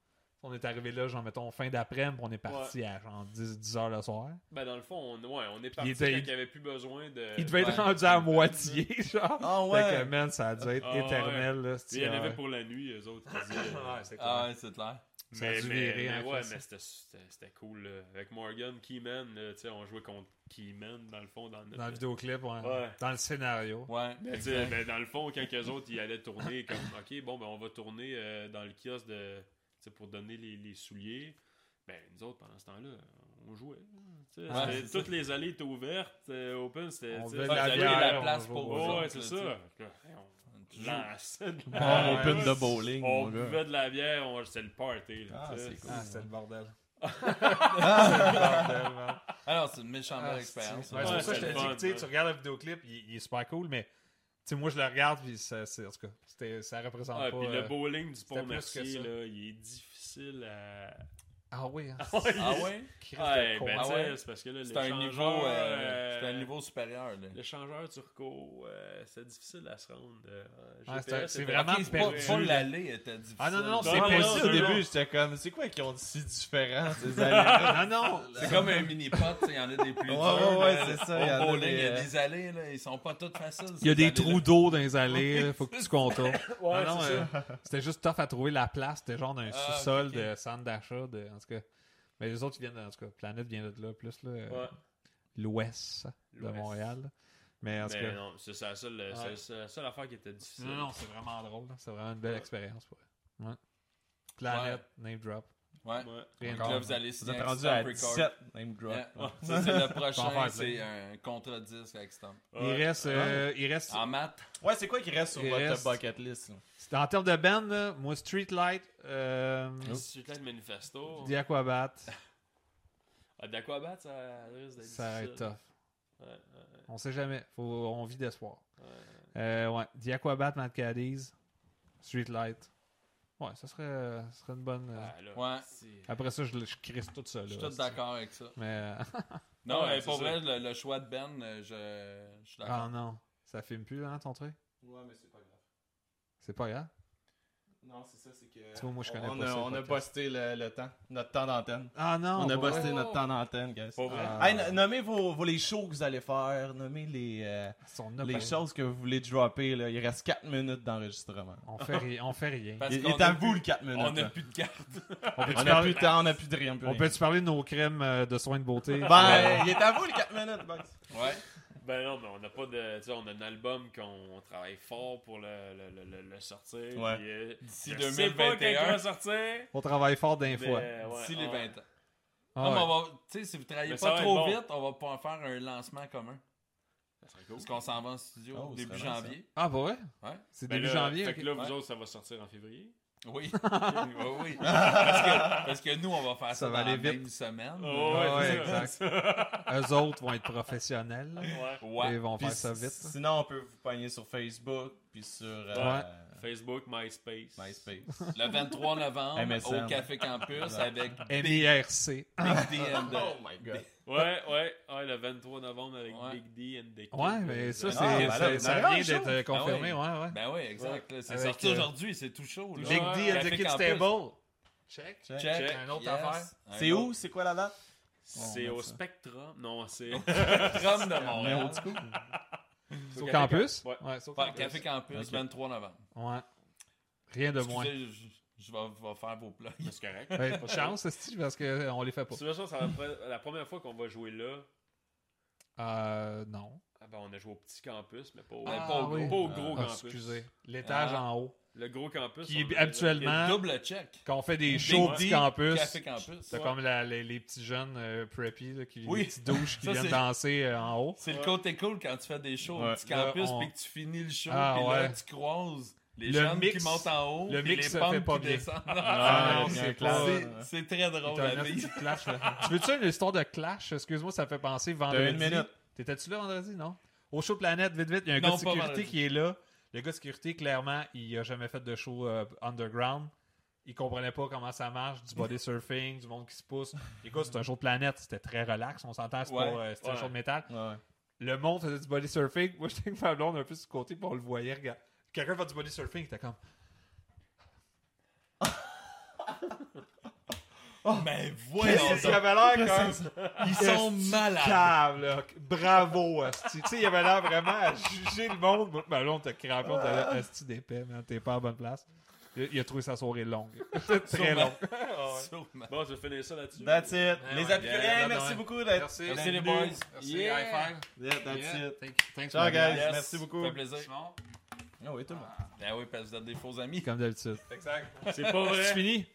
[SPEAKER 1] On est arrivé là, genre, mettons, fin d'après-midi, puis on est parti à genre 10, 10 heures le soir.
[SPEAKER 4] Ben dans le fond, on, ouais, on est parti
[SPEAKER 1] était-
[SPEAKER 4] quand il n'y avait plus besoin de.
[SPEAKER 1] Il devait
[SPEAKER 4] ben,
[SPEAKER 2] ouais.
[SPEAKER 1] être rendu à moitié, genre.
[SPEAKER 3] Ah
[SPEAKER 1] Fait que,
[SPEAKER 3] ouais.
[SPEAKER 1] man, ça a dû être
[SPEAKER 4] Ah, ouais.
[SPEAKER 1] éternel, là.
[SPEAKER 4] Il y en avait pour la nuit, eux autres. qui disaient, euh,
[SPEAKER 1] c'est
[SPEAKER 2] Ah ouais, c'est clair.
[SPEAKER 1] Ça a
[SPEAKER 4] mais
[SPEAKER 1] dû
[SPEAKER 4] mais-
[SPEAKER 1] virer,
[SPEAKER 4] mais
[SPEAKER 1] hein,
[SPEAKER 4] ouais,
[SPEAKER 1] Chris.
[SPEAKER 4] mais c'était- c'était c'était cool. là. Avec Morgan, Keyman, là, tu sais, on jouait contre Keyman dans le fond. Dans, notre...
[SPEAKER 1] Dans le vidéoclip, ouais.
[SPEAKER 4] Ouais.
[SPEAKER 1] dans le scénario.
[SPEAKER 2] Ouais.
[SPEAKER 4] Mais tu sais,
[SPEAKER 2] exact.
[SPEAKER 4] ben, dans le fond, quand eux autres, ils allaient tourner comme OK, bon, ben on va tourner euh, dans le kiosque de, tu sais, pour donner les, les souliers. Ben nous autres, pendant ce temps-là, on jouait. hein, tu sais.
[SPEAKER 2] Ouais,
[SPEAKER 4] C'était-
[SPEAKER 2] c'est ça.
[SPEAKER 4] toutes les allées étaient ouvertes, euh, open, c'était.
[SPEAKER 1] On
[SPEAKER 4] tu sais,
[SPEAKER 1] veut de
[SPEAKER 2] vous
[SPEAKER 1] la
[SPEAKER 2] avez
[SPEAKER 1] bière.
[SPEAKER 2] la
[SPEAKER 1] on
[SPEAKER 2] place
[SPEAKER 1] joue.
[SPEAKER 2] pour
[SPEAKER 4] Ouais,
[SPEAKER 2] vous
[SPEAKER 4] ouais,
[SPEAKER 2] autres,
[SPEAKER 4] c'est
[SPEAKER 2] là,
[SPEAKER 4] ça.
[SPEAKER 2] tu sais.
[SPEAKER 4] Là, hey, on-
[SPEAKER 2] Tu joues.
[SPEAKER 4] Lance de la
[SPEAKER 3] Bon
[SPEAKER 1] Ouais.
[SPEAKER 3] open
[SPEAKER 4] bière.
[SPEAKER 3] de bowling,
[SPEAKER 4] On
[SPEAKER 3] mon gars.
[SPEAKER 4] buvait de la bière, on... c'était le party. là,
[SPEAKER 3] Ah,
[SPEAKER 4] tu sais.
[SPEAKER 3] c'est cool.
[SPEAKER 1] Ah, c'était le bordel. c'était le bordel, man.
[SPEAKER 2] Alors, c'est une méchante
[SPEAKER 1] Ah,
[SPEAKER 2] belle
[SPEAKER 1] c'est-
[SPEAKER 2] expérience.
[SPEAKER 1] ouais, c'est pour
[SPEAKER 4] Ouais,
[SPEAKER 1] ça que je
[SPEAKER 4] c'est
[SPEAKER 1] te
[SPEAKER 4] le
[SPEAKER 1] dis,
[SPEAKER 4] fun,
[SPEAKER 1] tu sais,
[SPEAKER 4] ouais.
[SPEAKER 1] tu regardes le vidéoclip, il, il est super cool, mais tu sais, moi je le regarde, puis ça, c'est- en tout cas, c'était- ça représente
[SPEAKER 4] Ah,
[SPEAKER 1] pas.
[SPEAKER 4] puis
[SPEAKER 1] euh,
[SPEAKER 4] le bowling du pont
[SPEAKER 1] plus que
[SPEAKER 4] Mercier,
[SPEAKER 1] ça.
[SPEAKER 4] là, il est difficile à.
[SPEAKER 1] Ah oui,
[SPEAKER 2] Ah
[SPEAKER 1] hein.
[SPEAKER 2] ouais?
[SPEAKER 1] Christ
[SPEAKER 4] Ah,
[SPEAKER 1] de
[SPEAKER 4] ben,
[SPEAKER 1] con.
[SPEAKER 4] tu
[SPEAKER 2] Ah
[SPEAKER 4] sais,
[SPEAKER 2] ouais?
[SPEAKER 4] c'est parce que là,
[SPEAKER 2] C'est un niveau.
[SPEAKER 4] l'échangeur,
[SPEAKER 2] euh,
[SPEAKER 4] euh,
[SPEAKER 2] C'est un niveau supérieur, là.
[SPEAKER 4] L'échangeur turco, euh, c'est difficile à se rendre. euh,
[SPEAKER 1] Ah, c'est-
[SPEAKER 4] GPS,
[SPEAKER 1] c'est
[SPEAKER 4] c'était-
[SPEAKER 1] vraiment
[SPEAKER 2] Ok, c'est pas-
[SPEAKER 1] perdu,
[SPEAKER 2] pas
[SPEAKER 1] là.
[SPEAKER 2] l'allée était difficile.
[SPEAKER 1] Ah non, non, non,
[SPEAKER 4] Non,
[SPEAKER 1] c'est
[SPEAKER 4] non,
[SPEAKER 3] Moi
[SPEAKER 1] pas
[SPEAKER 4] non,
[SPEAKER 3] aussi,
[SPEAKER 1] ça.
[SPEAKER 3] au
[SPEAKER 4] c'est
[SPEAKER 3] début,
[SPEAKER 4] long.
[SPEAKER 3] j'étais comme, c'est quoi qui ont de si différent, ces années
[SPEAKER 1] Ah non!
[SPEAKER 2] C'est comme un mini-pot, il y en a des plus
[SPEAKER 3] Ouais, ouais,
[SPEAKER 2] durs.
[SPEAKER 3] ouais,
[SPEAKER 2] là.
[SPEAKER 3] c'est ça, y en
[SPEAKER 2] Au
[SPEAKER 3] a
[SPEAKER 2] bowling,
[SPEAKER 3] des,
[SPEAKER 2] il y a
[SPEAKER 3] euh,
[SPEAKER 2] des allées, là, ils sont pas toutes faciles.
[SPEAKER 1] Il y a
[SPEAKER 2] ces
[SPEAKER 1] des
[SPEAKER 2] allées-là.
[SPEAKER 1] trous d'eau dans les allées, là, faut que tu contournes.
[SPEAKER 4] Ouais,
[SPEAKER 1] non, non,
[SPEAKER 4] c'est
[SPEAKER 1] euh,
[SPEAKER 4] ça.
[SPEAKER 1] c'était juste tough à trouver la place, c'était genre d'un
[SPEAKER 2] Ah,
[SPEAKER 1] sous-sol
[SPEAKER 2] ok, ok.
[SPEAKER 1] de centre d'achat, de, en tout cas. Mais les autres, ils viennent, en tout cas, Planète vient de là, plus là, euh,
[SPEAKER 4] Ouais.
[SPEAKER 1] l'ouest de
[SPEAKER 4] L'ouest.
[SPEAKER 1] Montréal. Mais en tout
[SPEAKER 4] Mais
[SPEAKER 1] cas.
[SPEAKER 4] non, c'est c'est la seule, euh,
[SPEAKER 1] Ouais.
[SPEAKER 4] c'est- c'est la seule affaire qui était difficile.
[SPEAKER 1] Non, non, c'est vraiment drôle. là. C'est vraiment une belle
[SPEAKER 4] Ouais.
[SPEAKER 1] expérience. Pour elle. Ouais. Planète, name drop.
[SPEAKER 2] Ouais.
[SPEAKER 4] Ouais.
[SPEAKER 1] Rien
[SPEAKER 2] Donc
[SPEAKER 1] de
[SPEAKER 2] là,
[SPEAKER 1] grave.
[SPEAKER 2] vous allez
[SPEAKER 3] Vous
[SPEAKER 2] signer
[SPEAKER 3] êtes
[SPEAKER 2] avec
[SPEAKER 3] rendu
[SPEAKER 2] Stamp
[SPEAKER 3] à
[SPEAKER 2] Record.
[SPEAKER 3] 17 name drop.
[SPEAKER 2] Yeah. Ça, c'est le
[SPEAKER 1] T'en
[SPEAKER 2] prochain,
[SPEAKER 1] faire
[SPEAKER 2] c'est un contre-disque avec Stamp.
[SPEAKER 1] Il
[SPEAKER 4] Ouais.
[SPEAKER 1] reste. euh, il reste
[SPEAKER 2] En maths,
[SPEAKER 3] Ouais, c'est quoi qui reste sur
[SPEAKER 1] Il
[SPEAKER 3] votre
[SPEAKER 1] reste-
[SPEAKER 3] bucket list? là?
[SPEAKER 1] c'est- en termes de band, là, moi, Streetlight, euh,
[SPEAKER 4] Oh. Streetlight Manifesto.
[SPEAKER 1] The Aquabat,
[SPEAKER 4] Ah, D'Aquabat, ça risque d'être
[SPEAKER 1] ça va être
[SPEAKER 4] difficile.
[SPEAKER 1] tough.
[SPEAKER 4] Ouais, ouais,
[SPEAKER 1] On sait jamais. Faut, on vit d'espoir.
[SPEAKER 4] ouais.
[SPEAKER 1] Euh, ouais. The Aquabat, Mad Caddies, Streetlight. Ouais, ça serait, euh, ça serait une bonne. euh,
[SPEAKER 4] Ah, là,
[SPEAKER 2] Ouais.
[SPEAKER 4] c'est-
[SPEAKER 1] Après ça, je, le- je crisse tout ça. Là,
[SPEAKER 2] je suis tout d'accord avec ça.
[SPEAKER 1] Mais. euh,
[SPEAKER 2] Non,
[SPEAKER 4] Ouais,
[SPEAKER 2] mais
[SPEAKER 4] c'est
[SPEAKER 2] pour
[SPEAKER 4] ça.
[SPEAKER 2] vrai, le, le choix de Ben, euh, je, je suis d'accord.
[SPEAKER 1] ah non, ça filme plus, hein, ton truc
[SPEAKER 3] Ouais, mais c'est pas grave.
[SPEAKER 1] C'est pas grave.
[SPEAKER 3] Non, c'est ça, c'est que.
[SPEAKER 1] Tu vois, moi, je connais
[SPEAKER 3] on
[SPEAKER 1] pas
[SPEAKER 3] a,
[SPEAKER 1] ça,
[SPEAKER 3] On a
[SPEAKER 1] podcast.
[SPEAKER 3] busté le, le temps, notre temps d'antenne.
[SPEAKER 1] Ah non!
[SPEAKER 3] on a
[SPEAKER 1] pas vrai.
[SPEAKER 3] busté notre temps d'antenne, guys.
[SPEAKER 2] Pour vrai?
[SPEAKER 1] Ah.
[SPEAKER 3] Hey, no- nommez vos, vos- les shows que vous allez faire, nommez les, euh,
[SPEAKER 1] On a
[SPEAKER 3] les
[SPEAKER 1] pas-
[SPEAKER 3] choses que vous voulez dropper. Là. Il reste 4 minutes d'enregistrement.
[SPEAKER 1] On fait, ri- on fait rien.
[SPEAKER 2] Parce
[SPEAKER 3] Il, il
[SPEAKER 2] qu'on
[SPEAKER 3] est
[SPEAKER 2] a
[SPEAKER 3] à vous
[SPEAKER 2] plus-
[SPEAKER 3] le 4
[SPEAKER 2] On
[SPEAKER 3] minutes.
[SPEAKER 2] n'a
[SPEAKER 3] là.
[SPEAKER 2] plus de cartes.
[SPEAKER 3] On
[SPEAKER 1] peut-tu
[SPEAKER 3] n'a
[SPEAKER 1] parler-
[SPEAKER 3] plus de temps, on n'a plus de rien. on peut
[SPEAKER 1] On
[SPEAKER 3] rien.
[SPEAKER 1] peut-tu parler de nos crèmes euh, de soins de beauté?
[SPEAKER 3] Ben, il est à vous le 4 minutes, boys.
[SPEAKER 2] Ouais.
[SPEAKER 4] Ben non, mais on n'a pas de. Tu sais, on a un album qu'on on travaille fort pour le, le, le, le- le sortir.
[SPEAKER 3] Ouais.
[SPEAKER 4] puis, euh,
[SPEAKER 2] D'ici
[SPEAKER 4] je sais pas quand il
[SPEAKER 2] 2021.
[SPEAKER 4] va sortir.
[SPEAKER 1] On travaille fort d'un fois.
[SPEAKER 4] mais, euh, ouais,
[SPEAKER 2] D'ici
[SPEAKER 4] ouais.
[SPEAKER 2] les 20 ans.
[SPEAKER 1] Ah
[SPEAKER 2] Non, mais
[SPEAKER 1] ouais.
[SPEAKER 2] on va- tu sais, si vous travaillez
[SPEAKER 4] Mais ça
[SPEAKER 2] pas
[SPEAKER 4] va
[SPEAKER 2] trop
[SPEAKER 4] être bon.
[SPEAKER 2] vite, on va pouvoir faire un lancement commun.
[SPEAKER 4] Ça serait cool.
[SPEAKER 2] Parce qu'on s'en va en studio
[SPEAKER 3] Oh,
[SPEAKER 2] début
[SPEAKER 3] ce serait nice,
[SPEAKER 2] janvier.
[SPEAKER 1] Ah, bah ouais?
[SPEAKER 2] Ouais.
[SPEAKER 1] C'est
[SPEAKER 4] Ben
[SPEAKER 1] début
[SPEAKER 4] là,
[SPEAKER 1] janvier.
[SPEAKER 4] Fait
[SPEAKER 1] ok.
[SPEAKER 4] que là, vous
[SPEAKER 2] Ouais.
[SPEAKER 4] autres, ça va sortir en février.
[SPEAKER 2] Oui. oui, oui. Parce que, parce que nous, on va faire ça,
[SPEAKER 1] Ça va
[SPEAKER 2] dans
[SPEAKER 1] aller
[SPEAKER 2] la
[SPEAKER 1] vite.
[SPEAKER 2] même semaine.
[SPEAKER 1] ouais,
[SPEAKER 4] c'est
[SPEAKER 1] ouais,
[SPEAKER 4] ça.
[SPEAKER 1] Eux autres vont être professionnels. là.
[SPEAKER 4] Ouais.
[SPEAKER 1] Ils
[SPEAKER 2] Ouais.
[SPEAKER 1] vont
[SPEAKER 3] Puis
[SPEAKER 1] faire ça
[SPEAKER 3] si-
[SPEAKER 1] vite. là.
[SPEAKER 3] Sinon, on peut vous pogner sur Facebook, puis sur euh,
[SPEAKER 4] Facebook, MySpace.
[SPEAKER 3] MySpace.
[SPEAKER 2] Le 23 novembre,
[SPEAKER 3] MSN.
[SPEAKER 2] au Café Campus, avec
[SPEAKER 1] MIRC.
[SPEAKER 2] Big D and the-
[SPEAKER 3] Oh my god.
[SPEAKER 4] Ouais, ouais, ouais, le 23 novembre avec
[SPEAKER 2] Ouais.
[SPEAKER 4] Big D and the Kid. euh,
[SPEAKER 1] Ouais, mais ça, c'est,
[SPEAKER 3] ben
[SPEAKER 1] ça-
[SPEAKER 3] là,
[SPEAKER 1] ça
[SPEAKER 3] ben là,
[SPEAKER 1] vient
[SPEAKER 3] chaud.
[SPEAKER 1] d'être euh, confirmé,
[SPEAKER 2] Ah
[SPEAKER 1] ouais, ouais.
[SPEAKER 2] Ben oui, exact. là, C'est
[SPEAKER 1] Avec,
[SPEAKER 2] sorti
[SPEAKER 1] euh,
[SPEAKER 2] aujourd'hui, c'est tout chaud. là.
[SPEAKER 4] Big D
[SPEAKER 2] and the Café Kid Campus. Stable.
[SPEAKER 1] Check.
[SPEAKER 3] Check.
[SPEAKER 2] Check.
[SPEAKER 1] Un autre
[SPEAKER 2] Yes.
[SPEAKER 1] affaire.
[SPEAKER 2] Un
[SPEAKER 3] C'est
[SPEAKER 2] autre.
[SPEAKER 3] où? C'est quoi la date?
[SPEAKER 4] C'est
[SPEAKER 3] On met
[SPEAKER 4] au
[SPEAKER 3] ça.
[SPEAKER 4] Spectrum. Non, c'est.
[SPEAKER 2] Rome de
[SPEAKER 3] On est
[SPEAKER 2] Montréal.
[SPEAKER 3] au petit coup.
[SPEAKER 1] C'est au campus?
[SPEAKER 4] Ouais.
[SPEAKER 1] c'est au
[SPEAKER 2] Ouais,
[SPEAKER 1] campus.
[SPEAKER 2] Café Campus,
[SPEAKER 3] Ok.
[SPEAKER 2] 23 novembre.
[SPEAKER 1] Ouais. Rien de moins.
[SPEAKER 2] Excusez, je- je vais je vais faire vos plats.
[SPEAKER 4] C'est correct.
[SPEAKER 1] Ouais, pas de chance, c'est parce qu'on les fait
[SPEAKER 4] De
[SPEAKER 1] pas.
[SPEAKER 4] toute façon, ça va être la première fois qu'on va jouer là.
[SPEAKER 1] Euh, non.
[SPEAKER 4] Ah ben, on a joué au petit campus, mais pas au,
[SPEAKER 2] Ah,
[SPEAKER 4] pas au
[SPEAKER 1] oui.
[SPEAKER 4] gros,
[SPEAKER 3] Ah,
[SPEAKER 4] pas au gros
[SPEAKER 1] Ah,
[SPEAKER 4] campus.
[SPEAKER 1] excusez. L'étage
[SPEAKER 2] Ah.
[SPEAKER 1] en haut.
[SPEAKER 4] Le gros campus.
[SPEAKER 1] Qui
[SPEAKER 4] on
[SPEAKER 1] est
[SPEAKER 4] a-
[SPEAKER 1] habituellement,
[SPEAKER 2] Double check.
[SPEAKER 1] quand on fait des
[SPEAKER 2] Big
[SPEAKER 1] shows au
[SPEAKER 2] D,
[SPEAKER 1] petit campus,
[SPEAKER 2] Café Campus.
[SPEAKER 1] c'est
[SPEAKER 2] Ouais.
[SPEAKER 1] comme la- les, les petits jeunes euh, preppy, là, qui,
[SPEAKER 2] Oui.
[SPEAKER 1] les petites douches qui
[SPEAKER 2] Ça,
[SPEAKER 1] viennent
[SPEAKER 2] c'est-
[SPEAKER 1] danser euh, en haut.
[SPEAKER 2] C'est
[SPEAKER 4] Ouais.
[SPEAKER 2] le côté cool quand tu fais des shows
[SPEAKER 3] Ouais.
[SPEAKER 2] au petit campus
[SPEAKER 1] Là, on-
[SPEAKER 2] puis que tu finis le show
[SPEAKER 1] Ah,
[SPEAKER 2] puis là
[SPEAKER 1] ouais.
[SPEAKER 2] tu croises les
[SPEAKER 1] Le
[SPEAKER 2] jeunes
[SPEAKER 1] mix-
[SPEAKER 2] qui montent en haut
[SPEAKER 1] le
[SPEAKER 2] puis
[SPEAKER 1] mix
[SPEAKER 2] les
[SPEAKER 1] se fait
[SPEAKER 2] pommes
[SPEAKER 1] pas
[SPEAKER 2] qui
[SPEAKER 1] bien.
[SPEAKER 2] descendent.
[SPEAKER 1] Ah,
[SPEAKER 3] il y a
[SPEAKER 1] c'est
[SPEAKER 3] un
[SPEAKER 1] clair.
[SPEAKER 3] clash.
[SPEAKER 2] C'est- C'est très drôle
[SPEAKER 1] T'as
[SPEAKER 2] à
[SPEAKER 1] un petit
[SPEAKER 2] vivre.
[SPEAKER 1] clash, là. tu veux-tu une histoire de clash? Excuse-moi, ça me fait penser vendredi.
[SPEAKER 3] une minute.
[SPEAKER 1] T'étais-tu là vendredi, non? Au show Planète, vite, vite, il y a un
[SPEAKER 2] Non,
[SPEAKER 1] gars de
[SPEAKER 2] pas
[SPEAKER 1] sécurité
[SPEAKER 2] vendredi.
[SPEAKER 1] qui est là. Le gars de sécurité, clairement, il a jamais fait de show euh, underground. Il comprenait pas comment ça marche, du body surfing, du monde qui se pousse. Écoute, c'est un show de planète, c'était très relax, on s'entend, c'est
[SPEAKER 2] Ouais,
[SPEAKER 1] pas, euh, c'était un
[SPEAKER 4] ouais.
[SPEAKER 1] show de métal.
[SPEAKER 3] Ouais, ouais.
[SPEAKER 1] Le monde faisait du body surfing. Moi, j'étais avec ma blonde un peu sur le côté, puis on le voyait, regarde. Quelqu'un fait du body surfing, il était comme.
[SPEAKER 2] Mais
[SPEAKER 1] Oh, Qu'est-ce
[SPEAKER 2] voyons
[SPEAKER 1] qu'il
[SPEAKER 2] donc.
[SPEAKER 1] avait l'air comme.
[SPEAKER 2] Ils sont malades.
[SPEAKER 1] cave, là. Bravo, Asti. tu sais, il avait l'air vraiment à juger le monde. Moi, Ben là, on t'a crampé, on t'a dit, Asti d'épais, man, t'es pas à bonne place. Il, il a trouvé sa soirée longue. Très
[SPEAKER 2] Sûrement.
[SPEAKER 1] longue. Ah ouais.
[SPEAKER 2] Sûrement.
[SPEAKER 4] Bon, je vais finir ça là-dessus.
[SPEAKER 3] That's it.
[SPEAKER 1] Ouais,
[SPEAKER 3] les
[SPEAKER 1] ouais.
[SPEAKER 3] apicuriens,
[SPEAKER 1] Yeah, yeah,
[SPEAKER 3] merci
[SPEAKER 1] yeah.
[SPEAKER 3] beaucoup d'être.
[SPEAKER 2] Merci les boys. Yeah.
[SPEAKER 3] Yeah, that's it.
[SPEAKER 1] Thanks,
[SPEAKER 3] Ciao,
[SPEAKER 1] my guy.
[SPEAKER 3] guys. Merci beaucoup.
[SPEAKER 2] Ça fait plaisir.
[SPEAKER 3] Ah oui, tout le monde.
[SPEAKER 2] Ben oui, parce que vous êtes des faux amis.
[SPEAKER 1] Comme d'habitude. Exact.
[SPEAKER 4] C'est
[SPEAKER 1] C'est
[SPEAKER 4] pas vrai.
[SPEAKER 1] fini?